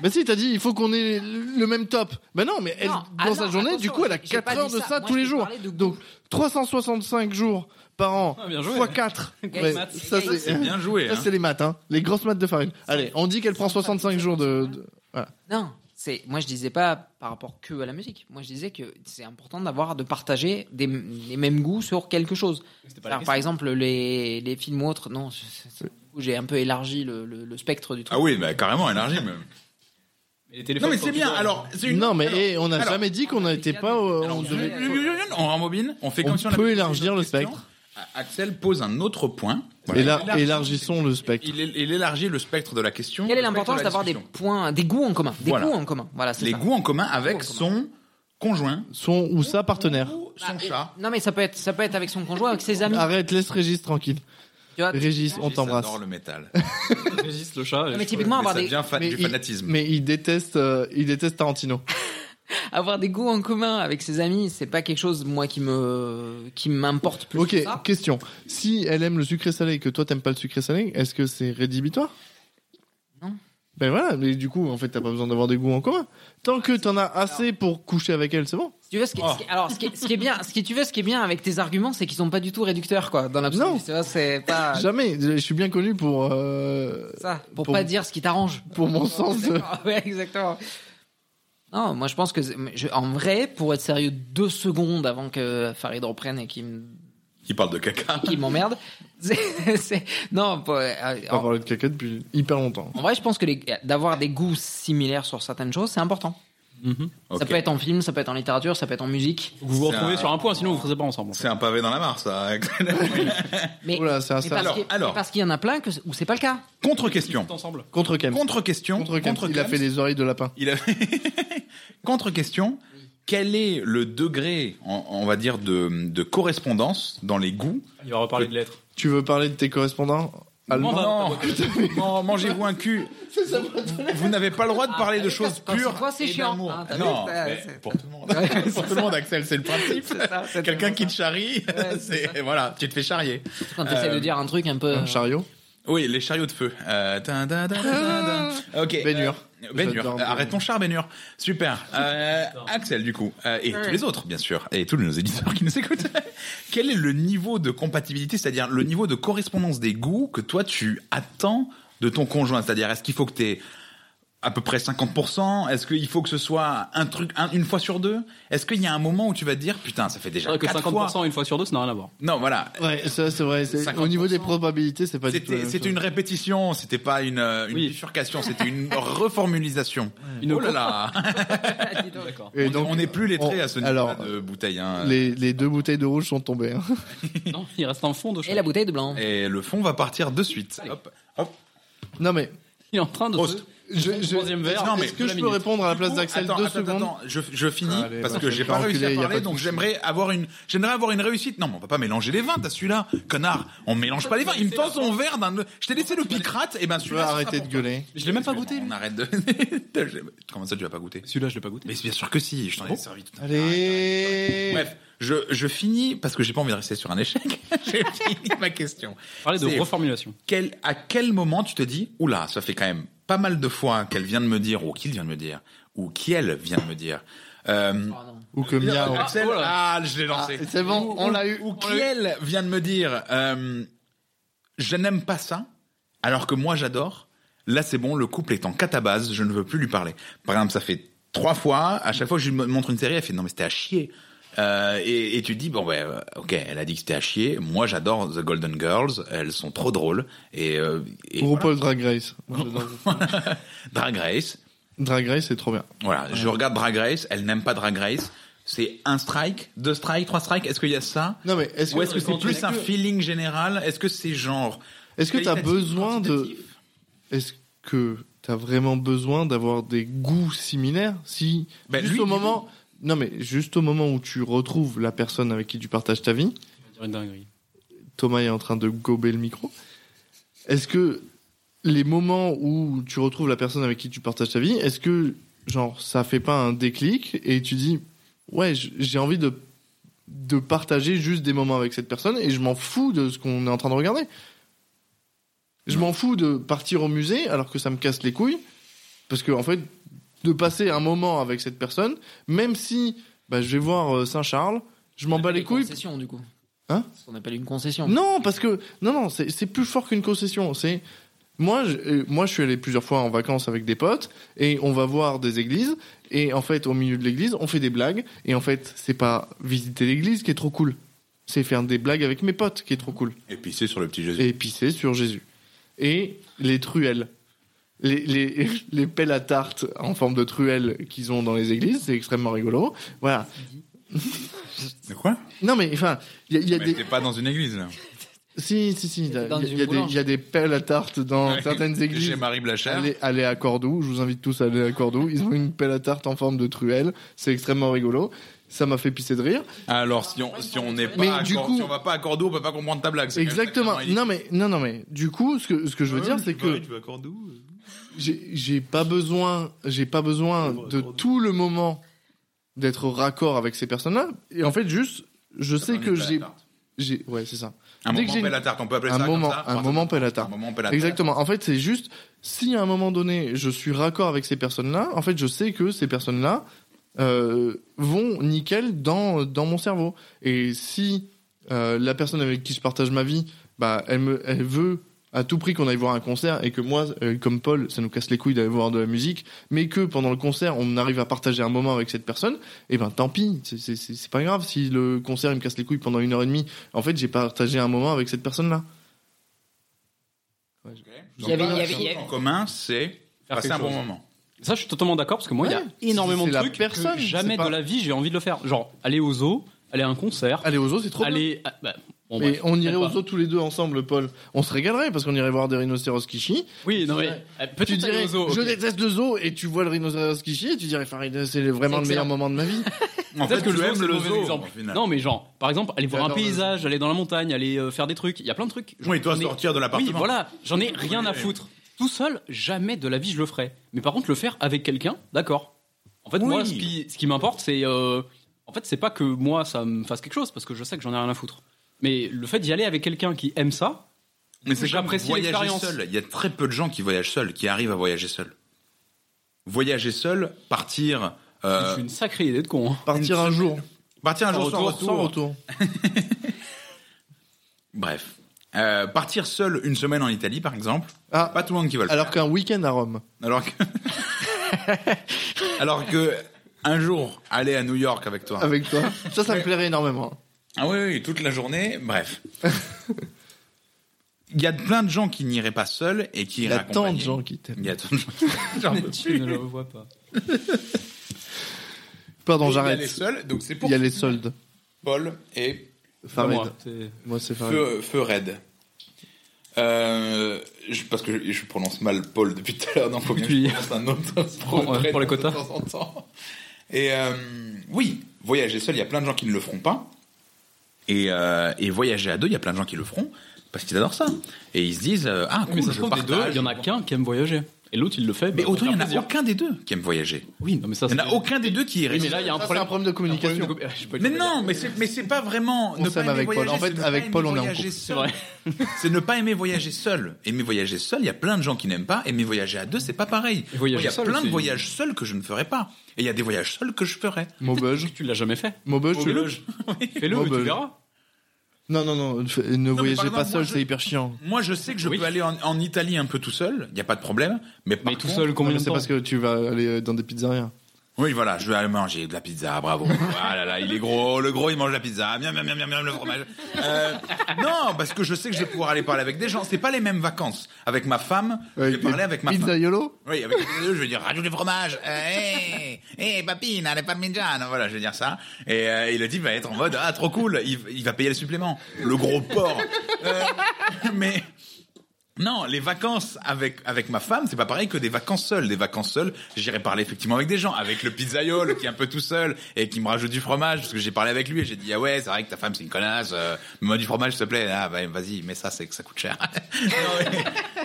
S1: Bah si, t'as dit, il faut qu'on ait le le même top. Bah non, mais elle,
S4: Non,
S1: dans
S4: ah non,
S1: sa journée,
S4: attention,
S1: du coup, elle a
S4: j'ai
S1: 4
S4: pas
S1: heures
S4: dit
S1: de
S4: ça.
S1: ça
S4: Moi,
S1: tous
S4: je
S1: les
S4: te
S1: jours.
S4: parlais de
S1: Donc, 365 jours par an,
S3: Ah, bien joué.
S1: x
S2: *laughs*
S1: 4.
S3: Grosses maths.
S1: ça, c'est
S2: C'est bien joué.
S1: ça,
S2: hein.
S1: c'est les maths, hein. les grosses maths de farine. Allez, on dit qu'elle prend 65 jours de... de-
S4: Non, c'est moi je disais pas par rapport que à la musique. Moi je disais que c'est important d'avoir de partager des, les mêmes goûts sur quelque chose.
S3: C'était pas la
S4: Alors,
S3: question.
S4: par exemple les, les films ou autres. Non, c'est- c'est- c'est- du coup, j'ai un peu élargi le, le- le spectre du truc.
S2: Ah oui, bah, carrément, énergie même.
S3: Mais les téléphones,
S2: *laughs* Non, mais
S3: quand
S2: c'est
S3: tu
S2: bien.
S3: dors-
S2: Alors, c'est une.
S1: Non, mais eh, on n'a
S2: alors-
S1: jamais dit qu'on n'était pas... au-
S2: Alors,
S1: on
S2: je-
S1: devait-
S2: je- je- on rembobine, on fait
S1: On
S2: comme si on
S1: peut
S2: avait posé
S1: élargir
S2: une autre
S1: le
S2: question.
S1: spectre.
S2: A- Axel pose un autre point. Voilà.
S1: Et là, élargissons le spectre.
S2: Il, é- il élargit le spectre de la question.
S4: Quelle est
S2: le spectre
S4: l'importance
S2: de la
S4: d'avoir des
S2: discussion.
S4: points, des goûts en commun, des
S2: Voilà.
S4: goûts en commun. Voilà, c'est
S2: les
S4: ça.
S2: goûts en commun avec
S4: Goûts en
S2: son conjoint,
S1: Son ou sa partenaire.
S2: ou
S4: Ah,
S2: son
S4: et-
S2: chat.
S4: Non mais ça peut être ça peut être avec son conjoint, avec ses amis.
S1: Arrête, laisse Régis tranquille.
S4: tu vois.
S1: Régis, on
S2: Ah, Régis
S1: t'embrasse.
S2: adore le métal.
S3: Régis, le chat.
S4: Non,
S3: je-
S4: mais typiquement
S2: Mais
S4: avoir
S2: ça
S4: des,
S2: devient fa-
S1: Mais
S2: du
S1: il-
S2: fanatisme.
S1: Mais il déteste, euh, il déteste Tarantino.
S4: avoir des goûts en commun avec ses amis, c'est pas quelque chose moi qui me qui m'importe plus.
S1: Ok,
S4: que ça.
S1: question. Si elle aime le sucré salé et que toi t'aimes pas le sucré salé, est-ce que c'est rédhibitoire
S4: Non.
S1: Ben voilà, mais du coup, en fait, t'as pas besoin d'avoir des goûts en commun. Tant que t'en as assez pour coucher avec elle, c'est bon.
S4: Si tu veux, ce qui,
S2: Oh.
S4: ce qui- alors ce qui, ce qui est bien, ce qui tu veux, ce qui est bien avec tes arguments, c'est qu'ils sont pas du tout réducteurs quoi. Dans l'absolu,
S1: Non.
S4: tu vois, c'est pas
S1: *laughs* Jamais. Je suis bien connu pour euh,
S4: ça. Pour,
S1: Pour-
S4: pas dire ce qui t'arrange.
S1: pour mon
S4: *laughs*
S1: sens. de-
S4: D'accord, ouais, exactement. Non, moi je pense que c'est- je- en vrai, pour être sérieux, deux secondes avant que Farid reprenne et qu'il me-
S2: Il parle de caca.
S4: qu'il m'emmerde, *laughs* c'est- c'est- non. pas- euh,
S1: Pas
S4: en,
S1: parlé de caca depuis hyper longtemps.
S4: en vrai, je pense que les- d'avoir des goûts similaires sur certaines choses, c'est important.
S3: Mhm.
S4: Ça
S2: Ok.
S4: peut être en film, ça peut être en littérature, ça peut être en musique.
S3: Vous vous
S2: C'est
S3: retrouvez
S2: un-
S3: sur un point, sinon vous ne ferez pas ensemble. en fait.
S2: C'est un pavé dans la mare, ça. *laughs* Axel.
S4: Mais,
S1: Oula, Oh c'est un star.
S4: mais parce
S2: Alors,
S4: qu'il-
S2: alors.
S4: mais parce qu'il y en a plein que, où c'est pas le cas.
S2: Contre-question.
S3: Tout ensemble.
S1: Contre Kems.
S2: Contre-question.
S1: Contre Kems. Il a
S2: Kems.
S1: fait les oreilles de lapin.
S2: Il a- *laughs* Contre-question. Quel est le degré, en- on va dire, de, de correspondance dans les goûts
S3: Il va reparler de lettres.
S1: Tu veux parler de tes correspondants allemands
S2: *laughs* Non, non, mangez-vous un cul. Vous n'avez pas le droit de parler de choses
S4: quand c'est
S2: pures.
S4: toi, c'est
S2: et
S4: chiant,
S2: d'amour.
S4: hein, t'as vu,
S2: non,
S4: ça,
S2: mais
S4: c'est-
S2: pour tout le
S4: *laughs*
S2: monde. pour tout le monde, Axel, c'est le principe.
S4: C'est ça, c'est
S2: Quelqu'un
S4: tellement
S2: qui te charrie, *laughs*
S4: Ouais, c'est
S2: c'est voilà, tu te fais charrier.
S4: Quand t'essaies
S2: Euh,
S4: de dire un truc un peu.
S1: Un
S4: *laughs*
S1: chariot
S2: Oui, les chariots de feu. Euh, tin, tin, tin, tin,
S4: *laughs*
S2: tin. Ok.
S1: Bénure.
S2: euh, Bénure.
S1: J'adore
S2: Euh, Arrête ton char, Bénure.
S1: *laughs*
S2: Super. Euh, Axel, du coup, euh, et tous les autres, bien sûr, et tous nos éditeurs qui nous écoutent. *laughs* Quel est le niveau de compatibilité, c'est-à-dire le niveau de correspondance des goûts que toi tu attends de ton conjoint C'est-à-dire, est-ce qu'il faut que t'aies à peu près 50% Est-ce qu'il faut que ce soit un truc un- une fois sur deux Est-ce qu'il y a un moment où tu vas te dire putain, ça fait
S3: C'est
S2: déjà
S3: vrai que
S2: 4 fois
S3: 50% une fois sur deux, ça n'a rien à voir.
S2: Non, voilà.
S1: Ouais, ça c'est vrai. c'est- Au niveau des
S2: 50%.
S1: probabilités, c'est pas du tout. la
S2: C'était
S1: même
S2: c'était
S1: chose.
S2: une répétition, c'était pas une, euh, une
S3: Oui.
S2: bifurcation, c'était une *laughs* reformulisation.
S3: Une
S2: oh là là
S3: D'accord.
S1: Et donc,
S2: On n'est plus lettré
S1: on-
S2: à ce niveau
S1: alors,
S2: de bouteille. hein.
S1: les, les deux bouteilles de rouge sont tombées. hein.
S3: Non, il reste un fond de
S4: Et
S3: chaque.
S4: la bouteille de blanc.
S2: Et le fond va partir de suite.
S3: Allez.
S2: Hop, hop.
S1: Non mais
S3: Il est en train de.
S2: Prost.
S1: je, je-
S3: Troisième verre.
S1: est-ce-
S2: Non, mais
S1: est-ce que
S3: la
S1: je peux
S3: minute.
S1: répondre à la place
S2: Du coup,
S1: d'Axel
S2: attends,
S1: deux
S2: attends,
S1: secondes
S2: attends, je, je finis
S1: Allez,
S2: parce
S1: bah,
S2: que
S1: je
S2: j'ai
S1: vais
S2: pas
S1: pas
S2: réussi
S1: enculer,
S2: à
S1: y a
S2: parler,
S1: pas de
S2: donc
S1: souci.
S2: j'aimerais avoir une, j'aimerais avoir une réussite. Non, mais on va pas mélanger les vins. T'as celui-là, connard. On mélange pas les vins. Il me tend son verre d'un. Je t'ai laissé le picrate. Et ben
S1: Tu vas
S2: celui-là. ce sera
S1: arrêter
S2: pour
S1: de
S2: toi.
S1: gueuler.
S3: Je l'ai même pas goûté.
S2: On arrête de. *laughs* Comment ça, tu vas pas goûter
S3: Celui-là, je l'ai pas goûté.
S2: Mais bien sûr que si. Je t'en ai servi tout à l'heure.
S1: Allez.
S2: Bref, je, je finis parce que j'ai pas envie de rester sur un échec. *laughs* j'ai fini ma question.
S3: Parler de
S2: C'est-
S3: reformulation.
S2: Quel, à quel moment tu te dis, oula, ça fait quand même pas mal de fois qu'elle vient de me dire, ou qu'il vient de me dire, ou qu'elle vient de me dire. Euh,
S4: Oh non.
S1: Ou que miaou.
S2: Axel,
S3: Ah, voilà.
S2: ah, je l'ai lancé.
S1: Ah, c'est bon,
S2: Ou-
S1: on
S2: ou-
S1: l'a eu.
S2: Ou
S1: On l'a eu.
S2: qu'elle vient de me dire, euh, je n'aime pas ça, alors que moi j'adore. Là, c'est bon, le couple est en catabase, je ne veux plus lui parler. Par exemple, ça fait trois fois, à chaque fois que je lui montre une série, elle fait non, mais c'était à chier. Euh, et, et tu te dis, bon, ouais, euh, ok, elle a dit que c'était à chier. Moi, j'adore The Golden Girls, elles sont trop drôles. Et, euh, et *laughs*
S1: Ou RuPaul Drag Race. Moi, j'adore.
S2: Drag Race.
S1: Drag Race, c'est trop bien.
S2: Voilà, je regarde Drag Race, elle n'aime pas Drag Race. C'est un strike, deux strikes, trois strikes. Est-ce qu'il y a ça
S1: Non, mais est-ce
S2: Ou est-ce que c'est
S1: quand tu-
S2: plus un feeling général Est-ce que c'est genre
S1: Est-ce que t'as
S2: qualitatif,
S1: besoin de.
S2: quantitatif
S1: Est-ce que t'as vraiment besoin d'avoir des goûts similaires Si.
S2: Ben,
S1: juste
S2: lui,
S1: au
S2: du
S1: moment. Non, mais juste au moment où tu retrouves la personne avec qui tu partages ta vie,
S3: On va dire une dinguerie.
S1: Thomas est en train de gober le micro. Est-ce que les moments où tu retrouves la personne avec qui tu partages ta vie, est-ce que genre ça fait pas un déclic et tu dis ouais j- j'ai envie de de partager juste des moments avec cette personne et je m'en fous de ce qu'on est en train de regarder. Je m'en fous de partir au musée alors que ça me casse les couilles parce que en fait de passer un moment avec cette personne, même si bah, je vais voir euh, Saint-Charles, je m'en bats les couilles
S4: Concession, du coup.
S1: Hein
S4: C'est Ce qu'on appelle une concession.
S1: non, parce que non, non, c'est c'est plus fort qu'une concession. C'est moi, je, euh, moi, je suis allé plusieurs fois en vacances avec des potes et on va voir des églises et en fait, au milieu de l'église, on fait des blagues et en fait, c'est pas visiter l'église qui est trop cool, c'est faire des blagues avec mes potes qui est trop cool
S2: Et puis c'est sur le petit Jésus.
S1: et pisser sur Jésus et les truelles. Les, les, *laughs* les pelles à tarte en forme de truelles qu'ils ont dans les églises, c'est extrêmement rigolo. Voilà.
S2: De quoi
S1: Non mais enfin, il y a, il y a
S2: Mais
S1: des...
S2: t'es pas dans une église là.
S1: Si, si, si. Il y, a-
S4: dans
S1: il y a- il y
S4: du
S1: a des-
S4: boulanger.
S1: il y a des pelles à tarte dans
S2: Ouais. *laughs*
S1: certaines églises.
S2: Chez Marie Blachard.
S1: Allez, allez à Cordoue, je vous invite tous à aller à Cordoue. Ils ont une pelle à tarte en forme de truelle, c'est extrêmement rigolo. Ça m'a fait pisser de rire.
S2: Alors si on si on n'est pas
S1: Mais
S2: à
S1: du
S2: Cor-
S1: coup-
S2: si on va pas à Cordoue, on peut pas comprendre ta blague. c'est quand même
S1: Exactement.
S2: sacrément
S1: Non mais non non mais du coup, ce que ce que je veux dire, c'est que
S5: Tu vas à Cordoue euh,
S1: j'ai j'ai pas besoin, j'ai pas besoin
S5: Ouais,
S1: de
S5: Cordoue.
S1: tout le moment d'être raccord avec ces personnes-là. Et en fait, juste, je sais que j'ai, j'ai, ouais, c'est ça.
S2: Un
S1: Dès que
S2: moment
S1: j'ai une-
S2: pelle à tarte, on peut appeler
S1: un
S2: ça
S1: moment-
S2: comme ça.
S1: un
S2: Enfin,
S1: moment pelle à tarte.
S2: Un moment pelle à tarte.
S1: Exactement. En fait, c'est juste si à un moment donné je suis raccord avec ces personnes-là, en fait, je sais que ces personnes-là euh, vont nickel dans dans mon cerveau. Et si euh, la personne avec qui je partage ma vie, bah, elle me, elle veut à tout prix qu'on aille voir un concert et que moi, euh, comme Paul, ça nous casse les couilles d'aller voir de la musique, mais que pendant le concert, on arrive à partager un moment avec cette personne, eh ben tant pis, c'est- c'est c'est- c'est pas grave si le concert il me casse les couilles pendant une heure et demie. En fait, j'ai partagé un moment avec cette personne-là.
S4: Il y avait- il y avait- il y avait-
S2: En commun, c'est
S3: Faire
S2: passer
S3: quelque
S2: un bon
S3: chose.
S2: moment.
S3: Ça, je suis totalement d'accord parce que moi, il
S1: Ouais.
S3: y a énormément
S1: C'est
S3: de
S1: la
S3: trucs
S1: personne,
S3: que jamais
S1: c'est pas-
S3: de la vie j'ai envie de le faire. Genre aller au zoo, aller à un concert,
S1: Allez aux zoo, c'est trop bien.
S3: aller. ah, bah, bon,
S1: Mais
S3: bref,
S1: on irait
S3: peut-être
S1: aux
S3: pas.
S1: zoo tous les deux ensemble, Paul. On se régalerait parce qu'on irait voir des rhinocéros qui chient.
S3: Oui, non mais
S1: Ouais.
S3: euh, peut-être
S1: Tu dirais,
S3: aller au zoo.
S1: je
S3: ok.
S1: déteste le zoo, et tu vois le rhinocéros qui chie, et tu dirais, Farid, c'est vraiment le
S4: C'est
S1: meilleur
S4: excellent.
S1: moment de
S2: *laughs*
S1: ma vie.
S2: En fait,
S3: Peut-être que
S2: tu
S3: le zoo,
S2: aimes
S3: c'est le
S2: le
S3: mauvais
S2: zoo.
S3: exemple.
S2: au final.
S3: Non mais genre, par exemple, aller voir un
S1: J'adore le zoo.
S3: paysage, aller dans la montagne, aller euh, faire des trucs. Il y a plein de trucs.
S2: Oui, toi,
S3: Mais-
S2: sortir de
S3: Oui,
S2: l'appartement.
S3: voilà, j'en ai rien à foutre. Tout seul, jamais de la vie je le ferai. Mais par contre, le faire avec quelqu'un, d'accord. En fait,
S2: Oui.
S3: moi, ce qui, ce qui m'importe, c'est. euh, en fait, c'est pas que moi, ça me fasse quelque chose, parce que je sais que j'en ai rien à foutre. Mais le fait d'y aller avec quelqu'un qui aime ça,
S2: Mais c'est j'apprécie
S3: J'apprécie
S2: voyager
S3: l'expérience.
S2: seul. Il y a très peu de gens qui voyagent seuls, qui arrivent à voyager seuls. Voyager seul, partir, euh,
S3: c'est une sacrée idée de con.
S2: *laughs*
S3: hein.
S1: Partir un jour.
S2: partir un
S1: Sans
S2: jour sans
S1: retour,
S2: retour.
S1: sans retour.
S2: Bref, Euh, partir seul une semaine en Italie, par exemple.
S1: Ah,
S2: Pas tout le monde qui va le
S1: alors
S2: faire.
S1: qu'un week-end à Rome.
S2: Alors que, *laughs* alors que un jour aller à New York avec toi.
S1: Avec toi. Ça, ça me plairait énormément.
S2: Ah oui, oui, toute la journée. Bref. Il y a plein de gens qui n'iraient pas seuls et
S1: Il
S2: qui
S1: y
S2: iraient
S1: a tant de
S2: accompagnés.
S1: gens qui t'aiment.
S2: Il y a tant de gens.
S3: *laughs* Tu ne le vois pas.
S1: Pardon,
S2: Il y a les
S1: j'arrête.
S2: seuls, donc c'est pour
S1: Il y a les soldes.
S2: Paul et
S3: Pas
S1: Farid.
S3: moi. c'est-
S1: Moi, c'est Farid.
S2: Feu, Feu Red. Euh, je- parce que je, je prononce mal Paul depuis tout à l'heure, donc faut bien que
S3: Oui.
S2: je prononce un autre
S3: Pour-
S2: Feu Red
S3: pour les
S2: de
S3: quotas.
S2: temps en temps. Et euh, oui, voyager seul, il y a plein de gens qui ne le feront pas. Et, euh, et voyager à deux, il y a plein de gens qui le feront parce qu'ils adorent ça. Et ils se disent euh, ah cool,
S3: Mais ça se
S2: je
S3: trouve, des deux,
S2: partage.
S3: il y en a qu'un qui aime voyager. Et l'autre, il le fait.
S2: Mais
S3: bah, pour
S2: autant il y en
S3: faire
S2: a
S3: plaisir.
S2: aucun des deux qui aime voyager.
S3: Oui, non, mais ça,
S2: Il y en a
S3: c'est-
S2: aucun des deux qui irait.
S3: Oui, mais là, il y a un
S1: Ça, c'est un
S3: problème.
S1: problème de communication.
S3: *laughs* Je peux-
S2: Mais non, mais c'est mais c'est pas vraiment
S1: On
S2: ne pas
S1: s'aime
S2: aimer
S1: avec Paul.
S2: voyager,
S1: En fait,
S2: c'est ne pas
S1: avec
S2: aimer
S1: Paul, on est en
S2: voyager
S1: couple.
S3: C'est
S2: seul.
S3: vrai.
S2: *laughs* c'est ne pas aimer voyager seul. Aimer voyager seul, il y a plein de gens qui n'aiment pas. Aimer voyager à deux, c'est pas pareil.
S3: Et
S2: Moi, Il
S3: voyager
S2: y a
S3: seul,
S2: plein de
S3: c'est-
S2: voyages seuls que je ne ferai pas. Et il y a des voyages seuls que je ferai.
S1: Maubeuge.
S3: Tu l'as jamais fait.
S1: Maubeuge, tu *laughs*
S3: Fais-le. Fais-le,
S1: Moi,
S3: mais
S1: bah,
S3: tu verras.
S1: Non, non, non. f- Ne
S2: par
S1: voyagez
S2: exemple,
S1: pas
S2: moi,
S1: seul,
S2: je-
S1: c'est hyper chiant.
S2: Moi, je sais que je
S3: Oui.
S2: peux aller en, en Italie un peu tout seul. Il n'y a pas de problème. Mais, par
S3: Mais tout
S2: contre-
S3: seul,
S1: Non,
S3: combien
S1: mais
S3: de
S1: C'est
S3: temps
S1: parce que tu vas aller euh, dans des pizzerias.
S2: Oui, voilà, je vais aller manger de la pizza,
S3: *laughs*
S2: bravo. Ah là là, il est gros, le gros, il mange la pizza, miam, miam, miam, miam, miam, le fromage. Euh, non, parce que je sais que je vais pouvoir aller parler avec des gens. C'est pas les mêmes vacances. Avec ma femme, je vais parler avec ma femme.
S1: Pizza YOLO
S2: Oui, avec je vais dire rajoute du fromage. Hé, hé, papine, le parmigiano. Voilà, je vais dire ça. Et, euh, et le type va être en mode ah trop cool. Il, il va payer le supplément, le gros porc. Euh, mais non, les vacances avec avec ma femme, c'est pas pareil que des vacances seules. Des vacances seules, j'irai parler effectivement avec des gens, avec le pizzaïole qui est un peu tout seul et qui me rajoute du fromage parce que j'ai parlé avec lui et j'ai dit ah ouais c'est vrai que ta femme c'est une connasse, euh, mets-moi du fromage s'il te plaît. Ah bah vas-y, mais ça c'est que ça coûte cher. *laughs* Non, mais-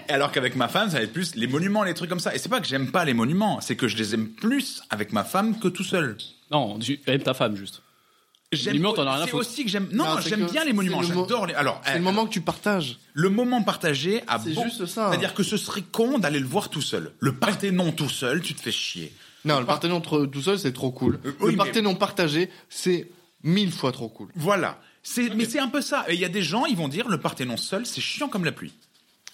S2: et alors qu'avec ma femme, ça va être plus les monuments, les trucs comme ça. Et c'est pas que j'aime pas les monuments, c'est que je les aime plus avec ma femme que tout seul.
S3: Non, tu aimes ta femme juste.
S2: J'aime-
S3: Limite, on en a rien à
S2: C'est
S3: foutre.
S2: aussi que j'aime. Non,
S1: Non, c'est
S2: j'aime
S1: que
S2: bien les
S1: c'est
S2: monuments.
S1: le mo-
S2: J'adore les. Alors,
S1: C'est
S2: euh,
S1: le moment que tu partages.
S2: le moment partagé à
S1: C'est
S2: bon-
S1: juste ça.
S2: C'est-à-dire que ce serait con d'aller le voir tout seul. Le Parthénon tout seul, tu te fais chier.
S1: Non, le Parthénon entre- tout seul, c'est trop cool.
S2: Euh,
S1: le
S2: oui, mais-
S1: Parthénon partagé, c'est mille fois trop cool.
S2: Voilà. C'est, Mais c'est un peu ça. Et il y a des gens, ils vont dire le Parthénon seul, c'est chiant comme la pluie.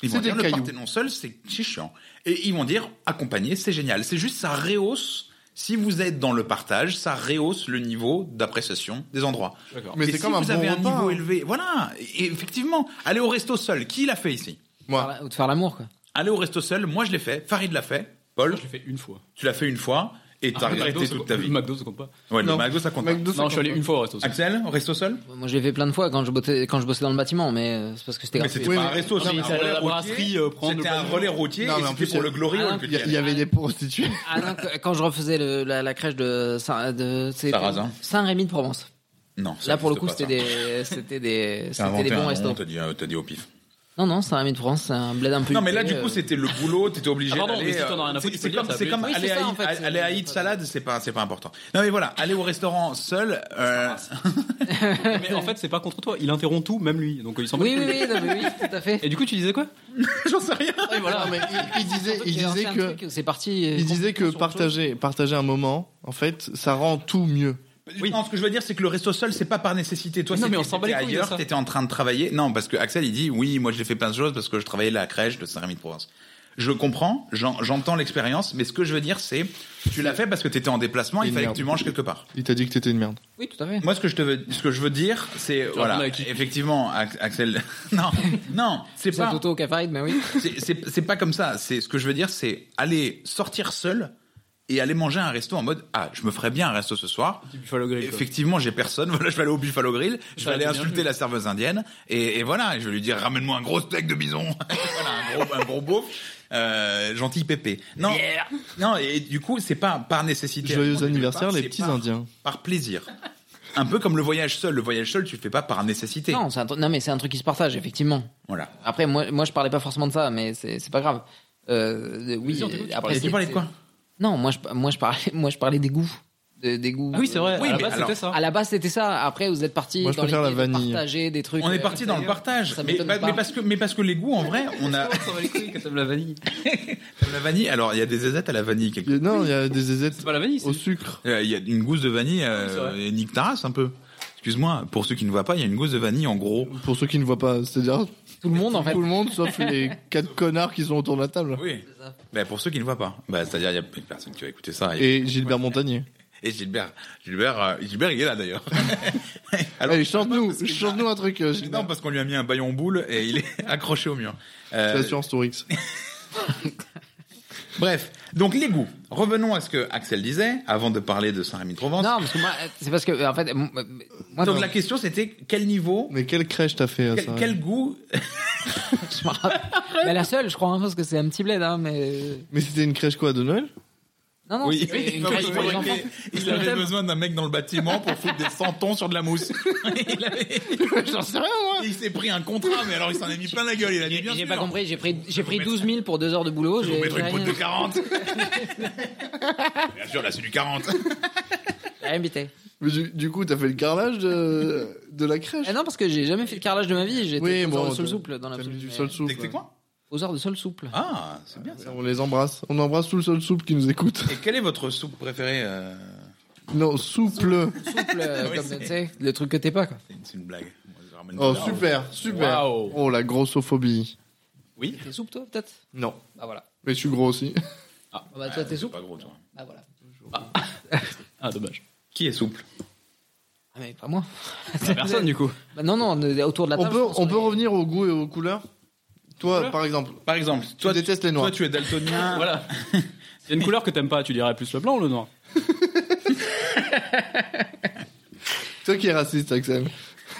S2: Ils
S1: C'est
S2: vont
S1: des
S2: dire le
S1: cailloux.
S2: Parthénon seul, c'est c'est chiant. Et ils vont dire accompagné, c'est génial. C'est juste ça rehausse. Si vous êtes dans le partage, ça rehausse le niveau d'appréciation des endroits.
S3: D'accord.
S1: Mais
S2: Et
S1: c'est
S2: si
S1: comme un
S2: vous
S1: bon
S2: avez un
S1: repas,
S2: niveau
S1: hein.
S2: élevé, voilà. Et effectivement, aller au resto seul, qui l'a fait ici
S1: Moi,
S4: Voilà, Ou de faire l'amour, quoi.
S2: Aller au resto seul, moi je l'ai fait, Farid l'a fait, Paul,
S3: Je l'ai fait une fois.
S2: tu l'as fait une fois et t'as regretté toute ta vie.
S3: Ah, Le McDo, ça compte pas.
S2: Ouais, le
S1: Non.
S2: McDo, ça compte. pas.
S1: McDo, ça
S3: Non, je suis allé
S1: compte
S3: une fois au resto. ça.
S2: Axel, resto seul
S4: Moi, je l'ai fait plein de fois quand je bossais, quand je bossais dans le bâtiment, mais euh, c'est parce que c'était
S2: Mais
S4: gratuit.
S2: c'était
S1: Oui,
S2: pas un
S1: mais-
S2: resto,
S3: Non, mais
S2: c'était un
S3: c'est à la
S2: relais
S3: brasserie, euh,
S2: routier.
S3: prendre
S2: C'était
S3: le
S2: un
S3: ballon.
S2: relais routier
S1: Non,
S2: et
S1: mais en
S2: c'était
S1: plus,
S2: pour
S1: il y
S2: le
S1: a-
S2: Glory
S4: Ah,
S2: Hall que
S1: pas. Il y,
S2: tu
S1: a-
S2: y
S1: il y
S2: allais.
S1: avait des
S2: *laughs*
S1: prostituées.
S4: Ah non, que- quand je refaisais le- la, la crèche de, Saint, de c'est-
S2: Sarrazin.
S4: Saint-Rémy de Provence.
S2: Non, ça
S4: Là, pour le
S2: existe
S4: coup,
S2: pas,
S4: c'était
S2: ça. *laughs*
S4: des, c'était des,
S2: T'as
S4: c'était des
S2: inventé un
S4: bons
S2: nom,
S4: restos.
S2: T'as dit, euh, t'as dit au pif.
S4: Non, non, Saint-Rémy de Provence, c'est un bled un peu.
S2: Non, mais là,
S4: huppé,
S2: du
S4: euh,
S2: coup, c'était le boulot, t'étais obligé
S3: Ah, pardon,
S2: d'aller.
S3: mais si t'en as rien à
S2: euh,
S3: foutre,
S2: c'est-
S3: tu
S2: C'est
S3: peux dire,
S2: comme,
S3: ça
S2: c'est
S3: peut
S2: comme
S3: être-
S4: Oui,
S2: aller
S4: c'est
S2: à
S4: ça, en
S2: Eat-
S4: fait, c'est-
S2: aller à Eat Salad, c'est pas, c'est pas important. Non, mais voilà, aller au restaurant seul. euh,
S3: Mais en fait, c'est pas contre toi. Il interrompt tout, même lui. Donc il s'en
S4: Oui,
S3: bat
S4: oui,
S3: les couilles.
S4: oui, non, mais oui, tout à fait.
S3: Et du coup, tu disais quoi
S2: *laughs* J'en sais rien.
S1: Et voilà, mais il,
S2: *laughs*
S1: il disait, il disait
S4: lancé un
S1: que,
S4: truc, C'est parti. euh,
S1: il disait que
S4: sur-
S1: partager, partager un moment, en fait, ça rend tout mieux.
S2: Oui. Non, ce que je veux dire, c'est que le resto seul, c'est pas par nécessité. Toi,
S3: Mais non,
S2: c'était-
S3: mais on s'en bat les
S2: t'étais
S3: couilles de
S2: ailleurs,
S3: ça.
S2: t'étais en train de travailler. Non, parce que Axel, il dit, oui, moi, j'ai fait plein de choses parce que je travaillais à la crèche de Saint-Rémy-de-Provence. Je comprends, j'en- j'entends l'expérience, mais ce que je veux dire, c'est, tu l'as fait parce que t'étais en déplacement, il
S1: Une
S2: fallait que
S1: merde.
S2: tu manges quelque part.
S1: Il t'a dit que t'étais une merde.
S4: Oui, tout à fait.
S2: Moi, ce que je te veux, ce que je veux dire, c'est,
S3: répondu
S2: voilà,
S3: à qui
S2: effectivement, Ax- Axel, *laughs* non, non, c'est
S4: C'est un
S2: pas,
S4: toto au Cafaride, mais oui.
S2: c'est- c'est c'est pas comme ça. C'est ce que je veux dire, c'est aller sortir seul et aller manger à un resto en mode, ah, je me ferais bien un resto ce soir.
S3: Du Buffalo Grill. quoi.
S2: Effectivement, j'ai personne. *laughs* Voilà, je vais aller au Buffalo Grill, je
S3: Ça
S2: vais
S3: a
S2: aller
S3: été bien
S2: insulter
S3: vu.
S2: la serveuse indienne et, et voilà, je vais lui dire ramène-moi un gros steak de bison, *laughs* voilà, un gros, un gros beauf, euh, gentil pépé. Non, non et du coup c'est pas par nécessité.
S1: Joyeux
S2: Vraiment, quelque
S1: anniversaire,
S2: part,
S1: les
S2: c'est
S1: petits
S2: par-
S1: indiens.
S2: Par plaisir. Un peu comme le voyage seul. Le voyage seul, tu le fais pas par nécessité.
S4: Non, c'est un truc- non, mais c'est un truc qui se partage, effectivement.
S2: Voilà.
S4: Après, moi, moi, je parlais pas forcément de ça, mais c'est c'est pas grave. Euh, oui,
S3: Vas-y, on t'écoute, tu
S4: après,
S2: Et tu
S4: c'est-
S2: parlais de quoi
S4: Non, moi, je, moi, je parlais, *laughs* moi, je parlais des goûts. De- des goûts.
S3: Ah Oui, c'est vrai.
S2: Oui,
S3: à la
S2: mais
S3: base,
S2: alors-
S3: c'était ça.
S4: À la base, c'était ça. Après, vous êtes parti
S1: Moi, je
S4: dans les
S1: préfère la
S4: de
S1: vanille.
S4: partager des trucs.
S2: On est
S4: euh,
S2: parti dans le partage,
S4: Ça
S2: mais,
S4: m'étonne
S2: bah-
S4: pas.
S2: mais parce que mais parce que les goûts en vrai, on a
S3: On s'en bat Oh, les couilles quand t'aimes la vanille.
S2: la vanille. Alors il y a des aisettes à la vanille quelque
S1: Il y a- Non, il y a des aisettes
S3: C'est pas la vanille, c'est
S1: au sucre.
S2: Euh, Il y a une gousse de vanille,
S3: c'est
S2: euh,
S3: vrai.
S2: et nique ta race un peu. Excuse-moi, pour ceux qui ne voient pas, il y a une gousse de vanille en gros.
S1: Pour ceux qui ne voient pas, c'est-à-dire
S4: Tout le monde, en fait.
S1: tout le monde, sauf les quatre connards qui sont autour de la table.
S2: Oui.
S4: ça.
S2: Bah, pour ceux qui ne voient pas. Bah, c'est-à-dire, il y a une personne qui va écouter ça. Et,
S1: Et Gilbert Montagnier.
S2: et Gilbert. Gilbert, euh, Gilbert, il est là d'ailleurs.
S1: Allez,
S2: parce que-
S1: Eh, chante-nous, chante-nous un truc, euh,
S2: Non,
S1: *laughs* Gilbert.
S2: parce qu'on lui a mis un baillon boule et il est *laughs* accroché au mur.
S1: C'est
S2: Euh,
S1: l'assurance Tourix.
S2: bref. Donc, les goûts. Revenons à ce que Axel disait avant de parler de Saint-Rémy-de-Provence.
S4: Non, parce que moi, euh, c'est parce que, euh, en fait, euh, m- euh, moi,
S2: Donc,
S4: dans-
S2: la question, c'était quel niveau,
S1: Mais quelle crèche t'as fait à
S2: quel,
S1: ça
S2: quel goût.
S4: je me rappelle. Mais la seule, je crois, hein, parce que c'est un petit bled, hein, mais.
S1: Mais c'était une crèche quoi de Noël
S2: *laughs*
S4: Non, non, c'est une crèche pour les enfants.
S2: il avait besoin d'un mec dans le bâtiment pour foutre des centons sur de la mousse. Il avait-
S1: *laughs* J'en sais rien moi.
S2: Il s'est pris un contrat, mais alors il s'en est mis plein la gueule. Il a dit bien
S4: J'ai
S2: sûr.
S4: pas compris, j'ai pris, j'ai pris
S2: vous mettre-
S4: 12 000 pour deux heures de boulot.
S2: Je
S4: J'ai
S2: vais vous mettre une poudre
S4: j'ai rien,
S2: de
S4: *laughs*
S2: 40. bien sûr, là c'est du 40.
S4: j'ai rien bité.
S1: Mais du, du coup, t'as fait le carrelage de, de la crèche
S4: Eh non, parce que j'ai jamais fait de carrelage de ma vie. J'ai
S1: Oui,
S4: été
S1: bon,
S4: poseur de sol
S1: t'as-
S4: souple dans
S1: T'as
S4: la
S1: mis du sol souple.
S2: C'est quoi
S4: Poseur de sol souple.
S2: Ah, c'est bien ça.
S1: On les embrasse. On embrasse tout le sol souple qui nous écoute. *laughs*
S2: Et quelle est votre soupe préférée euh,
S1: Non, souple.
S4: Souple, euh,
S2: Oui,
S4: comme,
S2: c'est-
S4: tu sais, le truc que t'es pas, quoi.
S2: C'est une, c'est une blague. Moi, je ramène hein.
S1: Oh,
S2: pas.
S1: super, super.
S3: Waouh.
S1: Oh, la grossophobie.
S2: Oui.
S4: T'es souple, toi, peut-être
S1: Non.
S4: Bah voilà.
S1: Mais je suis gros aussi.
S4: Ah, bah, toi, t'es
S2: C'est
S4: souple
S2: pas gros, toi.
S4: Bah voilà.
S3: Ah, dommage.
S2: Qui est souple
S4: Ah, mais pas moi.
S3: Personne, du coup.
S4: Bah non, non, on est autour de la
S1: On
S4: table.
S1: peut,
S4: je pense
S1: on
S4: qu'on
S1: peut
S4: est-
S1: revenir au goût et aux couleurs. Toi,
S3: Couleurs
S1: par exemple,
S2: Par exemple,
S1: tu
S2: toi, tu,
S1: détestes les noirs.
S2: toi, tu es *laughs* daltonien.
S3: Voilà. Il y a une couleur que t'aimes pas, tu dirais plus le blanc ou le noir
S1: Toi qui es raciste, Axel.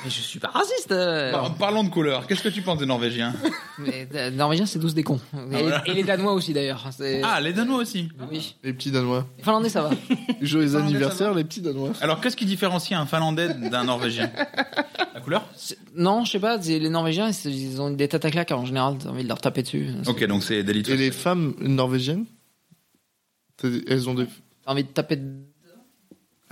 S4: Mais je suis pas raciste. euh.
S2: Par- Parlons de couleurs. Qu'est-ce que tu penses des Norvégiens
S4: Mais euh, Norvégiens, c'est tous des cons. Et,
S2: voilà.
S4: et les Danois aussi, d'ailleurs. C'est-
S2: Ah, les Danois aussi.
S4: oui.
S1: Les petits Danois.
S4: Les Finlandais, ça va.
S1: Joyeux
S2: Ah, mais ça
S1: anniversaire, les petits Danois.
S2: Alors, qu'est-ce qui différencie un Finlandais d'un Norvégien
S3: La couleur
S4: C'est- Non, je sais pas, c'est- les Norvégiens, ils- ils ont des têtes à claques en général, t'as envie de leur taper dessus.
S2: *laughs* Ok, donc c'est délicat.
S1: Et les femmes norvégiennes C'est- Elles ont des.
S4: T'as envie de taper. de-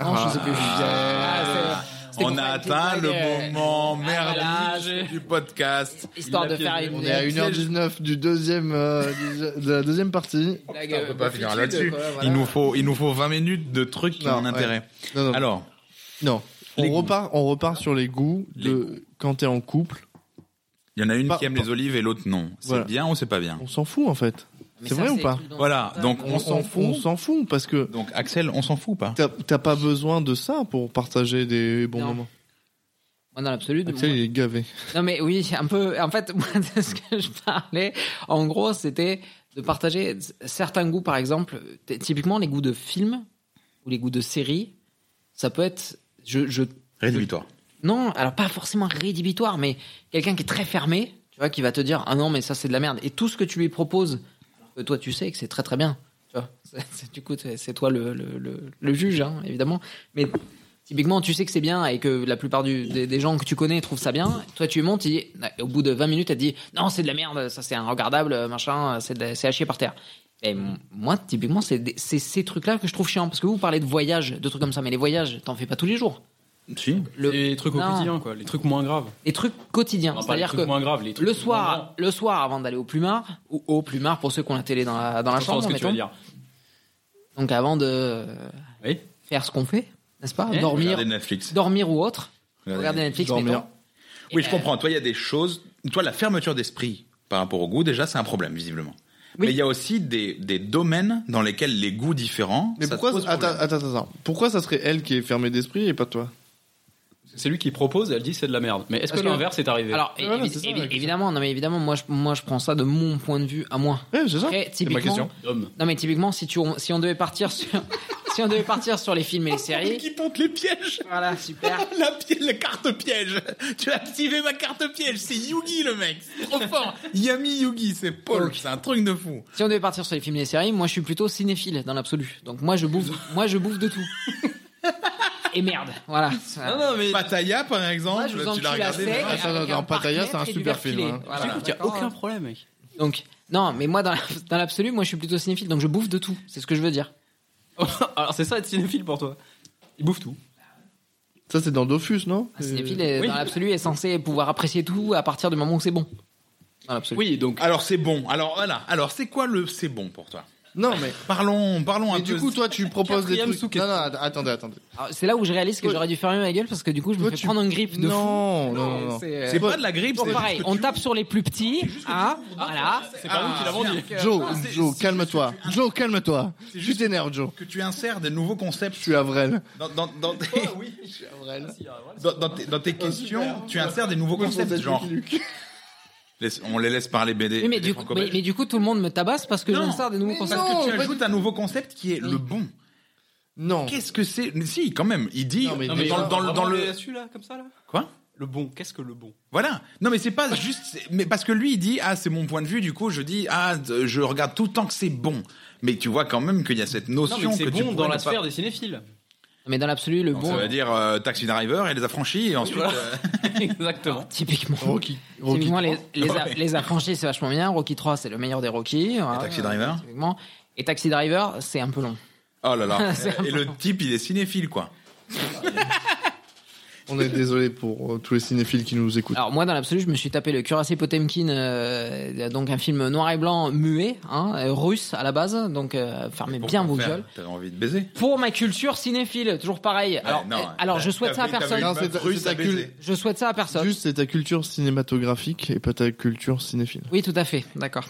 S4: Non, je sais plus.
S1: Euh,
S2: Ah,
S4: Ah, c'est- c'était
S2: On
S4: pour
S2: a
S4: faire une petite
S2: atteint le
S4: blague, euh,
S2: moment
S4: voilà,
S2: merdique du podcast.
S4: Histoire
S3: Il l'a
S4: de faire
S3: piégé.
S4: une.
S1: Ah, On est à 1h19 du deuxième, euh, du- de la deuxième partie.
S4: blague,
S2: On
S4: euh,
S2: peut pas finir
S4: fluide,
S2: là-dessus.
S4: quoi, voilà.
S2: Il nous faut, il nous faut 20 minutes de trucs qui
S1: Non,
S2: ont un
S1: ouais.
S2: intérêt.
S1: Non, non,
S2: Alors,
S1: non.
S2: les
S1: On
S2: goûts.
S1: repart, on repart sur les goûts
S2: Les
S1: de quand t'es en couple.
S2: il y en a une
S1: Par-
S2: qui aime
S1: par-
S2: les olives et l'autre non. C'est
S1: Voilà.
S2: bien ou c'est pas bien
S1: On s'en fout en fait.
S4: Mais
S1: C'est
S4: ça,
S1: vrai ou pas
S4: tout dans-
S2: Voilà, donc
S1: On s'en fout. On s'en fout parce que
S2: Donc Axel, on s'en fout ou pas
S1: t'as- t'as pas besoin de ça pour partager des bons
S4: Non. Ah,
S1: moments.
S4: Moi, dans l'absolu. de-
S1: Axel, il est gavé.
S4: Non, mais oui, *laughs* un peu. En fait, moi, de ce que je parlais, en gros, c'était de partager certains goûts, par exemple, t- typiquement les goûts de films ou les goûts de séries. Ça peut être. Je, je
S2: Rédhibitoire.
S4: Non, alors pas forcément rédhibitoire, mais quelqu'un qui est très fermé, tu vois, qui va te dire ah non mais ça c'est de la merde. Et tout ce que tu lui proposes, alors que toi tu sais que c'est très très bien. Tu vois, *laughs* C'est- c'est- du coup c'est c'est toi le, le, le- le juge, hein, évidemment. Mais typiquement tu sais que c'est bien et que la plupart du- des, des gens que tu connais trouvent ça bien. Toi tu montes, il- et au bout de 20 minutes elle te dit non c'est de la merde, ça c'est regardable, machin, c'est de- c'est à chier par terre. Et m- moi, typiquement, c'est des- c'est ces trucs-là que je trouve chiants. Parce que vous, vous parlez de voyages, de trucs comme ça, mais les voyages, t'en fais pas tous les jours.
S2: Si.
S4: Le-
S3: Les trucs au
S4: Non.
S3: quotidien, quoi. Les trucs moins graves.
S4: Les trucs quotidiens.
S3: Enfin, pas les
S4: C'est-à-dire
S3: trucs
S4: que
S3: moins graves, les trucs
S4: le
S3: moins
S4: soir,
S3: grands.
S4: le soir avant d'aller au plumard, ou au plumard pour ceux qui ont la télé dans la, dans la
S3: Je pense
S4: chambre,
S3: que tu vas
S4: mettons.
S3: dire.
S4: donc avant de euh,
S3: Oui.
S4: faire ce qu'on fait, n'est-ce pas
S3: Eh,
S4: Dormir,
S2: Regardez Netflix.
S4: dormir ou autre.
S2: Regardez
S4: Regarder Netflix,
S1: dormir.
S4: mettons.
S2: Oui,
S4: Et,
S2: je
S4: euh,
S2: comprends. Toi, il y a des choses. Toi, la fermeture d'esprit par rapport au goût, déjà, c'est un problème, visiblement.
S4: Oui.
S2: Mais il y a aussi des, des domaines dans lesquels les goûts différents.
S1: Mais
S2: ça
S1: pourquoi
S2: te pose
S1: attends,
S2: problème.
S1: attends, attends, attends. Pourquoi ça serait elle qui est fermée d'esprit et pas toi
S3: C'est lui qui propose, elle dit c'est de la merde. Mais est-ce que
S4: Parce que-
S3: l'inverse est arrivé
S4: Alors,
S1: Ouais, ouais,
S4: évi-
S1: c'est ça,
S4: évi-
S1: la question.
S4: évidemment, non mais évidemment, moi je, moi je prends ça de mon point de vue à moi.
S1: Ouais,
S3: Ah,
S1: c'est ça.
S4: Après,
S1: C'est ma question.
S4: typiquement,
S3: Homme.
S4: non mais typiquement, si tu, on- si on devait partir sur, *laughs* si on devait partir sur les films et les séries,
S2: Qui tente les pièges
S4: voilà, super.
S2: la, pi- la carte piège Tu as activé ma carte piège C'est Yugi, le mec C'est trop fort Yami Yugi, c'est Paul
S4: Ok.
S2: C'est un truc de fou
S4: Si on devait partir sur les films et les séries, moi je suis plutôt cinéphile dans l'absolu. Donc moi je bouffe, moi je bouffe de tout. *laughs* Et merde, voilà.
S3: Non, non, mais.
S2: Pataya, par exemple,
S4: Moi, je vous
S2: Ah tu l'as
S4: encule à
S2: regardé
S4: sec.
S2: non
S1: Attends,
S4: avec
S1: attends,
S4: un
S1: Pattaya,
S4: parquet
S1: c'est un
S4: et du
S1: super
S4: verre
S1: film,
S4: filé.
S1: hein.
S4: Voilà,
S3: Du coup, il y a
S4: d'accord.
S3: aucun problème, mec.
S4: Donc, non, mais moi, dans la- dans l'absolu, moi, je suis plutôt cinéphile, donc je bouffe de tout. C'est ce que je veux dire.
S3: *laughs* Alors, c'est ça être cinéphile pour toi. Il bouffe tout.
S1: Ça, c'est dans Dofus, non Euh,
S4: Un cinéphile, est-
S3: oui.
S4: dans l'absolu, est censé pouvoir apprécier tout à partir du moment où c'est bon. Dans l'absolu.
S3: Oui, donc.
S2: Alors, c'est bon. Alors, voilà. Alors, c'est quoi le c'est bon pour toi
S1: Non, mais.
S2: Parlons, parlons un
S1: Mais
S2: peu.
S1: du coup, toi, tu proposes des
S3: Quatrième
S1: trucs.
S3: sous-question.
S1: Non, non, att- attendez, attendez.
S4: Alors, C'est là où je réalise que
S1: Toi-
S4: j'aurais dû fermer ma gueule parce que du coup, je me
S1: Toi,
S4: fais
S1: tu-
S4: prendre un grip de fou.
S1: non, non, non, non.
S4: C'est euh,
S2: c'est pas de la grippe,
S4: toujours
S2: c'est
S4: pareil.
S2: juste que
S4: On
S2: tu-
S4: tape sur les plus petits, hein, voilà.
S3: C'est pas vous qui l'avez vendu.
S1: Joe, Joe, calme-toi. Joe, calme-toi.
S2: C'est
S1: Tu
S2: juste-
S1: t'énerves, Joe.
S2: que tu insères des nouveaux concepts
S1: Tu es Avrel.
S2: dans, dans, dans, tes,
S4: Oh
S2: *laughs* dans- dans tes- dans tes questions, tu insères des nouveaux concepts, genre laisse- on les laisse parler BD.
S4: Oui, mais
S2: BD
S4: du, coup, mais,
S2: franco-belges.
S4: mais du coup, tout le monde me tabasse parce que
S2: Non,
S4: j'insère des nouveaux concepts.
S2: parce que
S1: Non,
S2: tu ajoutes un nouveau concept qui est le bon.
S1: Non.
S2: Qu'est-ce que c'est Si, quand même, il dit
S1: Non, mais
S2: dans,
S1: déjà,
S2: le- dans le- dans le
S3: là, comme ça, là
S2: quoi
S3: Le bon, qu'est-ce que le bon
S2: Voilà. Non, mais c'est pas juste. c'est- Mais parce que lui, il dit ah c'est mon point de vue. Du coup, je dis ah d- je regarde tout le temps que c'est bon. Mais tu vois quand même qu'il y a cette
S3: Non,
S2: notion
S3: mais c'est
S2: que tu
S3: bon
S2: pourrais
S3: dans
S2: ne
S3: la
S2: pas-
S3: sphère des cinéphiles.
S4: Mais dans l'absolu, le
S2: Donc,
S4: bon.
S2: ça veut dire euh, Taxi Driver et les affranchis et ensuite
S3: voilà.
S2: euh,
S3: Exactement.
S4: Typiquement.
S1: Rocky. Rocky.
S4: *laughs* Typiquement, les, les, a-
S2: Ouais.
S4: les affranchis, c'est vachement bien. Rocky 3, c'est le meilleur des Rocky. voilà,
S2: Taxi Driver
S4: typiquement. Et Taxi Driver, c'est un peu long.
S2: Oh là là.
S4: C'est
S2: et le type, il est cinéphile, quoi.
S1: On est désolé pour euh, tous les cinéphiles qui nous écoutent.
S4: Alors moi, dans l'absolu, je me suis tapé le Cuirassé Potemkin, euh, donc un film noir et blanc muet, hein, euh, russe à la base, donc euh, fermez bien vos
S2: Pourquoi faire
S4: gueules.
S2: T'avais envie de baiser
S4: Pour ma culture cinéphile, toujours pareil. Alors,
S2: non,
S4: euh,
S2: hein.
S4: alors
S2: T'as-
S4: je souhaite
S2: t'as
S4: ça à
S2: vu- t'as vu-
S4: personne.
S1: Non, c'est
S2: Russe
S1: c'est ta
S2: à
S1: cul-
S2: baiser.
S4: Je souhaite ça à personne.
S1: Juste, c'est ta culture cinématographique et pas ta culture cinéphile.
S4: Oui, tout à fait, d'accord.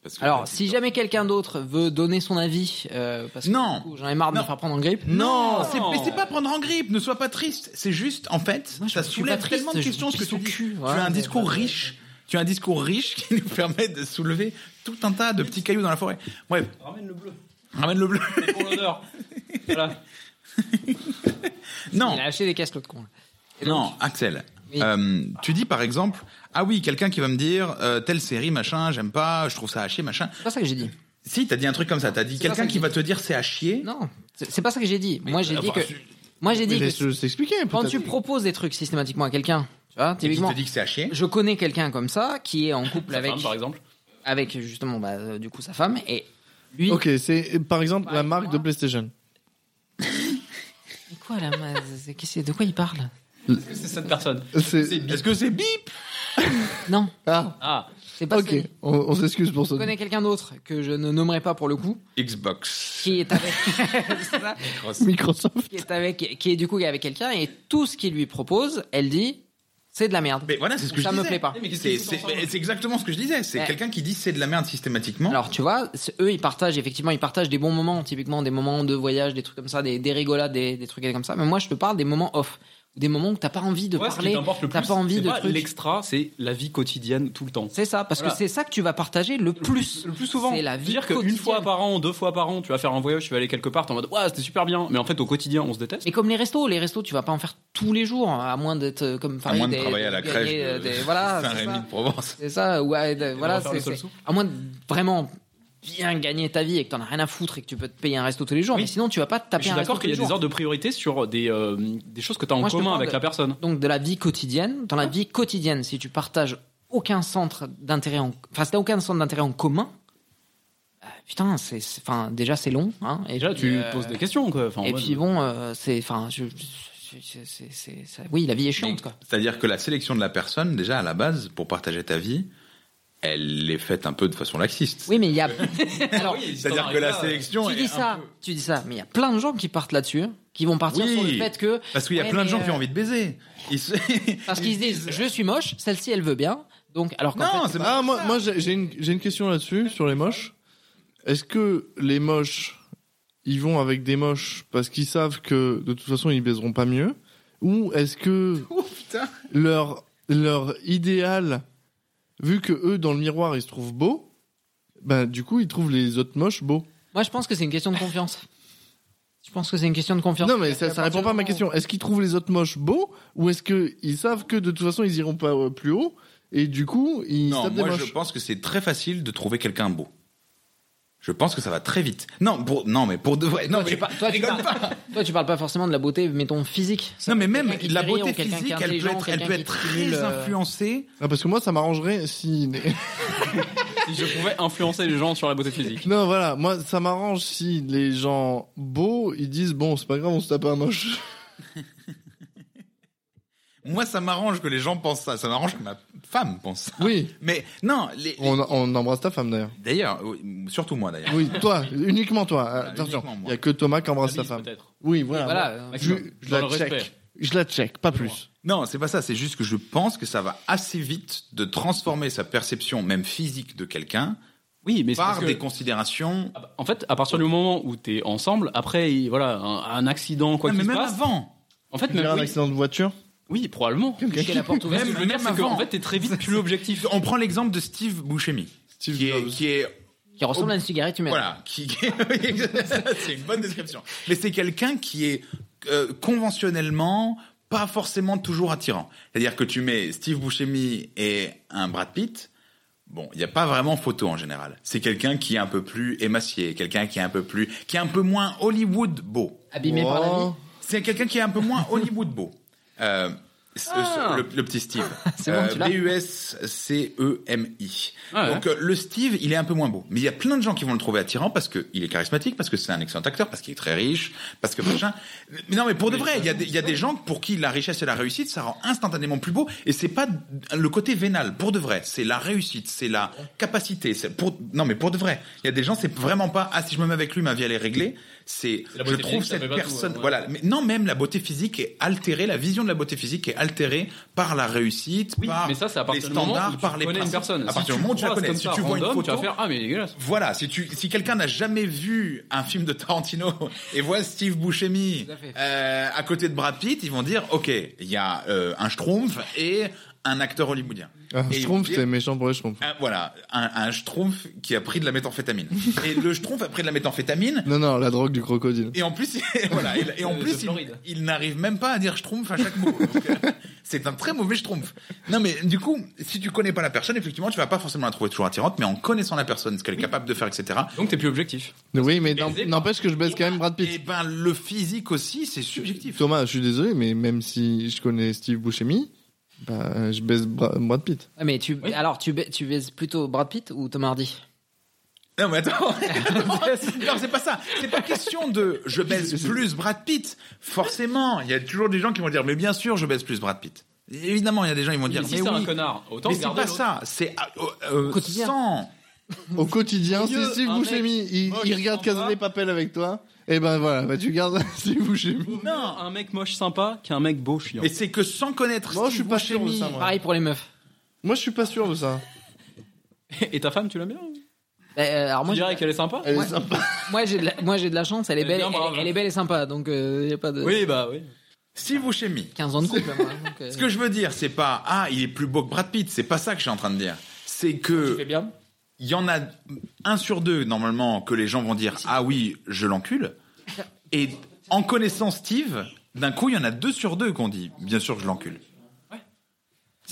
S2: Parce que-
S4: Alors, si jamais quelqu'un d'autre veut donner son avis, euh, parce que
S2: Non.
S4: du coup, j'en ai marre de me
S2: Non.
S4: faire prendre en grippe.
S2: Non,
S3: Non.
S2: c'est- mais c'est pas prendre en grippe, ne sois pas triste. C'est juste, en fait, ça
S4: suis
S2: soulève
S4: pas triste,
S2: tellement de
S4: je me
S2: questions ce que
S4: pisse
S2: tu
S4: au
S2: dis.
S4: cul,
S2: tu
S4: voilà,
S2: as un
S4: mais
S2: discours
S4: pas-
S2: riche, tu as un discours riche qui nous permet de soulever tout un tas de petits cailloux dans la forêt. Bref,
S3: Ramène le bleu.
S2: ramène le bleu. *laughs*
S3: Pour l'odeur. Voilà.
S2: Non,
S4: Il a lâché des casques de con.
S2: non, Axel.
S4: Oui.
S2: euh, tu dis par exemple, ah oui, quelqu'un qui va me dire euh, telle série machin, j'aime pas, je trouve ça à chier machin.
S4: C'est pas ça que j'ai dit.
S2: Si t'as dit un truc comme ça, t'as dit
S4: C'est pas
S2: quelqu'un
S4: ça que
S2: qui
S4: j'ai
S2: va te dire c'est à chier.
S4: Non, c'est c'est pas ça que j'ai dit. Moi, j'ai dit
S2: enfin,
S4: que. Moi, j'ai dit
S1: Mais
S4: que
S1: laisse-le s'expliquer.
S4: quand
S1: peut-être.
S4: tu proposes des trucs systématiquement à quelqu'un, tu vois,
S2: Et qui
S4: typiquement.
S2: te dit que c'est à chier.
S4: Je connais quelqu'un comme ça qui est en couple
S3: Sa
S4: avec,
S3: femme, par exemple.
S4: avec justement bah, euh, du coup sa femme et lui.
S1: Ok, c'est par exemple la
S4: Pareil,
S1: marque
S4: Bah, moi.
S1: de PlayStation.
S4: Mais quoi là ma- c'est- qu'est-ce que- De quoi il parle
S3: C'est cette personne.
S1: C'est...
S2: Est-ce que c'est bip
S4: Non,
S1: Ah,
S3: Ah,
S4: Bah, c'est pas
S1: ok.
S4: ça.
S1: On, on s'excuse pour ça.
S4: Je connais quelqu'un d'autre que je ne nommerai pas pour le coup,
S2: Xbox.
S4: qui est avec, *laughs* C'est ça,
S1: Microsoft.
S4: qui est avec, qui est du coup avec quelqu'un et tout ce qu'il lui propose, elle dit c'est de la merde.
S2: Mais voilà, c'est ce que
S4: ça
S2: je
S4: me
S2: disais.
S4: plaît pas.
S3: mais qu'est-ce
S2: C'est
S3: qu'ils foutent
S2: c'est-
S3: ensemble
S2: mais c'est exactement ce que je disais. C'est
S4: Ouais.
S2: quelqu'un qui dit c'est de la merde systématiquement.
S4: Alors tu vois, c'est- eux ils partagent effectivement, ils partagent des bons moments, typiquement des moments de voyage, des trucs comme ça, des, des rigolades, des, des trucs comme ça. Mais moi je te parle des moments off, des moments où t'as pas envie de
S3: Ouais, ce qui
S4: parler,
S3: t'importe le
S4: t'as
S3: plus,
S4: pas envie
S3: c'est
S4: de
S3: pas
S4: trucs.
S3: L'extra, c'est la vie quotidienne tout le temps.
S4: C'est ça, parce
S3: Voilà.
S4: que c'est ça que tu vas partager le plus.
S3: le plus souvent.
S4: C'est la vie
S3: dire
S4: quotidienne.
S3: qu'une fois par an, deux fois par an, tu vas faire un voyage, tu vas aller quelque part, t'es en mode Ouah, c'était super bien. Mais en fait, au quotidien, on se déteste.
S4: Et comme les restos, les restos, tu vas pas en faire tous les jours, à moins d'être euh, comme
S2: à
S4: Farid,
S2: moins de
S4: et
S2: travailler à la
S4: gagner,
S2: crèche
S4: euh,
S2: de
S4: des-
S3: *laughs*
S4: voilà, c'est
S2: Saint-Rémy
S4: ça.
S2: de Provence.
S4: C'est ça, ou à- de- voilà,
S3: refaire le
S4: c'est
S3: seul
S4: c'est-
S3: sou.
S4: à moins de vraiment bien gagner ta vie et que t'en as rien à foutre et que tu peux te payer un resto tous les jours,
S3: Oui.
S4: mais sinon tu vas pas te
S3: Mais
S4: taper
S3: je
S4: un
S3: suis
S4: resto
S3: d'accord
S4: tous
S3: qu'il y
S4: les
S3: a des
S4: jours.
S3: ordres de priorité sur des, euh, des choses que t'as en
S4: Moi, je te
S3: commun
S4: parle
S3: avec
S4: de-
S3: la personne.
S4: Donc de la vie quotidienne, dans la vie quotidienne, si tu partages aucun centre d'intérêt, en... enfin si t'as aucun centre d'intérêt en commun, euh, putain, c'est, c'est- enfin déjà c'est long, hein, et
S3: Déjà,
S4: puis,
S3: tu
S4: euh,
S3: poses des questions. Quoi. Enfin, en
S4: Et
S3: mode-
S4: puis bon, euh, c'est, enfin, je- je- je- c'est- c'est- ça- oui, la vie est chiante quoi.
S2: C'est-à-dire que la sélection de la personne, déjà à la base, pour partager ta vie, elle est faite un peu de façon laxiste.
S4: Oui, mais il y a. Alors,
S3: Oui, si t'en
S2: C'est-à-dire que
S3: arrives
S2: la
S3: là,
S2: sélection.
S4: tu
S2: est
S4: dis
S2: un
S4: ça,
S2: peu-
S4: tu dis ça, mais il y a plein de gens qui partent là-dessus, qui vont partir
S2: Oui.
S4: sur le fait que
S2: Parce qu'il y a
S4: Ouais,
S2: plein de
S4: mais,
S2: gens qui ont
S4: euh,
S2: envie de baiser. Ils se-
S4: *laughs* parce qu'ils
S2: *laughs*
S4: se disent, je suis moche, celle-ci elle veut bien, donc alors qu'en
S2: Non,
S4: fait, bah,
S2: c'est pas.
S1: Ah, moi, moi j'ai, j'ai une, j'ai une question là-dessus, sur les moches. Est-ce que les moches, ils vont avec des moches parce qu'ils savent que de toute façon ils baiseront pas mieux Ou est-ce que
S2: *laughs* Oh, putain.
S1: leur, leur idéal, vu que eux dans le miroir ils se trouvent beaux, ben du coup ils trouvent les autres moches beaux
S4: moi je pense que c'est une question de confiance. Je pense que c'est une question de confiance.
S1: Non, mais ça, ça répond pas à ma question. Est-ce qu'ils trouvent les autres moches beaux ou est-ce qu'ils savent que de toute façon ils iront pas euh, plus haut et du coup ils
S2: Non,
S1: tapent des
S2: moi
S1: moches
S2: je pense que c'est très facile de trouver quelqu'un beau. Je pense que ça va très vite. Non, pour... non mais pour de vrai. Non,
S4: Toi,
S2: mais
S4: tu par- toi, tu
S2: rigole
S4: parles-
S2: pas.
S4: Toi, tu parles pas forcément de la beauté, mettons physique. Ça
S2: Non, mais
S4: peut être
S2: même
S4: quelqu'un qui
S2: la
S4: rit ou
S2: beauté
S4: quelqu'un qui est
S2: physique, elle peut
S4: intelligent,
S2: être, elle peut
S4: quelqu'un qui
S2: être très
S4: stimule, euh,
S2: influencée.
S1: Ah, parce que moi ça m'arrangerait si
S3: Si je pouvais influencer les gens sur la beauté
S2: *laughs*
S3: physique.
S1: non voilà moi ça m'arrange si les gens beaux ils disent bon c'est pas grave on se tape un moche.
S2: Moi, ça m'arrange que les gens pensent ça. Ça m'arrange que ma femme pense ça.
S1: Oui
S2: Mais non, les- les-
S1: *laughs* on, on embrasse ta femme d'ailleurs.
S2: d'ailleurs, oui, surtout moi d'ailleurs.
S1: Oui toi uniquement toi attention
S2: uniquement moi.
S1: il y a que Thomas qui embrasse
S3: La
S1: ta
S3: bise,
S1: femme.
S3: peut-être.
S1: Oui voilà.
S4: Voilà.
S1: moi,
S4: euh,
S1: Je, je
S3: Dans le
S1: la check
S3: respect.
S1: je la check pas plus.
S2: Non, c'est pas ça. C'est juste que je pense que ça va assez vite de transformer sa perception, même physique, de quelqu'un
S3: Oui, mais c'est parce
S2: par
S3: que-
S2: des considérations.
S3: Ah bah, En fait, à partir du moment où t'es ensemble, après, il- voilà, un, un accident, quoi
S2: Non,
S3: qu'il
S2: mais
S3: se
S2: même
S3: passe.
S2: avant.
S3: En fait,
S1: Il y a
S3: même,
S1: un
S3: oui,
S1: accident de voiture.
S3: oui, probablement.
S4: J'ai la porte ouverte.
S3: Ce que je veux dire,
S2: Même
S3: c'est que,
S2: avant.
S3: en fait,
S4: *laughs*
S3: t'es très vite plus objectif.
S2: On prend l'exemple de Steve Buscemi,
S1: Steve
S2: qui est,
S1: Jobs.
S2: qui est
S4: Qui ressemble à une cigarette humaine.
S2: Voilà, qui, qui- *laughs* c'est une bonne description. Mais c'est quelqu'un qui est euh, conventionnellement pas forcément toujours attirant. C'est-à-dire que tu mets Steve Buscemi et un Brad Pitt, bon, il n'y a pas vraiment photo en général. C'est quelqu'un qui est un peu plus émacié, quelqu'un qui est un peu plus, qui est un peu moins Hollywood beau.
S4: Abîmé par la vie.
S1: Oh.
S2: C'est quelqu'un qui est un peu moins Hollywood beau. Euh, ce- ce-
S3: Ah.
S2: le, le petit Steve. Euh,
S4: C'est bon, tu l'as.
S2: B-U-S-C-E-M-I.
S3: Ah ouais.
S2: E Donc euh, le Steve, il est un peu moins beau. Mais il y a plein de gens qui vont le trouver attirant parce qu'il est charismatique, parce que c'est un excellent acteur, parce qu'il est très riche, parce que machin. Mais non, mais pour de vrai, il y, a des- il y a des gens pour qui la richesse et la réussite, ça rend instantanément plus beau. Et c'est pas le côté vénal. Pour de vrai, c'est la réussite, c'est la capacité. c'est Pour... Non, mais pour de vrai, il y a des gens, c'est vraiment pas, ah, si je me mets avec lui, ma vie, elle est réglée. c'est,
S5: La
S2: je
S5: beauté
S2: trouve
S5: physique, ça fait pas
S2: cette
S5: tout,
S2: personne,
S5: hein, ouais.
S2: voilà, mais non, même la beauté physique est altérée, la vision de la beauté physique est altérée par la réussite,
S3: Oui,
S2: par
S3: mais ça, c'est à
S2: les
S3: partir du moment
S2: standards,
S3: où tu
S2: par les
S3: connais une
S2: principes.
S3: personne.
S2: À
S3: Si
S2: partir du moment où tu la
S3: croises
S2: connais,
S3: comme
S2: si
S3: ça,
S2: tu vois une
S3: random,
S2: photo,
S3: tu vas faire ah mais dégueulasse.
S2: voilà, si tu, si quelqu'un n'a jamais vu un film de Tarantino *laughs* et voit Steve Buscemi
S4: Tout à fait.
S2: euh, à côté de Brad Pitt, ils vont dire ok, il y a euh, un schtroumpf et un acteur hollywoodien.
S1: Ah,
S2: Et
S1: je trouve
S2: ils vont
S1: c'est
S2: dire,
S1: méchant pour les schtroumpfs.
S2: un- voilà, un, un schtroumpf qui a pris de la méthamphétamine. et le schtroumpf a pris de la méthamphétamine.
S1: Non, non, la drogue du crocodile.
S2: Et en plus, *laughs* voilà, et, et en
S5: De- de
S2: plus, il,
S5: Floride.
S2: il n'arrive même pas à dire schtroumpf à chaque mot. Donc, euh, *laughs* C'est un très mauvais schtroumpf. Non, mais du coup, si tu connais pas la personne, effectivement, tu vas pas forcément la trouver toujours attirante, mais en connaissant la personne, ce qu'elle est capable de faire, etc.
S3: Donc t'es plus objectif.
S1: Oui, mais
S3: baisé
S1: n'em- n'empêche que je baisse quand même Brad
S2: Et
S1: Pitt.
S2: ben, le physique aussi, c'est subjectif.
S1: Thomas, je suis désolé, mais même si je connais Steve Buscemi, bah, euh, je baisse Bra- Brad Pitt.
S4: Ouais, mais tu,
S3: Oui.
S4: alors tu, ba- tu baises plutôt Brad Pitt ou Tom Hardy
S2: Non, mais attends. *laughs* non, c'est pas ça. C'est pas question de je baisse plus Brad Pitt. Forcément, il y a toujours des gens qui vont dire, mais bien sûr, je baisse plus Brad Pitt. Évidemment, il y a des gens qui vont dire,
S3: Mais si
S2: mais
S3: c'est
S2: oui.
S3: un connard, autant
S2: mais c'est
S3: garder
S2: pas
S3: l'autre.
S2: ça. C'est euh, euh,
S4: Quotidien.
S2: sans.
S1: Au quotidien,
S3: Mieux,
S1: c'est Steve
S3: un
S1: Buscemi.
S3: mec
S1: Il,
S3: moche,
S1: il regarde
S3: sympa.
S1: Casa des Papel avec toi. Et ben voilà, bah, tu gardes *laughs* Steve Buscemi.
S3: Non, un mec moche sympa qu'un mec beau chiant.
S2: Mais c'est que sans connaître.
S1: Non, je
S2: Steve
S1: suis pas sûr de
S2: Buscemi-
S1: ça, moi.
S4: Pareil pour les meufs.
S1: Moi, je suis pas sûr de ça.
S3: Et ta femme, tu l'aimes bien
S4: Bah, euh, alors
S3: Tu
S4: moi, j'ai-
S3: dirais qu'elle est sympa
S1: Elle
S4: Ouais.
S1: est sympa.
S4: moi j'ai de la, moi j'ai de la chance, elle est
S3: Elle est
S4: belle,
S3: bien brave.
S4: elle, elle est belle et sympa, donc euh, y a pas de
S3: Oui, bah oui.
S2: Steve Buscemi.
S4: 15 ans de couple. moi, donc, euh,
S2: Ce que je veux dire, c'est pas ah, il est plus beau que Brad Pitt. C'est pas ça que je suis en train de dire. C'est
S5: Tu
S2: que
S5: fais bien.
S2: il y en a un sur deux normalement que les gens vont dire ah oui je l'encule et en connaissant Steve d'un coup il y en a deux sur deux qu'on dit bien sûr que je l'encule
S3: Mais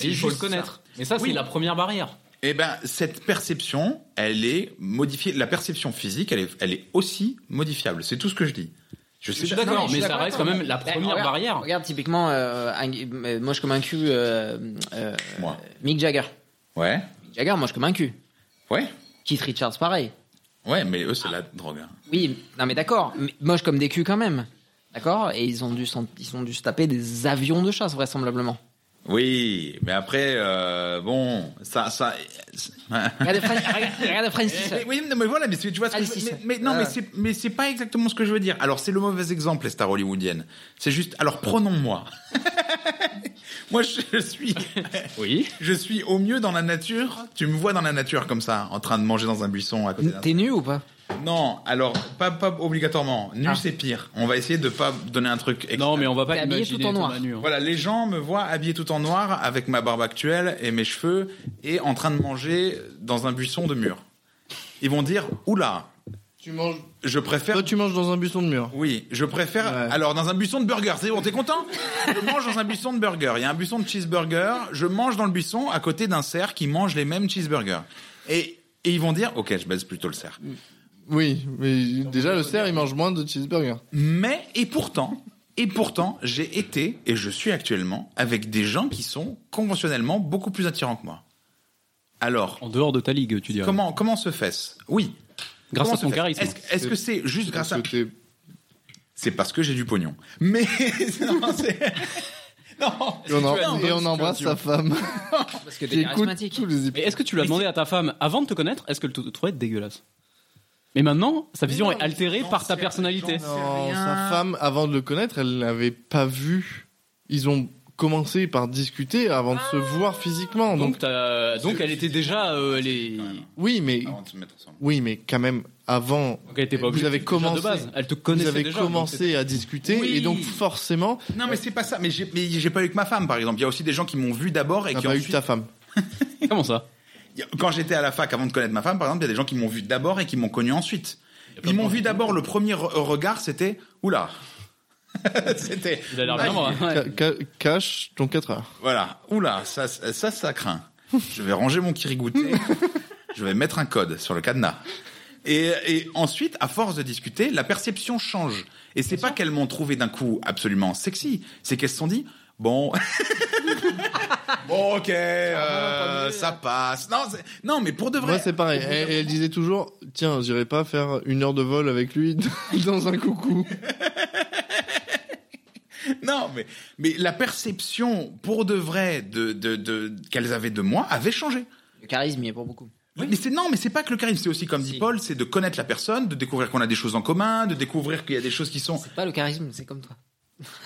S3: il faut le
S2: juste
S3: connaître. Mais ça, c'est
S2: Oui.
S3: la première barrière.
S2: Eh ben cette perception elle est modifiée la perception physique elle est, elle est aussi modifiable c'est tout ce que je dis je
S3: Je
S2: sais
S3: suis
S2: pas- Non,
S3: d'accord, mais
S2: je suis
S3: ça reste quand même la première
S4: regarde,
S3: barrière.
S4: Regarde typiquement euh, un- euh, moche comme un cul, euh, euh,
S2: moi
S4: Mick Jagger.
S2: ouais
S4: Mick Jagger moche comme un cul.
S2: ouais
S4: Keith Richards pareil.
S2: ouais mais eux c'est la drogue hein.
S4: Oui, non mais d'accord, mais moche comme des culs quand même. D'accord Et ils ont dû s'en- ils ont dû se taper des avions de chasse vraisemblablement.
S2: oui mais après euh, bon ça ça
S4: Regarde, Fran- regarde-
S1: *laughs*
S4: regarde Francis.
S2: Mais, oui, non, mais voilà, mais c'est- tu vois ce que
S4: Ah,
S2: je veux-
S4: si, si.
S2: mais, mais non,
S4: Ah.
S2: mais c'est, mais c'est pas exactement ce que je veux dire. Alors, c'est le mauvais exemple, les stars hollywoodiennes. C'est juste, alors prenons-moi. *laughs* Moi, je, je suis,
S3: Oui.
S2: je suis au mieux dans la nature. Tu me vois dans la nature comme ça, en train de manger dans un buisson à côté d'un.
S4: T'es nu ou pas
S2: Non, alors, pas, pas obligatoirement. Nu,
S4: Ah.
S2: c'est pire. On va essayer de pas donner un truc. extrême.
S3: Non, mais on va pas
S4: T'es habillé
S3: imaginer
S4: tout en noir.
S3: Thomas nu, hein.
S2: Voilà, les gens me voient habillé tout en noir avec ma barbe actuelle et mes cheveux et en train de manger dans un buisson de mur. Ils vont dire, oula,
S1: Tu manges.
S2: je préfère
S1: Toi, tu manges dans un buisson de mur.
S2: Oui, je préfère.
S1: Ouais.
S2: Alors, dans un buisson de burger, c'est bon, t'es content Je mange dans un buisson de burger. Il y a un buisson de cheeseburger. Je mange dans le buisson à côté d'un cerf qui mange les mêmes cheeseburgers. Et, et ils vont dire, ok, je baisse plutôt le cerf.
S1: Oui, mais déjà, le cerf, il mange moins de cheeseburger.
S2: Mais, et pourtant, et pourtant, j'ai été, et je suis actuellement, avec des gens qui sont conventionnellement beaucoup plus attirants que moi. Alors,
S3: En dehors de ta ligue, tu dirais.
S2: comment, comment se fait-ce Oui. Comment
S3: Grâce à
S2: se
S3: son
S2: fait-ce
S3: charisme.
S2: Est-ce est-ce que c'est juste grâce à.
S1: Parce *laughs* que t'es-
S2: C'est parce que j'ai du pognon. Mais. *laughs* non, c'est. Non.
S1: Et on, en-
S2: Tu as une
S1: et on
S2: bonne
S1: embrasse sa femme
S4: Parce que
S1: qui
S4: t'es
S1: écoute
S4: charismatique.
S1: tous les
S3: Mais
S1: épisodes.
S3: est-ce que tu l'as demandé à ta femme avant de te connaître Est-ce que te trouvait dégueulasse Mais maintenant, sa vision est altérée
S2: j'en
S3: par ta
S2: sais-
S3: personnalité.
S2: j'en sais-
S1: Non,
S2: rien.
S1: sa femme, avant de le connaître, elle l'avait pas vu. Ils ont commencé par discuter avant de se voir physiquement. Donc,
S3: Donc, t'as- donc elle était déjà, euh, elle est-
S1: oui, mais
S2: Avant de se mettre ensemble.
S1: oui, mais quand même avant.
S3: donc elle était pas
S1: Vous
S3: objective
S1: avez
S3: déjà
S1: commencé-
S3: de base. Elle te
S1: Vous
S3: connaissait
S1: avez
S3: déjà, donc
S1: commencé à discuter
S3: Oui.
S1: et donc forcément,
S2: Non, mais c'est pas ça. Mais j'ai, mais j'ai pas eu que ma femme, par exemple. Il y a aussi des gens qui m'ont vu d'abord et
S1: t'as
S2: qui
S1: pas eu
S2: ensuite.
S1: ta femme.
S3: c'était- Comment ça
S2: Il y a- Quand j'étais à la fac, avant de connaître ma femme, par exemple, il y a des gens qui m'ont vu d'abord et qui m'ont connu ensuite. Ils m'ont vu d'abord. Le premier re- euh, regard, c'était oula. *laughs* c'était
S3: Il a l'air bien, hein. moi. Ouais.
S1: Ca- ca- Cache ton 4 heures.
S2: voilà. Oula, ça, ça, ça craint. Je vais ranger mon
S3: *laughs*
S2: kirigouté. je vais mettre un code sur le cadenas. Et, et ensuite, à force de discuter, la perception change. Et c'est pas qu'elles m'ont trouvé d'un coup absolument sexy. C'est qu'elles se sont dit,
S3: *laughs*
S2: bon. *laughs* bon, ok, euh, ça
S3: hein.
S2: passe. Non, c'est- non, mais pour de vrai.
S1: Moi, c'est pareil. Elle, elle disait toujours, tiens, j'irai pas faire une heure de vol avec lui *laughs* dans un coucou.
S2: Non, mais, mais la perception pour de vrai de, de, de, qu'elles avaient de moi avait changé.
S4: Le charisme, il est pour beaucoup.
S2: Mais c'est non, mais c'est pas que le charisme, c'est aussi comme dit
S4: Si.
S2: Paul, c'est de connaître la personne, de découvrir qu'on a des choses en commun, de découvrir qu'il y a des choses qui sont.
S4: C'est pas le charisme, c'est comme toi.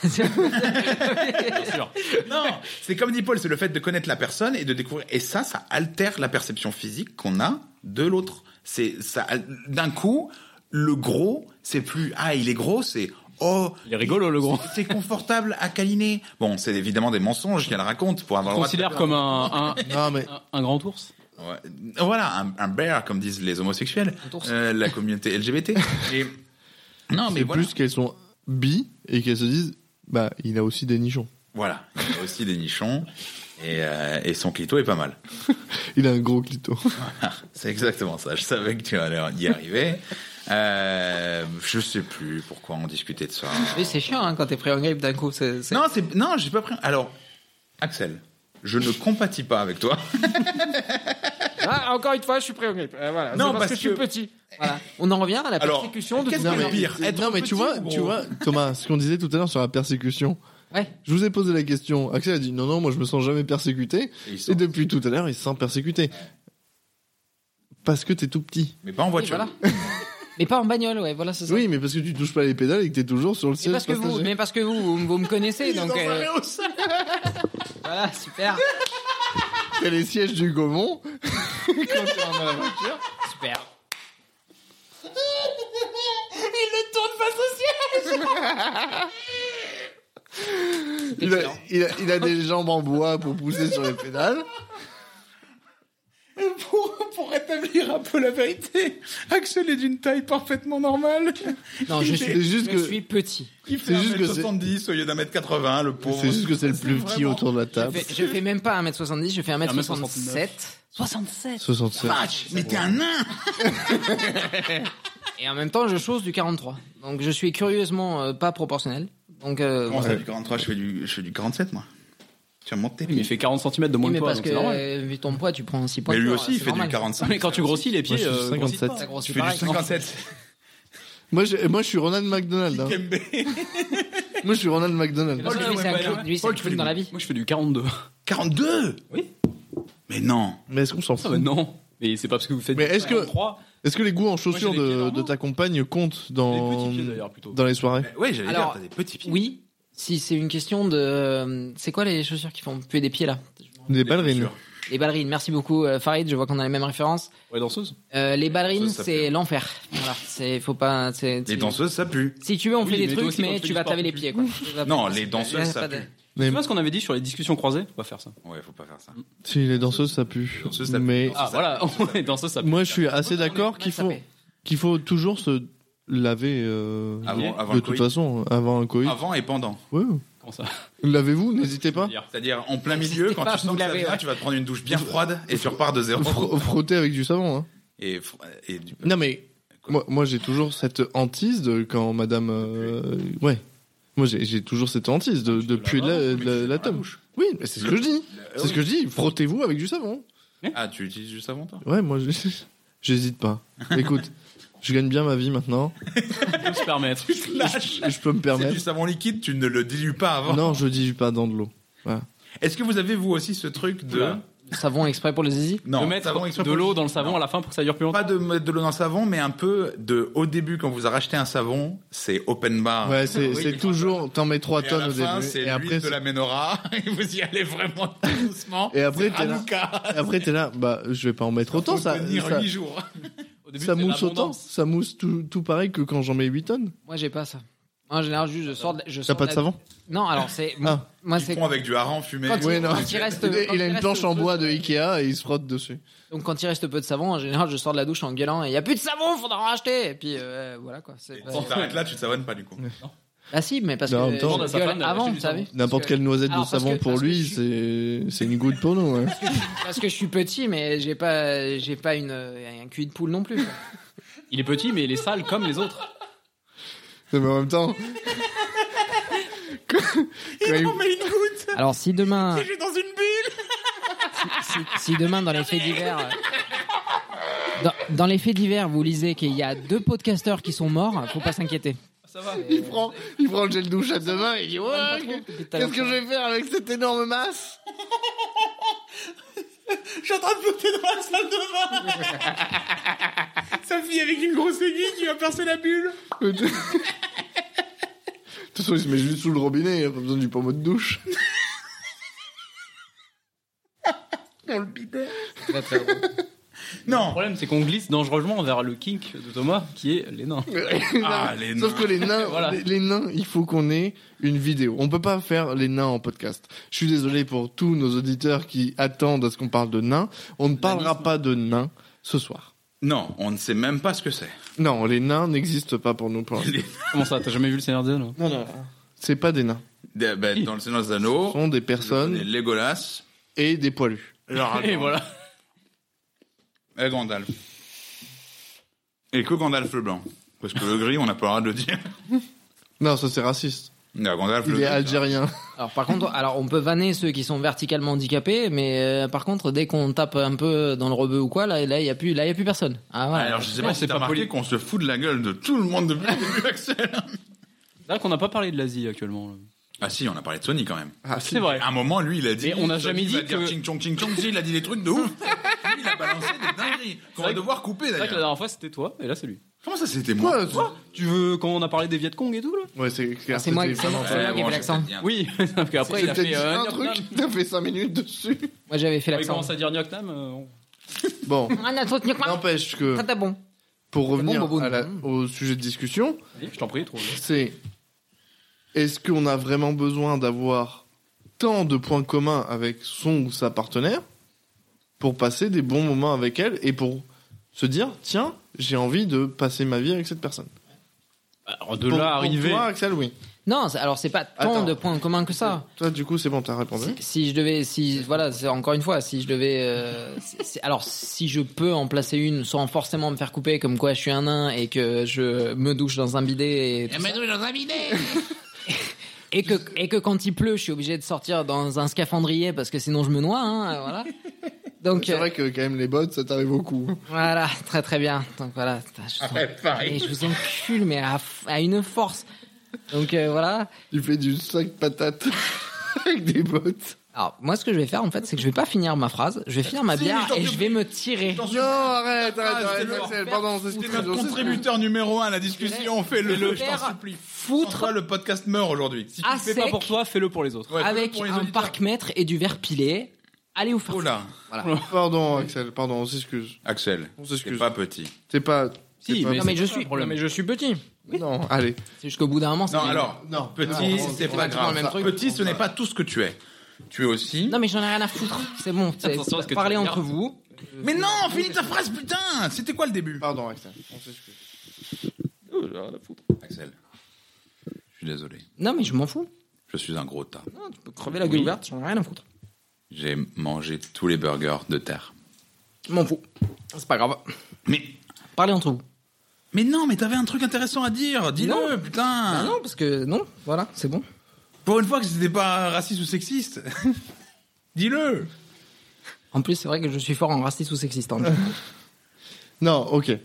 S3: Bien sûr.
S2: Non, *laughs* c'est comme dit Paul, c'est le fait de connaître la personne et de découvrir. Et ça, ça altère la perception physique qu'on a de l'autre. C'est ça. al- D'un coup, le gros, c'est plus ah il est gros, c'est oh
S3: Il est rigolo, le gros.
S2: C'est confortable à câliner. Bon, c'est évidemment des mensonges qu'elle raconte pour avoir.
S3: On
S2: le droit de-
S3: considère comme un, un,
S1: Non, mais
S3: un- un grand ours.
S2: Ouais. Voilà, un, un bear, comme disent les homosexuels,
S4: Un ours.
S2: euh, la communauté LGBT. *laughs* Et- Non, mais
S1: c'est
S2: voilà.
S1: plus qu'elles sont bi et qu'elles se disent, bah, il a aussi des nichons.
S2: Voilà, il y a aussi des nichons. Et, euh, et son clito est pas mal.
S1: Il a un gros clito.
S2: C'est exactement ça. Je savais que tu allais y arriver. Euh, je sais plus pourquoi on discutait de ça.
S4: Mais c'est chiant hein, quand t'es pris en grippe d'un coup. c'est- c'est-
S2: Non, c'est non, j'ai pas pris. Alors, Axel, je ne compatis pas avec toi.
S5: Ah, encore une fois, je suis pris au grippe. Euh, voilà.
S2: Non,
S5: Non, parce,
S2: parce
S5: que, je suis
S2: que-
S5: petit.
S4: Voilà. On en revient à la
S2: Alors,
S5: Persécution de
S2: qu'est-ce
S5: tout
S2: que-
S5: à
S2: mais
S5: l'heure.
S2: pire, être
S1: non, mais
S2: petit
S1: tu vois,
S2: ou
S1: tu
S2: gros
S1: vois, Thomas, ce qu'on disait tout à l'heure sur la persécution.
S4: Ouais.
S1: Je vous ai posé la question. Axel a dit non, non, moi je me sens jamais persécuté.
S2: Et ils sont-
S1: Et depuis tout à l'heure, il se sent persécuté. Parce que t'es tout petit.
S2: Mais pas en
S4: Oui,
S2: voiture.
S4: voilà. *laughs* mais pas en bagnole, ouais, voilà, c'est ça.
S1: Oui, mais parce que tu touches pas les pédales et que t'es toujours sur le
S4: mais
S1: siège
S4: parce que vous,
S1: passager.
S4: mais parce que vous, vous, vous me
S2: *laughs*
S4: connaissez, donc euh,
S1: *laughs*
S4: voilà, super,
S1: T'as les sièges du Gaumont.
S2: *laughs*
S4: super.
S1: Il a,
S4: Excellent.
S1: il, a, il a des jambes en bois pour pousser sur les pédales.
S2: *laughs* pour, pour rétablir un peu la vérité, Axel est d'une taille parfaitement normale.
S4: Non, je suis,
S1: C'est juste
S4: je
S1: que-
S4: suis petit.
S2: Il
S1: fait C'est juste que c'est-
S2: 70 au lieu d'un mètre 80, le pauvre.
S1: C'est juste que c'est le plus petit
S2: vraiment-
S1: autour de la
S4: Je
S1: table.
S4: fais, je fais même pas 1m70, je fais 1m67.
S3: 1m69.
S4: 67.
S1: 67.
S2: Vache, mais t'es un nain
S4: Et en même temps, je chose du 43. Donc je suis curieusement euh, pas proportionnel. Donc euh,
S2: Comment
S4: voilà.
S2: ça, du 43, je fais du, je fais du 47, moi. Tu as monté.
S3: Mais il fait 40 cm de
S4: Oui,
S3: moins que
S4: mais
S3: toi,
S4: parce
S3: donc
S4: que
S3: c'est normal.
S4: euh, vu ton poids, tu prends 6 points.
S2: Mais
S4: de
S2: lui
S4: cœur,
S2: aussi,
S4: hein,
S2: il fait
S4: c'est
S2: du
S4: normal.
S2: 45.
S3: Mais quand tu grossis
S1: Moi,
S3: les pieds,
S1: je suis
S3: euh, grossis
S1: 57.
S4: Ça grossit
S2: Je fais du
S4: pareil.
S2: 57.
S1: Moi, je, moi, je suis Ronald
S2: *laughs*
S1: McDonald. hein.
S2: KMB.
S1: Moi, je suis Ronald McDonald.
S4: Parce que lui, c'est un clown- lui, c'est un
S2: Paul, tu fais
S4: clown
S2: du
S4: dans la vie.
S3: Moi, je fais
S1: *laughs*
S3: du Ah, 42.
S2: 42
S3: Oui.
S2: Mais non.
S1: Mais est-ce qu'on s'en
S3: Ah
S1: fout
S3: bah non. Mais c'est pas parce que vous faites
S1: Mais
S3: du
S1: est-ce que-
S3: 43.
S1: Est-ce que les goûts en chaussures
S3: Moi, j'ai des pieds
S1: de,
S3: normaux.
S1: de ta compagne comptent
S3: Des
S1: dans,
S3: petits pieds d'ailleurs, plutôt.
S1: dans les soirées
S2: Ouais, j'allais dire,
S4: Alors,
S2: t'as des petits pieds.
S4: Oui, si c'est une question de. euh, C'est quoi les chaussures qui font puer des pieds là
S1: Des ballerines.
S2: chaussures.
S4: Les ballerines, merci beaucoup euh, Farid, je vois qu'on a les mêmes références.
S3: Ouais, danseuse.
S4: Euh, les ballerines,
S2: Ça, ça
S4: c'est
S2: pue.
S4: l'enfer. Voilà, c'est. Faut pas. c'est-
S2: Les
S4: tu-
S2: danseuses, ça pue.
S4: Si tu veux, on
S3: Oui,
S4: fait
S3: mais
S4: des
S3: toi
S4: trucs,
S3: aussi, quand
S4: mais
S3: tu fais
S4: tu
S3: du
S4: vas
S3: sport,
S4: taver
S3: tu
S4: les
S3: pue.
S4: pieds quoi.
S2: Non, les
S4: Ouais,
S2: danseuses,
S4: pas
S2: ça
S4: de-
S2: pue.
S3: Tu
S1: Mais
S3: vois ce qu'on avait dit sur les discussions croisées On va faire ça.
S2: Ouais, faut pas faire ça.
S1: si les danseuses, ça pue.
S2: Danseuses, ça pue.
S1: Mais
S3: Ah
S2: ça,
S3: voilà, *laughs* ouais, danseuse, ça
S1: moi, je suis assez d'accord qu'il
S4: ça
S1: faut
S4: fait.
S1: qu'il faut toujours se laver euh,
S2: Avant, avant
S1: de
S2: le
S1: toute
S2: coït.
S1: façon avant un coït.
S2: Avant et pendant.
S1: Ouais.
S3: Comment ça
S1: Lavez-vous, n'hésitez
S2: *laughs*
S1: pas.
S3: Dire.
S2: C'est-à-dire, en plein milieu,
S4: N'hésitez
S2: quand
S4: pas à
S2: tu sens
S4: vous
S2: que ça
S4: laver,
S2: vient,
S4: ouais.
S2: tu vas te prendre une douche bien froide et tu repars de zéro.
S1: Fr- Frotter avec du savon. hein.
S2: Et, fr- et du-
S1: Non mais
S2: Quoi
S1: moi, moi j'ai toujours cette hantise de quand Madame euh, ouais. Moi j'ai j'ai toujours cette hantise de, de puer de la, de la- la table. Oui, mais c'est ce que je dis.
S2: Eh
S1: C'est ce que je dis. Frottez-vous avec du savon.
S2: Ah, tu utilises juste avant toi
S1: Ouais, moi je- *laughs* j'hésite pas. *laughs* Écoute, je gagne bien ma vie maintenant.
S3: On peut
S1: *laughs*
S3: se permettre.
S2: Lâche
S1: Je peux me
S2: C'est du
S1: permettre.
S2: savon liquide, tu ne le dilues pas avant.
S1: Non, je dis pas dans de l'eau.
S2: Est-ce que vous avez vous aussi ce truc de
S3: Voilà.
S4: Savon exprès pour les zizi
S2: non
S3: de
S2: savon exprès
S3: mettre de
S2: pour-
S3: l'eau dans le savon à la fin pour que ça dure *laughs* plus longtemps.
S2: Pas de mettre de l'eau dans le savon, mais un peu de au début quand vous rachetez un savon, c'est open bar.
S1: Ouais, c'est c'est toujours t'en mets trois
S2: Et à
S1: tonnes
S2: la
S1: au
S2: fin,
S1: début
S2: c'est
S1: et après
S2: l'huile de
S1: c'est-
S2: la menorah
S1: *laughs*
S2: et vous y allez vraiment tout doucement.
S1: Et après,
S2: C'est
S1: t'es là.
S2: Hanouka.
S1: et après t'es là bah je vais pas en mettre autant
S2: Faut
S1: ça
S2: tenir
S1: ça,
S2: huit jours.
S3: Au début,
S1: ça
S3: c'est
S1: mousse autant
S3: l'abondance.
S1: ça mousse tout, tout pareil que quand j'en mets 8 tonnes.
S4: Moi, j'ai pas ça. Moi, en général, juste je sors de, je
S1: T'as
S4: sors
S1: pas de
S4: la-
S1: savon
S4: Non, alors c'est.
S1: Ah.
S4: Moi,
S2: Ils
S4: c'est.
S2: font avec du hareng fumé.
S4: Quand
S1: Ouais, non.
S4: il reste-
S1: Il, a- il a
S4: quand
S1: une
S4: il
S1: planche
S4: reste
S1: en
S4: au feu,
S1: bois de Ikea et il se frotte dessus.
S4: Donc quand il reste peu de savon, en général, je sors de la douche en gueulant et il y a plus de savon, faudra en racheter. Et puis euh, voilà quoi. C'est
S2: Et Si t'arrêtes là, tu te savonnes pas du coup.
S4: Ah si, mais parce
S1: Non, en
S4: que
S1: même temps,
S4: je
S3: à sa
S4: gueule
S3: femme d'aller
S4: avant,
S3: acheter
S4: vous
S3: du
S4: savez.
S3: savon.
S1: N'importe
S4: Parce que-
S1: quelle noisette
S4: Alors,
S1: de
S4: parce
S1: savon
S4: que-
S1: pour
S4: parce
S1: lui,
S4: que
S1: c'est c'est une goutte pour nous. ouais.
S4: Parce que je suis petit, mais j'ai pas, j'ai pas une euh, un cul de poule non plus. quoi.
S3: Il est petit, mais il est sale comme les autres.
S1: Non, *laughs* mais en même temps. quand, quand il-
S4: Alors si demain,
S2: Je suis dans une bulle.
S4: si, si demain dans les faits divers, euh, dans, dans les faits divers, vous lisez qu'il y a deux podcasteurs qui sont morts, faut pas s'inquiéter.
S3: Ah, Ça va.
S1: il prend, il prend le gel douche à deux mains et il dit *laughs* Ouais, qu'est-ce que je vais faire avec cette énorme masse
S2: Je suis en train de voter dans la salle de bain. Sa fille avec une grosse aiguille qui va percer la bulle.
S1: De toute façon, il se met juste sous le robinet, il a pas besoin du pommeau de douche.
S4: Très, très drôle.
S3: Le
S2: Non.
S3: problème, c'est qu'on glisse dangereusement vers le kink de Thomas, qui est les nains.
S2: Ah, les nains.
S1: Sauf que les nains,
S3: Voilà.
S1: les, les nains, il faut qu'on ait une vidéo. On peut pas faire les nains en podcast. Je suis désolé pour tous nos auditeurs qui attendent à ce qu'on parle de nains. On ne parlera pas de nains ce soir.
S2: Non, on ne sait même pas ce que c'est.
S1: Non, les nains n'existent pas pour nous. pour l'instant.
S2: Les-
S3: Comment ça T'as jamais vu le Seigneur des Anneaux
S1: C'est pas des nains.
S2: Eh ben, dans le Seigneur des
S1: Ce
S2: Anneaux,
S1: sont des
S2: les
S1: personnes
S2: Legolas,
S1: et des poilus.
S2: Genre,
S3: Et voilà.
S2: et Gandalf. Et que Gandalf le blanc. Parce que le gris, on n'a pas le droit de le dire.
S1: Non, ça c'est raciste.
S2: Non, Gandalf
S1: Il
S2: le
S1: est
S2: gris, ça.
S1: algérien.
S4: Alors par contre, alors on peut vanner ceux qui sont verticalement handicapés, mais euh, par contre dès qu'on tape un peu dans le rebeu ou quoi, là là il y a plus là il y a plus personne. Ah voilà.
S2: Alors, je sais
S3: Non,
S2: pas si
S3: c'est
S2: t'as
S3: pas
S2: remarqué
S3: poli.
S2: qu'on se fout de la gueule de tout le monde depuis le début, Axel.
S3: C'est vrai qu'on n'a pas parlé de l'Asie actuellement. là.
S2: Ah si, on a parlé de Sony quand même.
S1: Ah,
S3: C'est vrai.
S2: À un moment, lui, il a dit.
S3: Mais on n'a
S2: Sony
S3: jamais dit
S2: va dire
S3: que-
S2: Ching chong ching chong, si, il a dit des trucs de ouf. Lui, il a balancé des dingueries qu'on va
S3: vrai que-
S2: devoir couper
S3: C'est vrai que la
S2: d'ailleurs.
S3: dernière fois, c'était toi, et là, c'est lui.
S2: Comment ça, c'était moi
S1: Quoi, ça
S3: Tu veux, quand on a parlé des Viet Cong et tout, là
S1: Ouais, c'est clair,
S4: c'est moi
S1: c'était
S4: qui- c'est
S1: vraiment-
S4: moi. moi qui ai fait
S2: j'ai
S4: l'accent.
S2: peut-être dit un-
S3: Oui, *laughs* parce qu'après,
S1: J'ai
S3: il a
S1: peut-être
S3: fait
S1: dit
S3: euh,
S1: un
S3: Gnoc Nam.
S1: truc, t'as fait 5 minutes dessus.
S4: Moi j'avais fait
S3: Quand il
S4: l'accent.
S3: commence à dire Nyoknam, on...
S1: Bon,
S4: Ah, non, truc, quoi
S1: n'empêche que,
S4: Ça, Ah, t'as bon.
S1: pour revenir
S4: Bobo,
S1: à la-
S4: non.
S1: au sujet de discussion,
S3: Vas-y, je t'en prie, trop.
S1: c'est est-ce qu'on a vraiment besoin d'avoir tant de points communs avec son ou sa partenaire pour passer des bons moments avec elle et pour se dire tiens j'ai envie de passer ma vie avec cette personne.
S3: Alors, Bah, de
S1: pour,
S3: là,
S1: pour
S3: arriver...
S1: toi Axel oui.
S4: Non, c'est- alors c'est pas tant
S1: Attends. Euh,
S4: de points communs que ça.
S1: Toi du coup c'est bon t'as répondu.
S4: Si, si je devais, si voilà, c'est encore une fois, si je devais, euh, si- si- alors si je peux en placer une sans forcément me faire couper, comme quoi je suis un nain et que je me douche dans un bidet et
S1: Eh,
S4: tout ça. Et que, et que quand il pleut, je suis obligé de sortir dans un scaphandrier parce que sinon je me noie, hein, euh,
S1: *laughs*
S4: voilà. Donc,
S1: C'est
S4: euh,
S1: vrai que quand même les bottes ça t'arrive beaucoup. hein.
S4: voilà, très très bien. Donc voilà,
S1: Ah
S4: putain, je, vous en-
S2: Ouais, *laughs* pareil.
S4: et je vous encule, mais à, f- à une force. Donc euh, voilà.
S1: Il fait du sac patate *laughs* avec des bottes.
S4: Alors, moi, ce que je vais faire, en fait, c'est que je vais pas finir ma phrase, je vais finir ma
S2: Si,
S4: bière
S2: je t'en
S4: et je
S2: prie.
S4: vais me tirer.
S2: Attention,
S1: Non arrête
S3: Ah,
S1: arrête
S2: c'est
S1: arrête
S2: le-
S1: Axel pardon c'est ce que
S2: T'es
S1: je
S2: notre
S1: contribue.
S2: contributeur numéro un à la discussion, fais-le,
S4: le
S2: je t'en
S4: faire
S2: supplie. Sans
S4: Foutre
S2: toi, le podcast meurt aujourd'hui. Si tu
S4: à
S2: le
S3: Fais
S4: sec
S3: pas pour toi, fais-le pour les autres.
S2: Ouais, fais-le
S4: Ah, avec
S2: pour les
S4: un
S2: auditeurs.
S4: parc-mètre et du verre pilé. Allez vous faire.
S2: Oh là,
S1: Pardon Axel pardon on s'excuse.
S2: Axel,
S1: On
S2: t'es
S1: s'excuse.
S2: pas petit.
S1: T'es pas
S3: Si,
S1: pas-
S3: mais
S4: Non,
S3: c'est
S4: mais je
S3: pas
S4: suis,
S3: un problème.
S4: non, mais je suis petit.
S1: non allez
S4: C'est jusqu'au bout d'un moment.
S2: Non,
S4: c'est-
S2: alors,
S1: non
S2: petit, c'est
S4: on
S2: pas
S4: a toujours le même
S2: grave.
S4: truc.
S2: Petit, ce n'est pas tout ce que tu es. Tu es aussi...
S4: Non, mais j'en ai rien à foutre. C'est bon. c'est-
S3: Attention à ce que tu
S4: Parlez
S3: regardes.
S4: entre vous.
S2: Mais non, finis ta phrase, putain C'était quoi le début
S1: pardon Axel on s'excuse.
S2: Axel, je suis désolé.
S4: Non, mais je m'en fous.
S2: Je suis un gros tas.
S4: Non, tu peux crever la gueule ouverte, j'en ai rien à foutre.
S2: J'ai mangé tous les burgers de terre.
S4: Je m'en fous. C'est pas grave.
S2: Mais,
S4: Parlez entre vous.
S2: mais non, mais t'avais un truc intéressant à dire. Dis-le,
S4: Non. Ah
S2: putain.
S4: non, parce que non, voilà, c'est bon.
S2: Pour une fois que c'était pas raciste ou sexiste. Dis-le.
S4: En plus, c'est vrai que je suis fort en raciste ou
S2: *laughs*
S4: sexiste. hein.
S1: Non, ok.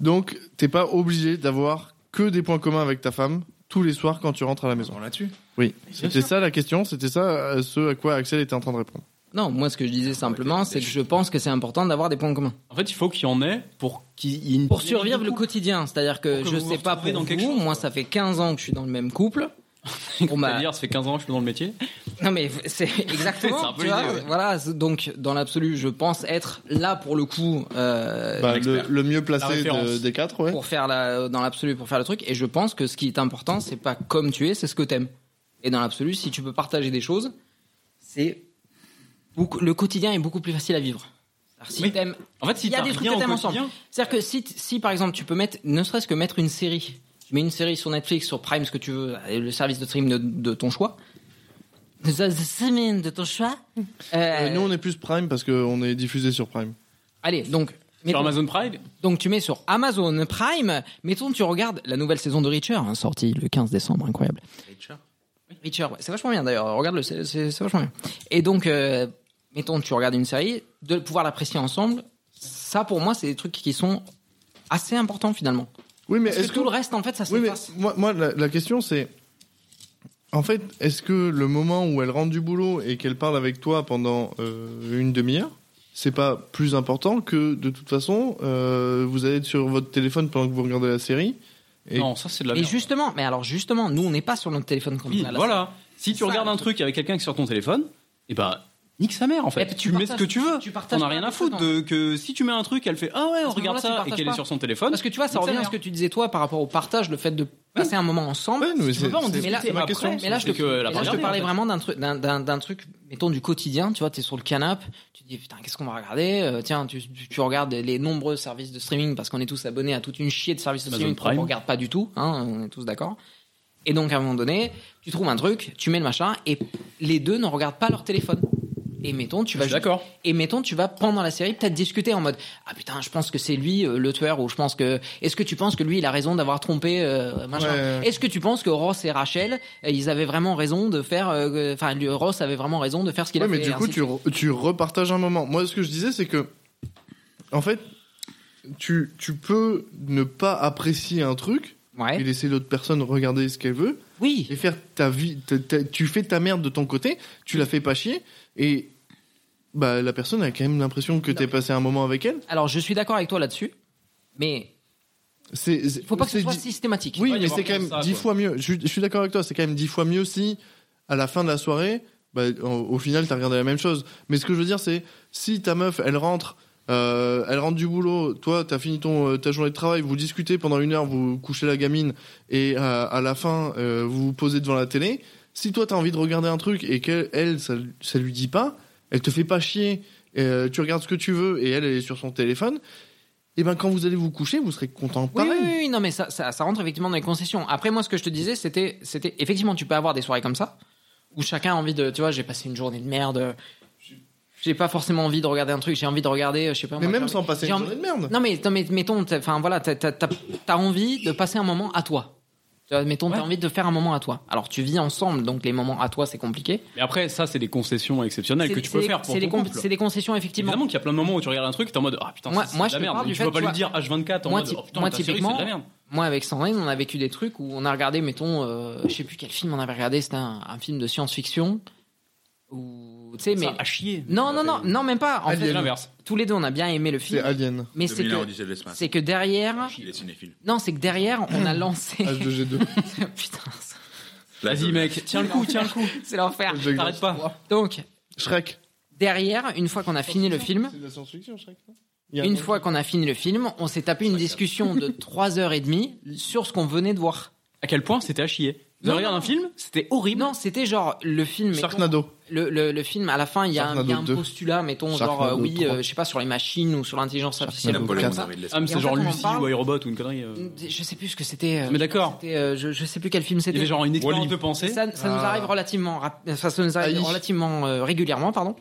S1: Donc, t'es pas obligé d'avoir que des points communs avec ta femme tous les soirs quand tu rentres à la maison.
S2: On là-dessus.
S1: Oui. C'était ça la question, c'était ça euh, ce à quoi Axel était en train de répondre.
S4: Non, moi, ce que je disais simplement, c'est que je pense que c'est important d'avoir des points communs.
S3: En fait, il faut qu'il y en ait pour qu'il y ait une...
S4: Pour survivre le quotidien, c'est-à-dire que,
S3: Pour que
S4: je
S3: vous
S4: sais
S3: vous
S4: pas pour
S3: retrouviez dans quelque
S4: vous,
S3: chose,
S4: moi
S3: quoi.
S4: ça fait 15 ans que je suis dans le même
S3: *laughs*
S4: couple. Bon, bah,
S3: C'est-à-dire, ça fait 15 ans que je suis dans le métier.
S4: non mais
S3: *laughs*
S4: c'est exactement,
S3: C'est un peu
S4: tu vois,
S3: l'idée, ouais.
S4: voilà, c'est- donc dans l'absolu, je pense être là pour le coup euh,
S1: Bah, le, le mieux placé
S3: La référence.
S1: de- des quatre, ouais.
S4: pour faire la dans l'absolu pour faire le truc et je pense que ce qui est important, c'est pas comme tu es, c'est ce que t'aimes. Et dans l'absolu, si tu peux partager des choses, c'est beaucoup- le quotidien est beaucoup plus facile à vivre. Alors, si
S3: Oui.
S4: t'aimes
S3: En fait, si
S4: Il y a
S3: t'as
S4: des trucs
S3: rien
S4: que
S3: au
S4: t'aimes ensemble.
S3: quotidien...
S4: C'est-à-dire que si, t- si par exemple tu peux mettre, ne serait-ce que mettre une série, tu mets une série sur Netflix, sur Prime, ce que tu veux, et le service de stream de, de ton choix, de ta semaine de ton choix. euh,
S1: Euh, nous, on est plus Prime parce qu'on est diffusé sur Prime.
S4: Allez, donc.
S3: Sur
S4: mettons-
S3: Amazon Pride,
S4: donc tu mets sur Amazon Prime, mettons tu regardes la nouvelle saison de Reacher, hein, sortie le 15 décembre, incroyable. Reacher, ouais, c'est vachement bien d'ailleurs, regarde-le, c'est c'est- c'est vachement bien. Et donc, euh, mettons tu regardes une série, de pouvoir l'apprécier ensemble, ça pour moi c'est des trucs qui sont assez importants finalement.
S1: Oui, mais
S4: Parce
S1: est-ce
S4: que,
S1: que.
S4: tout le reste en fait ça
S1: Oui, mais
S4: s'efface.
S1: moi, moi, la, la question, c'est. En fait, est-ce que le moment où elle rentre du boulot et qu'elle parle avec toi pendant euh, une demi-heure, c'est pas plus important que de toute façon, euh, vous allez être sur votre téléphone pendant que vous regardez la série. Et-
S3: Non, ça c'est de la
S4: Et
S3: merde.
S4: justement, mais alors justement, nous on n'est pas sur notre téléphone quand
S3: Oui,
S4: on a la
S3: voilà. Si tu
S4: ça,
S3: regardes
S4: le
S3: un truc avec quelqu'un qui est sur ton téléphone, et bah nique sa mère en fait.
S4: Eh ben, tu
S3: tu mets ce
S4: partages-
S3: que tu veux.
S4: tu partages
S3: On a
S4: pas
S3: rien à
S4: avec
S3: foutre
S4: toi,
S3: de que si tu mets un truc, elle fait ah ouais on
S4: À ce
S3: regarde
S4: moment-là, tu
S3: ça et
S4: partages
S3: qu'elle est
S4: pas.
S3: sur son téléphone.
S4: Parce que tu vois, ça
S3: Nique sa
S4: revient à
S3: mère.
S4: ce que tu disais toi par rapport au partage, le fait de passer un moment ensemble.
S1: Ouais, mais c'est-
S4: pas, on
S1: c'est-
S4: dit, mais là,
S1: c'est ma
S4: après,
S1: question.
S4: Mais là, je te,
S3: C'est que la
S4: mais là, euh, je te
S3: première,
S4: parlais
S3: en fait.
S4: vraiment d'un truc, d'un, d'un, d'un truc, mettons du quotidien. Tu vois, t'es sur le canapé, tu te dis putain, qu'est-ce qu'on va regarder Euh, Tiens, tu, tu- tu regardes les nombreux services de streaming parce qu'on est tous abonnés à toute une chier de services de
S3: Amazon
S4: streaming qu'on
S3: Prime.
S4: regarde pas du tout. Hein, on est tous d'accord. Et donc à un moment donné, tu trouves un truc, tu mets le machin, et les deux ne regardent pas leur téléphone. Et mettons, tu
S3: Je
S4: vas
S3: suis d'accord.
S4: et mettons, tu vas pendant la série peut-être discuter en mode Ah putain, je pense que c'est lui euh, le tueur, ou je pense que. Est-ce que tu penses que lui il a raison d'avoir trompé euh, machin
S1: Ouais.
S4: Est-ce que tu penses que Ross et Rachel, euh, ils avaient vraiment raison de faire. euh, Enfin, lui, Ross avait vraiment raison de faire ce qu'il
S1: Ouais,
S4: a
S1: mais
S4: fait
S1: du coup,
S4: ainsi de
S1: tu,
S4: suite.
S1: re- tu repartages un moment. Moi, ce que je disais, c'est que, en fait, tu, tu peux ne pas apprécier un truc et
S4: Ouais.
S1: laisser l'autre personne regarder ce qu'elle veut
S4: Oui.
S1: et faire ta vie. ta- ta- tu fais ta merde de ton côté, tu la fais pas chier et bah, la personne a quand même l'impression que t'es passé un moment avec elle.
S4: Alors, je suis d'accord avec toi là-dessus, mais
S1: C'est, c'est-
S4: il faut pas que ce
S1: c'est
S4: soit
S1: di-
S4: systématique.
S1: Oui,
S3: pas y
S1: mais
S3: avoir
S1: c'est quand
S3: que
S1: même
S3: ça,
S1: dix
S3: quoi.
S1: fois mieux. Je, suis- je suis d'accord avec toi, c'est quand même dix fois mieux si, à la fin de la soirée, bah, au, au final, t'as regardé la même chose. Mais ce que je veux dire, c'est si ta meuf, elle rentre, euh, elle rentre du boulot, toi, t'as fini ton, euh, ta journée de travail, vous discutez pendant une heure, vous couchez la gamine, et euh, à la fin, euh, vous vous posez devant la télé. Si toi, t'as envie de regarder un truc et qu'elle, elle, ça, ça lui dit pas, elle te fait pas chier, euh, tu regardes ce que tu veux, et elle, elle est sur son téléphone, et ben quand vous allez vous coucher, vous serez content
S4: Oui,
S1: pareil.
S4: oui, oui, oui, non, mais ça, ça, ça rentre effectivement dans les concessions. Après, moi, ce que je te disais, c'était, c'était effectivement, tu peux avoir des soirées comme ça, où chacun a envie de, tu vois, j'ai passé une journée de merde, euh, j'ai- j'ai pas forcément envie de regarder un truc, j'ai envie de regarder, euh, je sais pas.
S1: Mais
S4: moi,
S1: même
S4: j'ai
S1: sans
S4: envie-
S1: passer
S4: j'ai
S1: une
S4: envie-
S1: journée de merde.
S4: Non, mais, non, mais mettons, t'as- enfin voilà, t'as, t'as, t'as- t'as envie de passer un moment à toi. Tu vois, Mettons, t'as
S3: Ouais.
S4: envie de faire un moment à toi. Alors, tu vis ensemble, donc les moments à toi, c'est compliqué.
S3: Mais après ça c'est des concessions exceptionnelles
S4: C'est-
S3: que tu
S4: c'est
S3: peux
S4: des-
S3: faire pour
S4: c'est
S3: ton
S4: des com-
S3: couple.
S4: C'est des concessions, effectivement.
S3: Évidemment qu'il y a plein de moments où tu regardes un truc, t'es en mode ah putain
S4: Moi-
S3: ça, c'est
S4: moi,
S3: de
S4: je
S3: la
S4: te
S3: merde.
S4: parle
S3: Et
S4: du
S3: tu vas
S4: fait,
S3: pas
S4: tu
S3: lui
S4: vois,
S3: dire H24 en
S4: moi,
S3: mode
S4: typ-
S3: oh putain
S4: moi,
S3: ta série,
S4: typiquement,
S3: c'est de la merde.
S4: Moi, avec Sandrine, on a vécu des trucs où on a regardé, mettons, euh, je sais plus quel film on avait regardé, c'était un, un film de science-fiction. Ou, tu sais, mais.
S3: Ça à chier.
S4: Non, non, non, non, même pas. En
S3: C'est
S4: fait,
S3: l'inverse.
S4: tous les deux, on a bien aimé le
S1: C'est
S4: film.
S1: Alien.
S4: Mais c'est
S2: 2001
S4: que,
S2: Odyssée de l'espace.
S4: c'est que derrière.
S2: Il est cinéphile.
S4: Non, c'est que derrière, on a lancé. *laughs*
S1: H2G2.
S4: Putain, ça-
S3: Vas-y mec, tiens le coup, tiens le coup.
S4: c'est l'enfer.
S1: Jack
S3: T'arrêtes pas.
S4: Donc,
S1: Shrek.
S4: derrière, une fois qu'on a fini le film,
S1: C'est de la science-fiction, Shrek, non
S4: une fois qu'on a fini le film, on s'est tapé une discussion de 3h30 sur ce qu'on venait de voir.
S3: À quel point c'était à chier. Vous
S4: Non,
S3: regardez
S4: non.
S3: un film, c'était horrible.
S4: Non, c'était genre le film. mettons,
S1: Sharknado.
S4: Le, le, le film, à la fin, il y a un, il y a un
S1: Sharknado 2.
S4: postulat, mettons, genre,
S1: Sharknado
S4: euh, oui,
S1: 3.
S4: euh, je sais pas, sur les machines ou sur l'intelligence artificielle. ou
S2: Napoléon
S4: comme ça.
S2: David de l'espace.
S3: Ah, mais
S4: Et en
S3: c'est genre
S4: fait, on en
S3: Lucie
S4: parle.
S3: ou iRobot ou une connerie. euh.
S4: Je sais plus ce que c'était. euh,
S3: Mais d'accord.
S4: c'était, euh, je, je sais plus quel film
S3: Il y
S4: c'était.
S3: avait genre une expérience
S2: Wall-E.
S3: de pensée.
S4: Ça, ça nous
S1: Ah.
S4: arrive relativement, rap- enfin, ça nous arrive
S1: Aïe.
S4: relativement euh, régulièrement, pardon.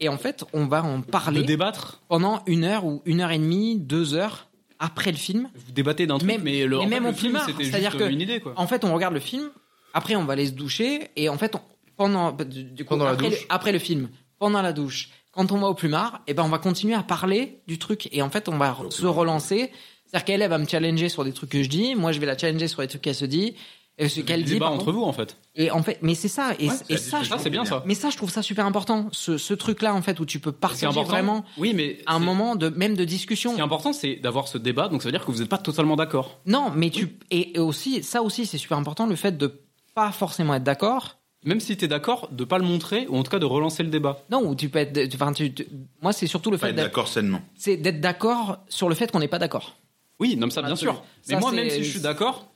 S4: Et en fait, on va en
S3: de
S4: parler
S3: débattre.
S4: pendant une heure ou une heure et demie, deux heures après le film.
S3: Vous débattez d'un truc,
S4: Même-
S3: mais
S4: mais
S3: le, en fait,
S4: même
S3: le
S4: au
S3: film,
S4: primard,
S3: c'était
S4: c'est-à-dire
S3: juste
S4: que-
S3: une idée quoi.
S4: En fait, on regarde le film. Après, on va aller se doucher. Et en fait, on- pendant, bah, du du coup,
S1: Pendant la
S4: après, le,
S1: douche.
S4: après le film, pendant la douche, quand on va au plumard, et ben, on va continuer à parler du truc. Et en fait, on va re-
S2: Au
S4: se
S2: plumard.
S4: relancer. C'est-à-dire qu'elle, elle va me challenger sur des trucs que je dis. Moi, je vais la challenger sur des trucs qu'elle se dit. Et ce qu'elle
S3: Des
S4: dit.
S3: débats
S4: pardon.
S3: entre vous en fait.
S4: Et en fait, mais c'est ça.
S2: Ouais,
S4: Et, et
S2: la
S4: ça, je
S2: discussion
S3: Ah, c'est bien, ça.
S4: mais ça, je trouve ça super important. Ce, ce truc-là, en fait, où tu peux
S3: C'est
S4: partager
S3: important.
S4: vraiment
S3: Oui, mais
S4: un
S3: c'est-
S4: moment de, même de discussion.
S3: Ce qui est important, c'est d'avoir ce débat. Donc ça veut dire que vous n'êtes pas totalement d'accord.
S4: Non, mais tu, et et aussi, ça aussi, c'est super important, le fait de pas forcément être d'accord,
S3: Même si t'es d'accord, de pas le montrer ou en tout cas de relancer le débat.
S4: Non, ou tu peux être. tu- enfin, tu- tu- moi, c'est surtout le
S2: Pas
S4: fait
S2: être
S4: d'être
S2: d'accord sainement.
S4: c'est d'être d'accord sur le fait qu'on n'est pas d'accord.
S3: Oui, non, mais ça bien
S4: Absolument.
S3: sûr.
S4: Ça,
S3: Mais moi,
S4: c'est-
S3: même si je suis d'accord,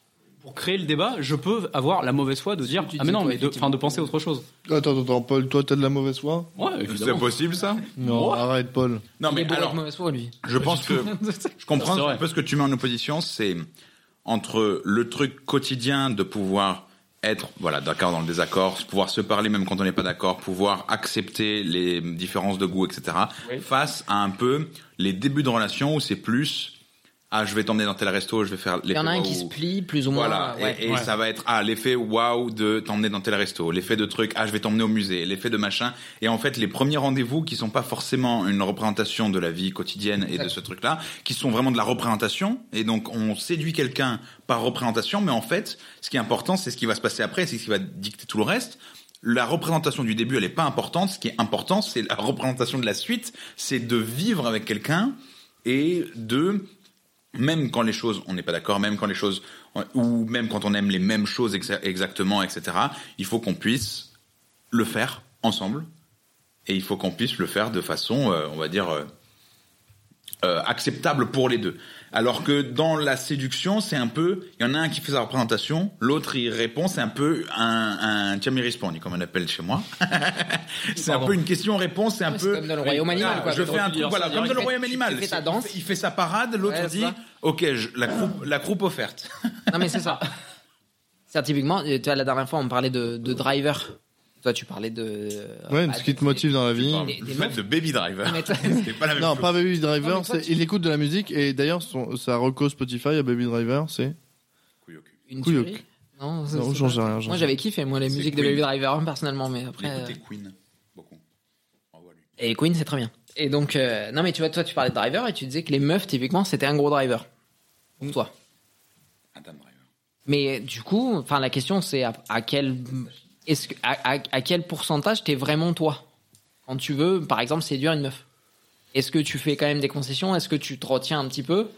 S3: pour créer le débat, je peux avoir la mauvaise foi de dire
S4: tu
S3: ah mais
S4: dis,
S3: non,
S4: toi,
S3: mais de,
S4: effectivement.
S3: enfin, de penser à autre chose.
S1: Attends, attends, Paul, toi, t'as de la mauvaise foi
S3: Ouais,
S2: C'est
S3: évidemment.
S2: possible ça
S1: Non,
S3: Moi
S1: arrête, Paul.
S2: Non
S4: Il est
S2: mais
S4: bourré de
S2: alors,
S4: mauvaise foi, lui.
S2: je pense que je comprends
S3: C'est vrai.
S2: un peu ce que tu mets en opposition, c'est entre le truc quotidien de pouvoir être voilà d'accord dans le désaccord, pouvoir se parler même quand on n'est pas d'accord, pouvoir accepter les différences de goût, etc. Face à un peu les débuts de relation où c'est plus ah je vais t'emmener dans tel resto, je vais faire les
S4: Il y en a un
S2: ou-
S4: qui se plie, plus ou moins.
S2: Voilà,
S4: ouais.
S2: et, et
S3: ouais.
S2: ça va être ah l'effet waouh de t'emmener dans tel resto, l'effet de truc ah je vais t'emmener au musée, l'effet de machin. Et en fait, les premiers rendez-vous qui sont pas forcément une représentation de la vie quotidienne et de ce truc-là, qui sont vraiment de la représentation. Et donc on séduit quelqu'un par représentation, mais en fait, ce qui est important, c'est ce qui va se passer après, c'est ce qui va dicter tout le reste. la représentation du début, elle n'est pas importante. Ce qui est important, c'est la représentation de la suite. C'est de vivre avec quelqu'un et de, même quand les choses, on n'est pas d'accord, même quand les choses, ou même quand on aime les mêmes choses exa- exactement, etc., il faut qu'on puisse le faire ensemble. Et il faut qu'on puisse le faire de façon, euh, on va dire, euh, euh, acceptable pour les deux. Alors que dans la séduction, c'est un peu, il y en a un qui fait sa représentation, l'autre il répond, c'est un peu un, un Jamie Respond, comme on l'appelle chez moi. *laughs* c'est un
S4: Pardon.
S2: peu une question-réponse, c'est un
S4: Ouais, c'est
S2: peu.
S4: comme dans le royaume animal,
S2: Ah,
S4: quoi.
S2: Je
S4: Quand
S2: fais un
S4: on dit
S2: truc,
S3: leur
S2: voilà,
S3: salaire,
S2: comme dans
S3: il
S2: le
S4: fait-
S2: royaume
S4: il
S2: animal.
S4: fait ta
S2: C'est-
S4: danse.
S2: Il fait sa parade, l'autre
S4: Ouais, c'est
S2: dit,
S4: ça.
S2: ok, je- la croupe, la croupe offerte.
S4: Non, mais c'est ça. *laughs* C'est typiquement, euh, tu vois, la dernière fois, on parlait de, de driver. Toi, tu parlais de.
S1: Ouais,
S4: bah,
S1: ce qui te
S4: des- *laughs*
S1: motive dans la vie.
S4: des-
S2: Le
S4: des
S2: fait
S4: meufs.
S2: de Baby Driver.
S1: *laughs*
S4: Mais toi-
S2: *laughs* C'est pas la même
S1: Non,
S2: chose.
S1: pas Baby
S4: Non,
S1: Driver.
S4: mais toi,
S1: c'est-
S4: tu-
S1: Il écoute de la musique et d'ailleurs, son- sa reco Spotify à Baby Driver, c'est.
S2: Couille au cul.
S4: Une
S1: Couille au
S4: tuerie
S1: cul.
S4: Non, c'est-
S1: Non,
S4: c'est
S1: j'en
S4: pas-
S1: sais rien. j'en
S4: Moi,
S1: sais
S4: j'avais kiffé, moi, les
S2: C'est
S4: musiques de
S2: Queen.
S4: Baby Driver, hein, personnellement, mais après.
S2: Écoutez
S4: euh,
S2: Queen, beaucoup. Bravo à lui.
S4: Et Queen, c'est très bien. Et donc, euh, non, mais tu vois, toi, tu parlais de driver et tu disais que les meufs, typiquement, c'était un gros driver.
S1: Mm.
S4: Pour toi.
S2: Adam Driver.
S4: Mais du coup, enfin, la question, c'est à, à quel est-ce que, à, à- à quel pourcentage t'es vraiment toi quand tu veux, par exemple, séduire une meuf. Est-ce que tu fais quand même des concessions Est-ce que tu te retiens un petit peu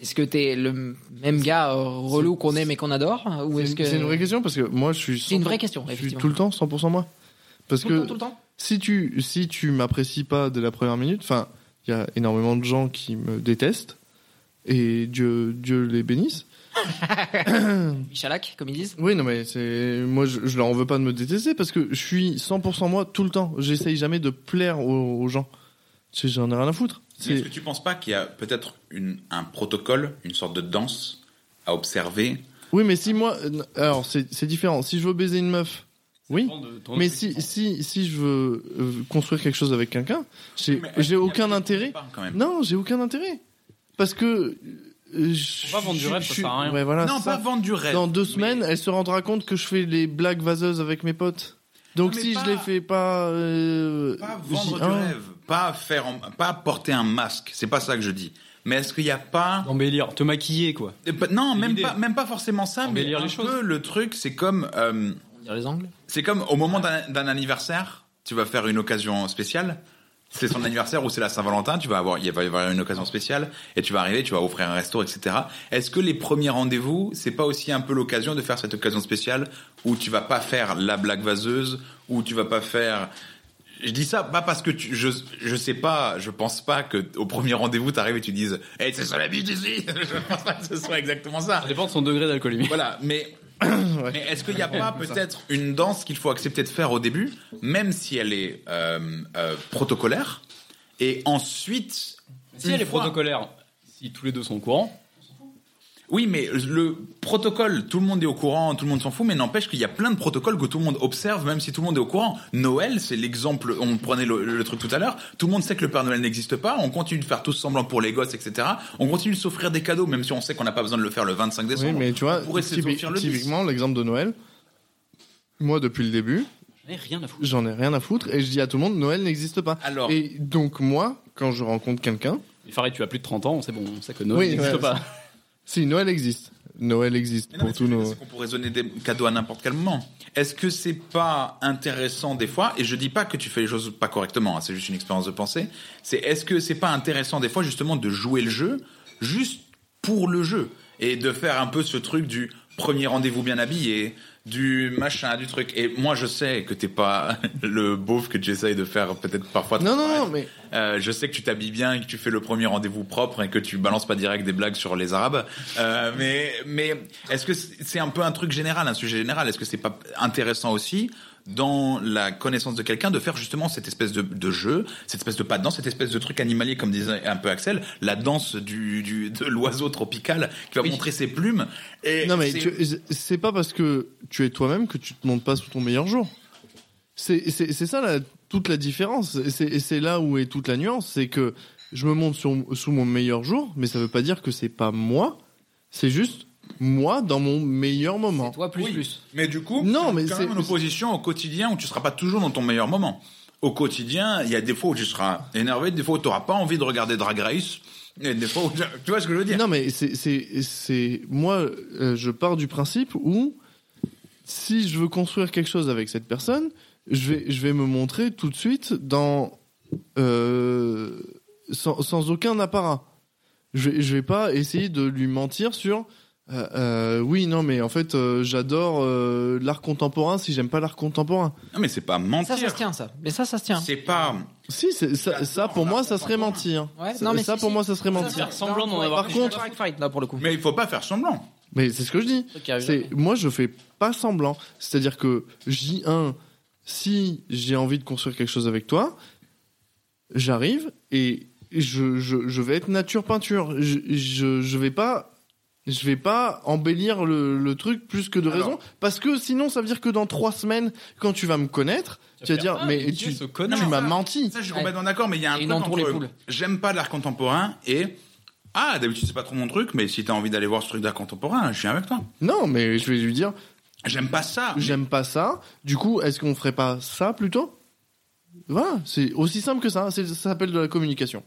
S4: Est-ce que t'es le même gars euh, relou qu'on aime et qu'on adore Ou
S1: C'est
S4: est-ce
S1: une-
S4: que
S1: c'est une vraie question parce que moi, je suis.
S4: C'est une
S1: 100%
S4: vraie question,
S1: Je suis
S4: effectivement.
S1: tout le temps 100% moi. Parce
S4: Tout
S1: que
S4: le temps, tout le temps
S1: si tu si tu m'apprécies pas dès la première minute, enfin, il y a énormément de gens qui me détestent et Dieu Dieu les bénisse.
S4: Michalak, comme ils disent.
S1: Oui, non mais c'est moi je, je leur en veux pas de me détester parce que je suis 100% moi tout le temps. J'essaye jamais de plaire aux, aux gens. Tu sais, J'en ai rien à foutre.
S2: Mais Est-ce
S1: C'est
S2: que tu penses pas qu'il y a peut-être une- un protocole, une sorte de danse à observer
S1: oui, mais si moi euh, alors c'est c'est différent. Si je veux baiser une meuf, oui. Mais si si si je veux euh, construire quelque chose avec quelqu'un, j'ai
S2: Mais est-ce qu'il
S1: j'ai
S2: y a
S1: aucun
S2: peut-être
S1: intérêt.
S2: pas, quand même
S1: Non, j'ai aucun intérêt. Parce que. euh, je-
S3: va vendre du
S1: je-
S3: rêve, ça
S1: je-
S3: sert à rien.
S1: Ouais, voilà,
S2: non,
S1: ça.
S2: pas vendre du rêve.
S1: Dans deux
S2: mais-
S1: semaines, elle se rendra compte que je fais les blagues vaseuses avec mes potes. Donc
S2: Non, mais
S1: si
S2: pas-
S1: je les fais pas. euh,
S2: Pas
S1: j'y-
S2: vendre du
S1: hein.
S2: rêve, pas faire, en- pas porter un masque. C'est pas ça que je dis. Mais est-ce qu'il n'y a pas
S3: Embellir, te maquiller, quoi.
S2: Euh, pas- Non,
S3: Une
S2: même
S3: idée.
S2: pas, même pas forcément ça. Mais
S3: Embellir
S2: un
S3: les
S2: peu
S3: choses.
S2: le truc, c'est comme, euh,
S4: On dirait les angles.
S2: c'est comme au moment d'un d'un anniversaire, tu vas faire une occasion spéciale. C'est son anniversaire ou c'est la Saint-Valentin, tu vas avoir, il va y avoir une occasion spéciale et tu vas arriver, tu vas offrir un resto, etc. Est-ce que les premiers rendez-vous, c'est pas aussi un peu l'occasion de faire cette occasion spéciale où tu vas pas faire la blague vaseuse, où tu vas pas faire je dis ça pas parce que tu, je je sais pas, je pense pas que au premier rendez-vous t'arrives et tu dises "Eh, c'est ça la bite ici." *laughs* je pense pas que ce soit exactement ça.
S3: Ça dépend de son degré d'alcoolémie.
S2: Voilà,
S1: *coughs*
S2: mais, mais est-ce qu'il n'y a pas peut-être une danse qu'il faut accepter de faire au début, même si elle est euh, euh, protocolaire, et ensuite...
S3: Si elle
S2: une
S3: est
S2: fois-
S3: protocolaire, si tous les deux sont au courant,
S2: Oui, mais le protocole, tout le monde est au courant, tout le monde s'en fout, mais n'empêche qu'il y a plein de protocoles que tout le monde observe, même si tout le monde est au courant. Noël, c'est l'exemple, on prenait le, le truc tout à l'heure, tout le monde sait que le Père Noël n'existe pas, on continue de faire tous semblant pour les gosses, etc. On continue de s'offrir des cadeaux, même si on sait qu'on n'a pas besoin de le faire le 25
S1: Oui,
S2: décembre.
S1: mais tu vois,
S2: On pourrait
S1: typi-
S2: s'offrir le 10.
S1: typiquement, l'exemple de Noël. Moi, depuis le début,
S3: j'en ai rien à foutre.
S1: j'en ai rien à foutre et je dis à tout le monde, Noël n'existe pas.
S2: Alors-
S1: Et donc, moi, quand je rencontre quelqu'un,
S3: Mais Farid, tu as plus de 30 ans, c'est bon, on sait que Noël
S1: Oui,
S3: n'existe
S1: ouais,
S3: pas.
S1: si Noël existe, Noël existe
S2: Mais non,
S1: pour
S2: mais
S1: tous
S2: ce que je veux
S1: nos.
S2: dire, c'est qu'on pourrait donner des cadeaux à n'importe quel moment. Est-ce que c'est pas intéressant des fois Et je dis pas que tu fais les choses pas correctement. hein, c'est juste une expérience de pensée. C'est est-ce que c'est pas intéressant des fois justement de jouer le jeu juste pour le jeu et de faire un peu ce truc du premier rendez-vous bien habillé, du machin, du truc. Et moi, je sais que t'es pas *laughs* le beauf que tu essayes de faire peut-être parfois.
S1: Non, non, non, mais
S2: Euh, je sais que tu t'habilles bien et que tu fais le premier rendez-vous propre et que tu balances pas direct des blagues sur les Arabes. Euh, mais mais est-ce que c'est c'est un peu un truc général, un sujet général Est-ce que c'est pas intéressant aussi dans la connaissance de quelqu'un de faire justement cette espèce de, de jeu, cette espèce de pas de danse, cette espèce de truc animalier comme disait un peu Axel, la danse du, du de l'oiseau tropical qui va montrer ses plumes. Et
S1: Non mais
S2: c'est-
S1: tu- c'est pas parce que tu es toi-même que tu te montres pas sous ton meilleur jour. C'est c'est- c'est ça la- toute la différence. Et c'est- Et c'est là où est toute la nuance, c'est que je me montre sur- sous mon meilleur jour, mais ça veut pas dire que c'est pas moi. C'est juste moi dans mon meilleur moment.
S4: Toi, plus,
S2: Oui.
S4: plus.
S2: Mais du coup,
S1: Non,
S2: c'est
S1: mais
S2: quand
S1: c'est-
S2: même une opposition au quotidien où tu seras pas toujours dans ton meilleur moment. Au quotidien, il y a des fois où tu seras énervé, des fois où tu n'auras pas envie de regarder Drag Race, et des fois où... Tu vois ce que je veux dire
S1: Non mais c'est c'est c'est moi euh, je pars du principe où si je veux construire quelque chose avec cette personne, je vais, je vais me montrer tout de suite dans euh, sans, sans aucun apparat. Je vais, je vais pas essayer de lui mentir sur euh, euh, oui non mais en fait euh, j'adore euh, l'art contemporain si j'aime pas l'art contemporain.
S2: Non, mais c'est pas
S4: Ça,
S2: mentir.
S4: ça se tient, hein. ça. Mais ça, ça se tient.
S2: c'est pas.
S1: Si c'est- ça, ça pour moi ça serait mentir.
S4: Ouais,
S1: Ça-
S4: non, mais
S1: ça
S4: si,
S1: pour
S4: si.
S1: moi ça serait
S4: Ça,
S1: mentir.
S4: ça-
S3: semblant d'en
S4: ouais,
S3: avoir
S4: je suis
S1: contre.
S4: d'accord avec Farid, là, pour le coup.
S2: Mais il faut pas faire semblant.
S1: Mais c'est ce que je dis.
S4: Truc qui arrive
S1: C'est
S4: jamais.
S1: moi je fais pas semblant. C'est-à-dire que J1, si j'ai envie de construire quelque chose avec toi, j'arrive et je, je, je vais être nature peinture. Je, je, je vais pas je vais pas embellir le, le truc plus que de
S2: Alors.
S1: raison parce que sinon ça veut dire que dans trois semaines quand tu vas me connaître, tu vas
S3: faire,
S1: dire
S3: ah,
S1: mais
S3: Dieu,
S1: tu,
S3: ce
S1: tu
S3: connard.
S1: m'as menti.
S2: Ça, je suis
S4: Ouais.
S2: complètement d'accord, mais il y a un
S4: Et une
S2: truc
S4: entoure les
S2: entre
S4: poules.
S2: J'aime pas l'art contemporain et. Ah, d'habitude, c'est pas trop mon truc, mais si t'as envie d'aller voir ce truc d'art contemporain, je suis avec toi.
S1: Non, mais je vais lui dire
S2: J'aime pas ça.
S1: j'aime pas ça. Du coup, est-ce qu'on ferait pas ça plutôt Voilà, c'est aussi simple que ça. C'est- Ça s'appelle de la communication.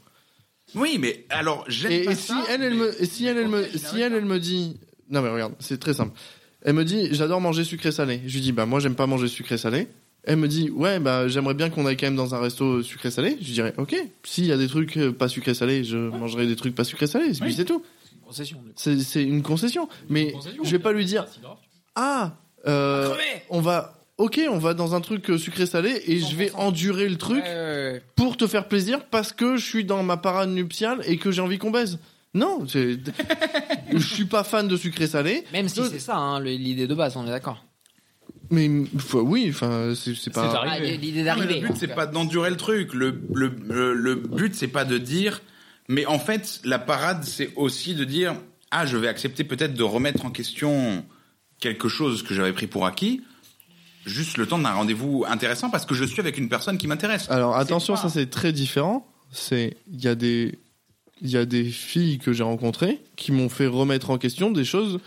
S2: Oui, mais alors, j'aime
S1: Et,
S2: pas
S1: et si
S2: ça.
S1: elle, elle
S2: mais-
S1: me, et si elle, elle me,
S2: Ok, je
S1: si
S2: l'arrête
S1: elle,
S2: là.
S1: elle me dit, non mais regarde, c'est très simple. Elle me dit, j'adore manger sucré salé. Je lui dis, bah moi j'aime pas manger sucré salé. Elle me dit, ouais bah j'aimerais bien qu'on aille quand même dans un resto sucré salé. Je lui dirais, ok, s'il y a des trucs euh, pas sucré salé, je mangerai des trucs pas sucré salé. Et puis
S2: Oui.
S1: c'est tout.
S4: Concession, du coup.
S1: C'est c'est une concession. Mais
S3: concession,
S1: je vais pas lui dire, ah, euh,
S4: Crever
S1: on va. Ok, on va dans un truc sucré salé et je vais endurer le truc
S4: Ouais, ouais, ouais.
S1: pour te faire plaisir parce que je suis dans ma parade nuptiale et que j'ai envie qu'on baise. Non,
S4: *laughs*
S1: c'est- je suis pas fan de sucré salé,
S4: Même si c'est ça, hein, le- l'idée de base, on est d'accord.
S1: mais enfin, oui, enfin c'est c'est
S3: C'est
S1: pas.
S3: arrivé.
S4: Ah, l'idée
S2: Non, mais
S4: d'arriver.
S2: le
S4: en
S2: but, c'est
S4: tout
S2: pas d'endurer le truc. Le, le, le, le but, c'est pas de dire. Mais en fait, la parade, c'est aussi de dire Ah, je vais accepter peut-être de remettre en question quelque chose que j'avais pris pour acquis, juste le temps d'un rendez-vous intéressant parce que je suis avec une personne qui m'intéresse.
S1: Alors attention,
S2: pas-
S1: ça c'est très différent. C'est il y a des il y a des filles que j'ai rencontrées qui m'ont fait remettre en question des choses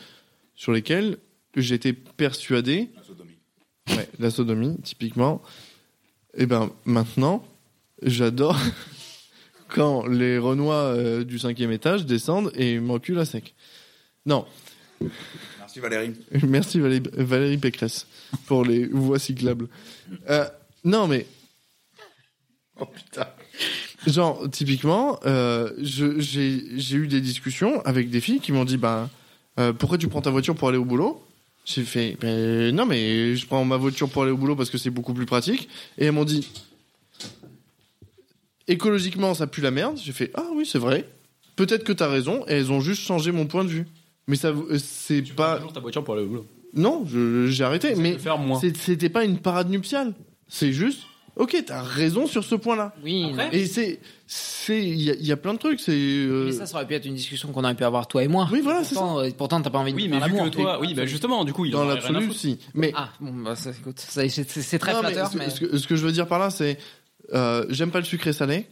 S1: sur lesquelles j'étais persuadé Ouais, la sodomie, typiquement. Et ben maintenant, j'adore *laughs* quand les Renois euh, du cinquième étage descendent et m'enculent à sec. Non,
S2: Merci Valérie.
S1: *laughs* merci Valé- Valérie Pécresse pour les voies cyclables. Euh, non, mais
S2: Oh putain.
S1: Genre, typiquement, euh, je- j'ai j'ai eu des discussions avec des filles qui m'ont dit bah, euh, Pourquoi tu prends ta voiture pour aller au boulot J'ai fait Ben, Non, mais je prends ma voiture pour aller au boulot parce que c'est beaucoup plus pratique. Et elles m'ont dit Écologiquement, ça pue la merde. J'ai fait Ah oui, c'est vrai. Peut-être que t'as raison. Et elles ont juste changé mon point de vue. Mais ça, euh, c'est pas.
S3: Toujours ta voiture pour aller au boulot.
S1: Non, je- j'ai arrêté. Mais
S3: Le faire moins.
S1: c'est- c'était pas une parade nuptiale. C'est juste Ok, t'as raison sur ce point-là.
S4: cas. Oui,
S3: Après,
S4: non.
S1: Et c'est, c'est, il y, a- il y a plein de trucs. C'est, euh,
S4: mais ça, ça aurait pu être une discussion qu'on aurait pu avoir toi et moi.
S1: Oui, voilà,
S4: Et pourtant, euh, Pourtant, t'as pas envie de
S3: Oui,
S4: faire
S3: mais vu
S4: l'amour.
S3: que toi, oui, bah justement, du coup, il
S1: dans
S3: en a rien à
S1: l'absolu,
S3: foutre.
S1: si. Mais,
S4: Ah, bon, bah, ça, écoute, ça, c'est c'est- c'est très
S1: non, mais
S4: flatteur,
S1: ce,
S4: mais.
S1: ce que, ce que je veux dire par là, c'est, euh, j'aime pas le sucré
S3: *laughs*
S1: salé.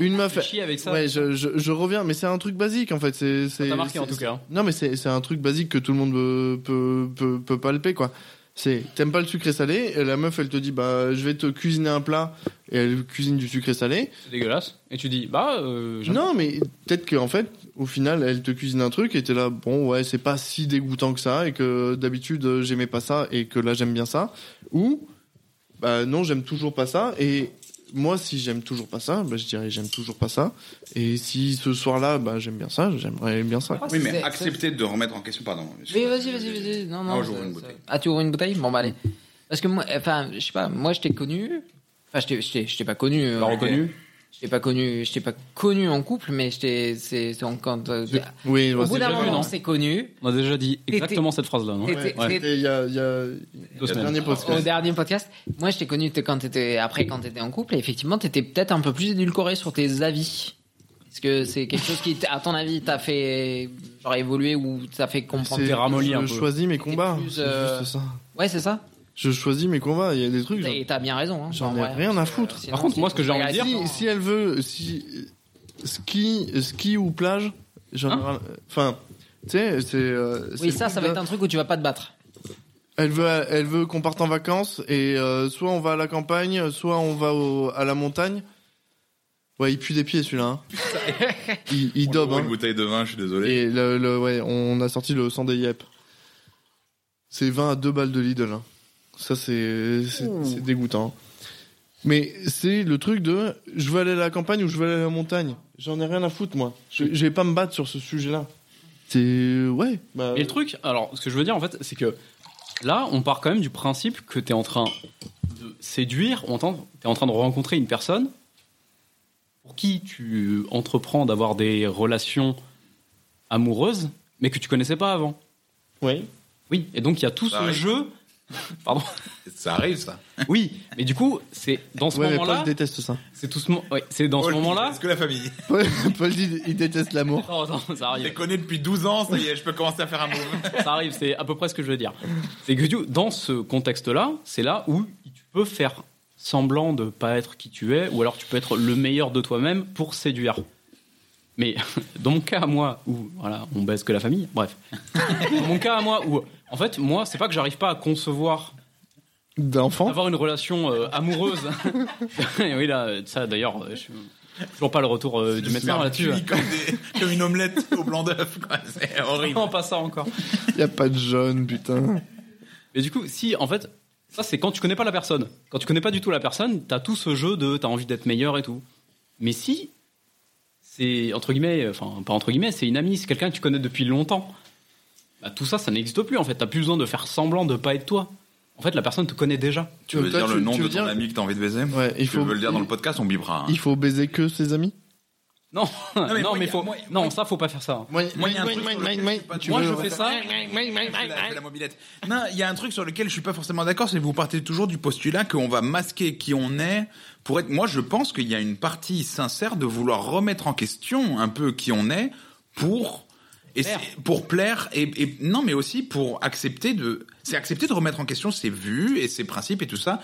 S1: Une meuf.
S3: Fais chier avec ça.
S1: Ouais, je, je, je reviens, mais c'est un truc basique en fait. C'est, c'est.
S3: T'as marqué en
S1: c'est-
S3: tout cas. hein.
S1: Non, mais c'est, c'est un truc basique que tout le monde peut, peut, peut, peut palper quoi. C'est, t'aimes pas le sucré salé, et la meuf elle te dit bah je vais te cuisiner un plat, et elle cuisine du sucré salé,
S3: C'est dégueulasse. Et tu dis, bah, euh, j'aime
S1: Non, mais peut-être qu'en fait, au final, elle te cuisine un truc et t'es là, bon, ouais, c'est pas si dégoûtant que ça et que d'habitude, euh, j'aimais pas ça et que là, j'aime bien ça. Ou, bah non, j'aime toujours pas ça et moi, si j'aime toujours pas ça, bah, je dirais j'aime toujours pas ça. Et si ce soir-là, bah j'aime bien ça, j'aimerais bien ça.
S4: Ah,
S2: Oui, mais
S4: c'est-
S2: accepter de remettre en question, pardon.
S4: Oui, vas-y, vas-y, vas-y. Non, non.
S2: Ah, j'ouvre
S4: ça-
S2: une
S4: ça-
S2: bouteille.
S4: Ah, tu ouvres une bouteille Bon, bah, allez. Parce que moi, enfin, je sais pas, moi, je t'ai connu. Enfin, je t'ai- je t'ai- je t'ai pas connu. euh,
S3: pas reconnu.
S4: Je t'ai pas connu, je t'ai pas connu en couple, mais je t'ai, c'est, c'est en- quand, euh,
S1: Oui,
S4: au
S1: ouais,
S4: bout
S1: c'est-
S4: d'un
S3: déjà vu,
S4: moment,
S3: non
S4: c'est connu.
S3: On a déjà dit exactement cette phrase-là, non
S4: t'es-
S1: ouais,
S4: t'es-
S1: c'était il y a, il y a-
S3: Deux
S1: le
S3: semaines.
S1: dernier
S4: Au
S1: podcast.
S4: dernier podcast, moi, je t'ai connu t'es- quand t'étais, après, quand t'étais en couple, et effectivement, t'étais peut-être un peu plus édulcoré sur tes avis. Est-ce que c'est quelque chose qui, t- à ton avis, t'a fait, genre, évoluer ou t'a fait comprendre?
S1: C'est-
S3: t'es ramolli un
S1: Je
S3: peu.
S1: choisis mes
S4: T'étais
S1: combats.
S4: plus,
S1: c'est
S4: euh,
S1: juste ça.
S4: Ouais, c'est ça.
S1: Je choisis mes combats. Il y a des trucs.
S4: Et t'as bien raison, hein.
S1: J'en
S4: En
S1: ai
S4: vrai,
S1: rien à
S4: parce que,
S1: foutre.
S4: sinon,
S3: Par contre,
S4: c'est-
S3: moi, ce que j'ai envie de dire-
S1: si, si elle veut, si ski, ski ou plage, j'en ai
S3: Hein
S1: ras- Enfin, tu sais, c'est. euh,
S4: Oui,
S1: c'est
S4: ça,
S1: le
S4: ça
S1: truc
S4: va
S1: de-
S4: être un truc où tu vas pas te battre.
S1: Elle veut, elle veut qu'on parte en vacances et euh, soit on va à la campagne, soit on va au- à la montagne. Ouais, il pue des pieds celui-là.
S4: *laughs*
S1: hein. il il dobe.
S2: Une
S1: Hein.
S2: bouteille de vin, je suis désolé.
S1: Et le, le- ouais, on a sorti le sang des yep. c'est 20 à 2 balles de Lidl. hein. Ça, c'est c'est- c'est dégoûtant. Mais c'est le truc de je veux aller à la campagne ou je veux aller à la montagne. J'en ai rien à foutre, moi. Je, je vais pas me battre sur ce sujet-là. C'est. Ouais. bah,
S3: Et le truc, alors, ce que je veux dire, en fait, c'est que là, on part quand même du principe que t'es en train de séduire, on t'en- t'es en train de rencontrer une personne pour qui tu entreprends d'avoir des relations amoureuses, mais que tu connaissais pas avant.
S1: Ouais.
S3: Oui, et donc il y a tout
S1: Bah
S2: Ça
S3: ce
S2: arrive.
S3: jeu.
S1: *laughs*
S3: Pardon.
S2: Ça arrive, ça.
S3: Oui, mais du coup, c'est dans ce
S1: Ouais, mais Paul
S3: moment-là,
S1: déteste ça.
S3: c'est tout ce, mo- ouais, c'est dans ce
S2: Oh,
S3: moment-là.
S2: Est-ce que la famille
S1: Paul, *laughs* Paul, il, il déteste l'amour.
S3: Non, non, ça
S2: Je les
S3: arrive.
S2: connais depuis 12 ans, ça y est, je peux commencer à faire un move.
S3: ça arrive, c'est à peu près ce que je veux dire. C'est que du coup, dans ce contexte-là, c'est là où tu peux faire semblant de pas être qui tu es, ou alors tu peux être le meilleur de toi-même pour séduire. Mais *laughs* dans mon cas à moi, où voilà, on baise que la famille, bref. dans mon cas à moi, où en fait, moi, c'est pas que j'arrive pas à concevoir
S2: Ah
S1: D'enfant
S3: avoir une relation euh, amoureuse. *laughs* Et oui, là, ça d'ailleurs, euh, je suis toujours pas le retour euh, du médecin là-dessus.
S2: Cuit Comme,
S1: *laughs*
S2: des- comme une omelette au blanc d'œuf, quoi. C'est horrible.
S3: Non, pas ça encore.
S1: Y a pas de jaune, putain.
S3: Mais du coup, si, en fait, ça c'est quand tu connais pas la personne. Quand tu connais pas du tout la personne, t'as tout ce jeu de t'as envie d'être meilleur et tout. Mais si, c'est entre guillemets, euh, enfin pas entre guillemets, c'est une amie, c'est quelqu'un que tu connais depuis longtemps. Bah, tout ça, ça n'existe plus en fait. T'as plus besoin de faire semblant de pas être toi. En fait, la personne te connaît déjà. *laughs*
S2: Tu veux
S1: Toi,
S2: dire le nom
S1: tu
S2: de
S1: veux
S2: ton
S1: dire-
S2: ami que t'as envie de baiser
S1: Ouais, il
S2: Il faut
S1: faut.
S2: veux le dire dans le podcast, on bibera. hein.
S1: Il faut baiser que ses amis
S3: Non, non, mais,
S2: mais moi, y a-
S3: faut,
S2: moi,
S3: non, ça faut pas faire ça.
S1: Moi,
S2: Moi, il y a un truc sur lequel je suis pas-
S3: Moi,
S2: veux-
S3: je fais ça.
S2: Je fais la, je fais la mobilette. Non, il y a un truc sur lequel je suis pas forcément d'accord, c'est que vous partez toujours du postulat qu'on va masquer qui on est pour être. Moi, je pense qu'il y a une partie sincère de vouloir remettre en question un peu qui on est pour et
S3: Plaire.
S2: c'est- pour plaire et, et- non, mais aussi pour accepter de. C'est accepter de remettre en question ses vues et ses principes et tout ça.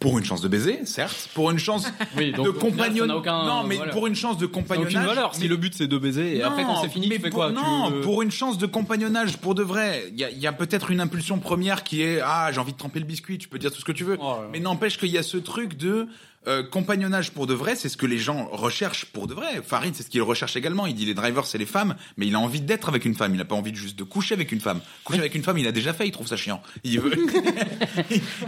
S2: Pour une chance de baiser, certes, pour une chance
S3: Oui, donc,
S2: de
S3: au final, ça
S2: compagnonnage.
S3: n'a aucun-
S2: Non, mais
S3: voilà.
S2: pour une chance de
S3: Ça n'a
S2: compagnonnage.
S3: aucune valeur. Si
S2: mais-
S3: le but c'est de baiser et après quand c'est fini,
S2: mais
S3: tu fais
S2: pour,
S3: quoi Tu euh,
S2: Non,
S3: le-
S2: pour une chance de compagnonnage, pour de vrai, il y a, il y a peut-être une impulsion première qui est ah j'ai envie de tremper le biscuit, tu peux dire tout ce que tu veux,
S3: Oh là là.
S2: mais n'empêche qu'il y a ce truc de euh, compagnonnage pour de vrai, c'est ce que les gens recherchent pour de vrai. Farid, c'est ce qu'il recherche également. Il dit les drivers c'est les femmes, mais il a envie d'être avec une femme. Il n'a pas envie de juste de coucher avec une femme. Coucher avec une femme, il a déjà fait. Il trouve ça chiant. Il veut,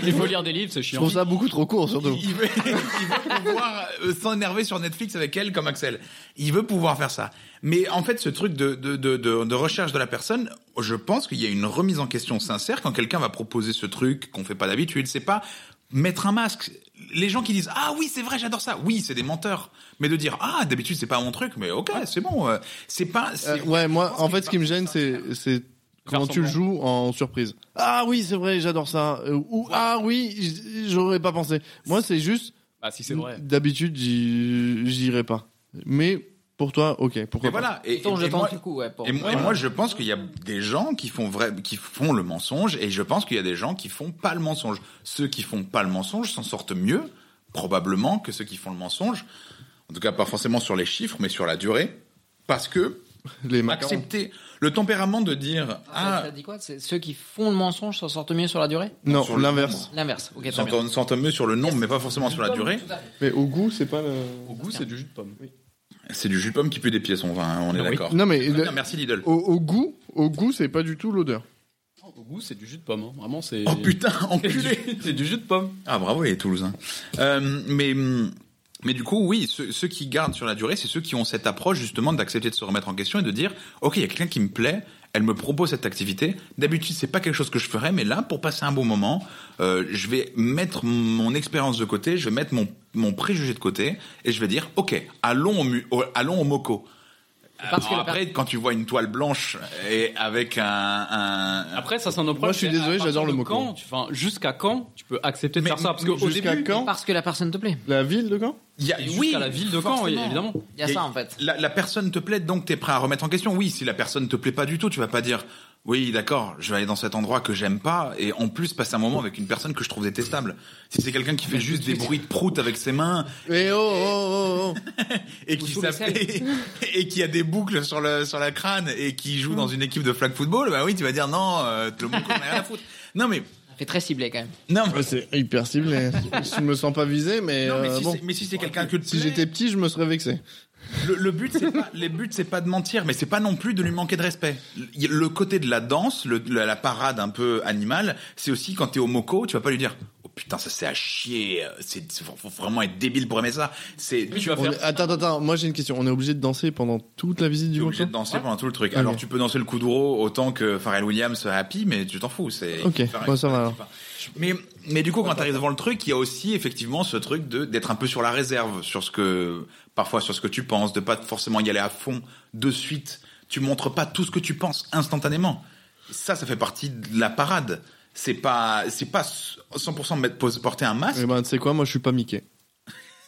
S3: Il faut lire des livres, c'est
S1: Je
S3: chiant.
S1: trouve ça beaucoup trop court, surtout.
S2: il veut, *laughs* il veut pouvoir euh, s'énerver sur Netflix avec elle comme Axel. Il veut pouvoir faire ça. Mais en fait, ce truc de, de, de, de, de recherche de la personne, je pense qu'il y a une remise en question sincère quand quelqu'un va proposer ce truc qu'on fait pas d'habitude. C'est pas mettre un masque. Les gens qui disent ah oui c'est vrai j'adore ça oui c'est des menteurs mais de dire ah d'habitude c'est pas mon truc mais ok c'est bon euh, c'est pas c'est-
S1: Euh, ouais, moi,
S2: pense
S1: en
S2: qu'il
S1: fait, ce qui me gêne, c'est c'est comment tu le joues en surprise. Ah oui, c'est vrai, j'adore ça. Euh, Ou ah oui, j- j'aurais pas pensé. Moi, c'est juste,
S3: Bah, si
S1: Mm.
S3: c'est vrai.
S1: d'habitude, j'y- j'irais pas. Mais pour toi, ok,
S2: mais
S1: pourquoi pas.
S2: voilà et,
S4: Attends, je
S2: et moi-
S4: tente du coup, ouais. Pour...
S2: Et moi, et moi, je pense qu'il y a des gens qui font vrai, qui font le mensonge, et je pense qu'il y a des gens qui font pas le mensonge. Ceux qui font pas le mensonge s'en sortent mieux, probablement, que ceux qui font le mensonge. En tout cas, pas forcément sur les chiffres, mais sur la durée. Parce que
S1: Les macarons.
S2: accepter le tempérament de dire
S4: Ça,
S2: ah,
S4: ça dit quoi C'est Ceux qui font le mensonge s'en sortent mieux sur la durée
S1: Non,
S2: sur le
S1: l'inverse.
S4: L'inverse. Ok, très bien.
S2: s'entend s'entend mieux sur le nombre, mais pas forcément sur la durée.
S4: Tout à fait.
S1: Mais au goût, c'est pas le.
S3: Au goût, c'est du jus de pomme.
S2: C'est du jus de pomme qui pue des pieds, son vin. hein, on est
S3: Ah oui.
S2: d'accord.
S1: Non, mais
S2: Très
S1: le-
S2: bien, Merci Lidl.
S1: au, au goût, au goût, c'est pas du tout l'odeur.
S3: Au goût, c'est du jus de pomme. hein. Vraiment, c'est.
S2: Oh putain,
S3: *laughs* C'est du-
S2: enculé.
S3: *laughs* C'est du jus de pomme.
S2: Ah bravo les Toulousains. Euh, mais mais du coup oui, ceux, ceux qui gardent sur la durée, c'est ceux qui ont cette approche justement d'accepter de se remettre en question et de dire ok il y a quelqu'un qui me plaît, elle me propose cette activité. D'habitude c'est pas quelque chose que je ferais, mais là pour passer un bon moment, euh, je vais mettre mon expérience de côté, je vais mettre mon mon préjugé de côté et je vais dire ok allons au, mu- au- allons au moco.
S4: Parce que la
S2: après, quand tu vois une toile blanche et avec un, un-
S3: Après, ça, c'est un autre
S1: Moi, je suis
S3: c'est
S1: désolé,
S3: à partir
S1: j'adore le
S3: de
S1: mot
S3: quand, tu- enfin, Jusqu'à quand tu peux accepter de
S2: Mais-
S3: faire ça Parce qu'au
S1: Jusqu'à
S3: début,
S1: quand
S4: Parce que la personne te plaît.
S1: La ville de Caen
S2: il y a,
S3: jusqu'à la ville de Caen,
S2: forcément.
S3: évidemment.
S4: Il y a
S2: Et
S4: ça en fait.
S2: La, la personne te plaît, donc t'es prêt à remettre en question. Oui, si la personne te plaît pas du tout, tu vas pas dire oui, d'accord, je vais aller dans cet endroit que j'aime pas et en plus passer un moment avec une personne que je trouve détestable. Si c'est quelqu'un qui fait juste des bruits de prout avec ses mains
S1: Eh oh, oh, oh, oh.
S2: et qui
S4: sous le
S2: s'appelle- *laughs* et qui a des boucles sur le sur la crâne et qui joue dans une équipe de flag football, bah oui, tu vas dire non, euh, le bon coup, on a rien à foutre. Non mais
S4: Ça fait très ciblé quand même.
S2: non.
S1: Ouais, Ah, c'est hyper *laughs* ciblé. je me sens pas visé, mais,
S2: non, mais
S1: euh,
S2: si
S1: bon.
S2: c'est- mais si c'est quelqu'un que te
S1: Si
S2: plaît-
S1: j'étais petit, je me serais vexé.
S2: Le, le but, c'est pas, les buts, c'est pas de mentir, mais c'est pas non plus de lui manquer de respect. Le, le côté de la danse, le- la, la parade un peu animale, c'est aussi quand t'es au moco, tu vas pas lui dire Oh putain, ça c'est à chier, euh, c'est, c'est- faut vraiment être débile pour aimer ça. C'est,
S3: Oui,
S2: tu
S3: tu vas
S1: On
S3: faire.
S1: est- Attends, attends, attends, moi j'ai une question. On est obligé de danser pendant toute la visite
S2: es
S1: du
S2: obligé
S1: concert
S2: de danser pendant tout le truc.
S1: Ah. Ok.
S2: Alors tu peux danser le kuduro autant que Pharrell Williams euh, happy, mais tu t'en fous. C'est,
S1: Ok, bon, ça va, alors.
S2: Mais, mais du coup, quand t'arrives devant le truc, il y a aussi effectivement ce truc de d'être un peu sur la réserve, sur ce que parfois sur ce que tu penses, de pas forcément y aller à fond de suite. Tu montres pas tout ce que tu penses instantanément. Ça, ça fait partie de la parade. C'est pas c'est pas 100% mettre pose- porter un masque.
S1: Eh ben, tu sais quoi, moi je suis pas Mickey.
S2: *laughs*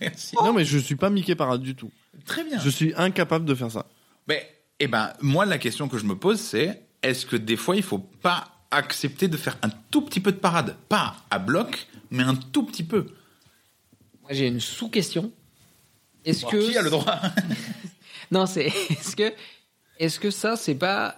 S2: Merci.
S1: Non, mais je suis pas Mickey Parade du tout.
S2: Très bien.
S1: Je suis incapable de faire ça.
S2: Mais, eh ben, moi, la question que je me pose, c'est est-ce que des fois, il faut pas accepter de faire un tout petit peu de parade Pas à bloc, mais un tout petit peu.
S4: Moi, j'ai une sous-question. Est-ce que
S2: Qui a le droit
S4: *laughs* Non, c'est est-ce que est-ce que ça c'est pas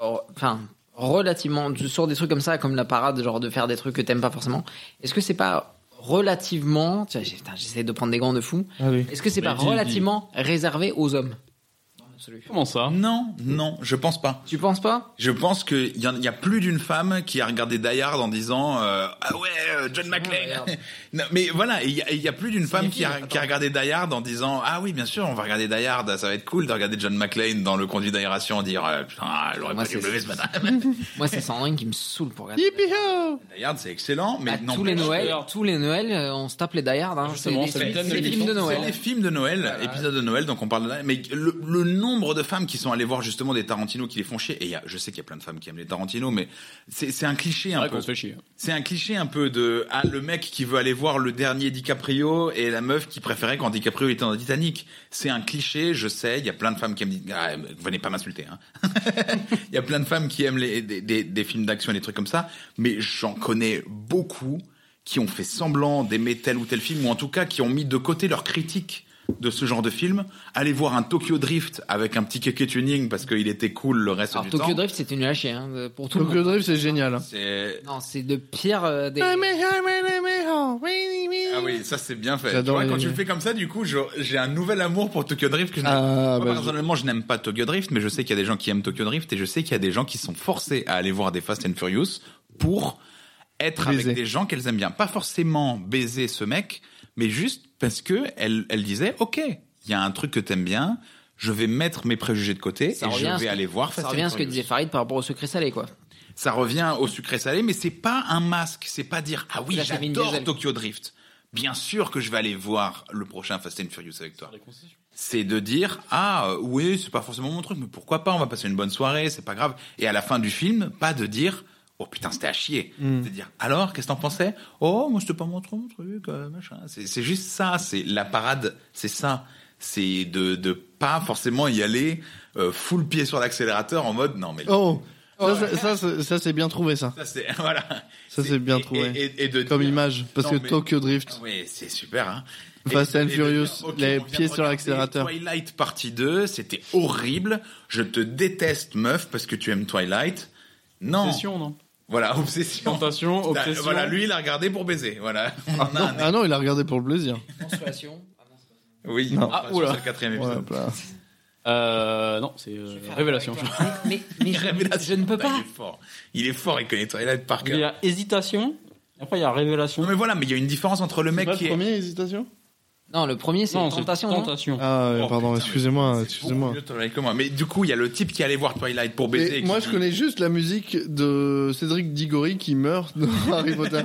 S4: or- enfin relativement sur des trucs comme ça comme la parade genre de faire des trucs que t'aimes pas forcément. Est-ce que c'est pas relativement tiens, j'ai- putain, j'essaie de prendre des gants de fou. Est-ce que c'est
S3: Mais
S4: pas
S3: dis- dis-
S4: relativement réservé aux hommes
S3: Comment ça
S2: Non, non, je pense pas.
S4: Tu penses pas
S2: Je pense qu'il y, en- y a plus d'une femme qui a regardé Die Hard en disant euh, Ah ouais, euh, John McClane
S4: merde.
S2: *laughs* Non, Mais voilà, il y, a- il y a plus d'une femme
S4: des
S2: qui a,
S4: filles,
S2: qui a regardé Die Hard en disant Ah oui, bien sûr, on va regarder Die Hard, ça va être cool de regarder John McClane dans le conduit d'aération dire Ah, Putain, elle aurait
S4: Moi,
S2: pas dû
S4: c'est-
S2: me lever ce matin. *laughs*
S4: Moi, c'est Sandrine qui me saoule pour regarder.
S1: Yippee-ho
S2: Die Hard, c'est excellent, mais
S4: Bah,
S2: non
S4: tous les
S2: plus-
S4: Noëls,
S3: d'ailleurs.
S4: tous les Noëls, euh, on se tape les die-hard. Hein. C'est
S3: Justement,
S4: des-
S3: c'est
S4: c'est
S3: le thème
S4: des
S3: de
S4: films de
S3: l'émission.
S4: Noël.
S2: C'est les films de Noël, épisode de Noël, donc on parle de là. Mais le, le nombre de femmes qui sont allées voir justement des Tarantino qui les font chier, et il y a- je sais qu'il y a plein de femmes qui aiment les Tarantino, mais c'est c'est un cliché
S3: C'est
S2: un
S3: vrai
S2: peu.
S3: qu'on se fait chier.
S2: C'est un cliché un peu de ah, le mec qui veut aller voir le dernier DiCaprio et la meuf qui préférait quand DiCaprio était dans Titanic. C'est un cliché, je sais. Il y a plein de femmes qui aiment. Ah, venez pas m'insulter. Hein. *laughs* Il y a plein de femmes qui aiment les, des, des- des films d'action et des trucs comme ça, mais j'en connais beaucoup qui ont fait semblant d'aimer tel ou tel film, ou en tout cas qui ont mis de côté leur critique de ce genre de film. Allez voir un Tokyo Drift avec un petit kéké tuning parce qu'il était cool le reste
S4: Alors
S2: du
S4: Tokyo
S2: temps.
S4: Drift, c'était nul à chier hein, de- pour tout le
S1: Tokyo
S4: monde.
S1: Drift, c'est génial. hein.
S2: C'est-
S4: Non, c'est de pire euh, des.
S2: Ah oui, ça c'est bien fait. Tu
S1: J'adore
S2: vois,
S1: les-
S2: quand tu le fais comme ça, du coup, je- j'ai un nouvel amour pour Tokyo Drift que je n'aime
S1: Ah,
S2: Moi,
S1: bah, je-
S2: personnellement, je n'aime pas Tokyo Drift, mais je sais qu'il y a des gens qui aiment Tokyo Drift et je sais qu'il y a des gens qui sont forcés à aller voir des Fast and Furious pour être
S1: Baiser.
S2: avec des gens qu'elles aiment bien. Pas forcément baiser ce mec, mais juste parce que elle, elle disait, ok, il y a un truc que t'aimes bien, je vais mettre mes préjugés de côté
S4: Ça
S2: et
S4: revient
S2: je
S4: à ce
S2: vais
S4: que-
S2: aller voir Fast
S4: Ça
S2: and
S4: revient à ce que
S2: Furious.
S4: disait Farid par rapport au secret salé, quoi.
S2: Ça revient au sucré salé, mais c'est pas un masque. C'est pas dire ah oui
S4: Là, c'est Vin
S2: j'adore
S4: Diesel.
S2: Tokyo Drift. Bien sûr que je vais aller voir le prochain Fast and Furious avec toi. C'est de dire ah euh, oui c'est pas forcément mon truc, mais pourquoi pas On va passer une bonne soirée, c'est pas grave. Et à la fin du film, pas de dire oh putain c'était à chier. C'est de dire alors qu'est-ce que t'en pensais Oh moi c'était pas mon truc, mon truc euh, machin. C'est c'est juste ça, c'est la parade, c'est ça. C'est de de pas forcément y aller euh, full pied sur l'accélérateur en mode non mais
S1: Oh Ça, c'est- ça, c'est- ça, c'est bien trouvé, ça.
S2: ça c'est *laughs* voilà.
S1: Ça, c'est bien
S2: et-
S1: trouvé.
S2: Et, et- et de
S1: Comme
S2: dire-
S1: image. Parce
S2: Non,
S1: que
S2: mais- Ah
S1: Tokyo Drift.
S2: Oui, c'est super. Hein.
S1: Fast
S2: Et-
S1: and
S2: et de
S1: Furious,
S2: dire, ok,
S1: les
S2: on vient
S1: pieds
S2: de
S1: sur
S2: regarder
S1: l'accélérateur.
S2: Twilight partie 2, c'était horrible. Je te déteste, meuf, parce que tu aimes Twilight. Non.
S3: Obsession, non
S2: Voilà, *laughs* obsession.
S3: Tentation,
S2: T'as-
S3: obsession.
S2: Voilà, lui, il a regardé pour baiser. Voilà. *laughs* On a un-
S1: Ah non, il a regardé pour le plaisir.
S2: Oui.
S1: Non.
S2: Ah, oula. C'est le quatrième
S1: Voilà,
S2: épisode.
S1: voilà.
S3: Euh, non, c'est euh, révélation.
S4: *laughs* Mais, mais je, je ne peux
S2: Putain,
S4: pas.
S2: Il est fort. Il est fort, il connaît Twilight par
S3: Il y
S2: cœur.
S3: a hésitation. Après, il y a révélation.
S2: Non, mais voilà, mais il y a une différence entre le mec
S1: Pas
S2: qui
S1: le
S2: est.
S1: premier, hésitation
S4: Non, le premier, c'est
S3: Non,
S4: tentation. non
S3: tentation.
S1: Ah, ouais,
S2: Oh,
S1: pardon,
S2: putain, mais
S1: excusez-moi,
S2: c'est beaucoup
S1: Ah, excusez-moi.
S2: Oh, mieux Twilight que moi. Mais du coup, il y a le type qui allait voir Twilight pour baiser.
S1: Mais
S2: et qui
S1: moi, je
S2: dit-
S1: connais juste la musique de Cédric Diggory qui meurt
S2: *laughs*
S1: dans Harry Potter.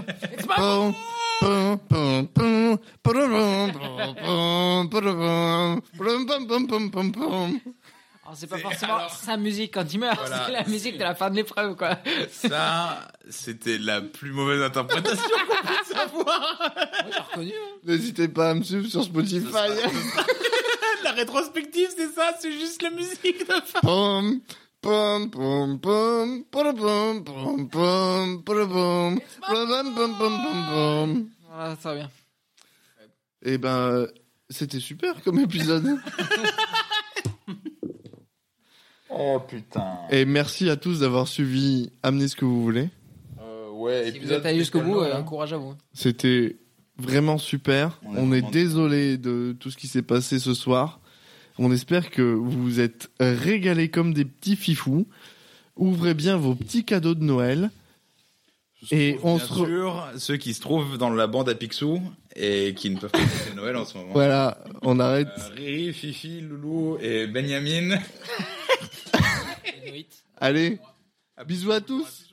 S1: Pum, pum, pum, pum, pum, pum, pum, pum, pum, pum, pum, pum, pum.
S4: Alors, c'est pas forcément sa musique quand il meurt,
S2: Voilà.
S4: c'est la musique de la fin de l'épreuve, quoi.
S2: Ça, c'était la plus mauvaise interprétation.
S4: Moi, j'ai reconnu. hein.
S1: N'hésitez pas à me suivre sur *laughs* Spotify.
S2: la rétrospective, c'est ça, c'est juste la musique de fin.
S1: Pum, pum, pum, pum, pum, pum, pum, pum, pum, pum, pum, pum, pum, pum, pum.
S4: Voilà, ça va bien.
S1: Eh ben, euh, c'était super comme épisode.
S2: *laughs* Oh putain.
S1: Et merci à tous d'avoir suivi Amenez ce que vous voulez.
S2: Euh, ouais,
S4: Si vous êtes allé jusqu'au bout, euh, courage à vous.
S1: C'était vraiment super.
S2: On
S1: On,
S2: est
S1: est
S2: vraiment-
S1: désolé de tout ce qui s'est passé ce soir. On espère que vous vous êtes régalés comme des petits fifous. Ouvrez bien vos petits cadeaux de Noël. *laughs* Et on
S2: Bien
S1: se re-
S2: sûr, ceux qui se trouvent dans la bande à Picsou et qui ne peuvent pas passer Noël en ce moment.
S1: Voilà, on arrête.
S2: Euh, Riri, Fifi, Loulou et Benjamin.
S1: Allez, bisous à tous.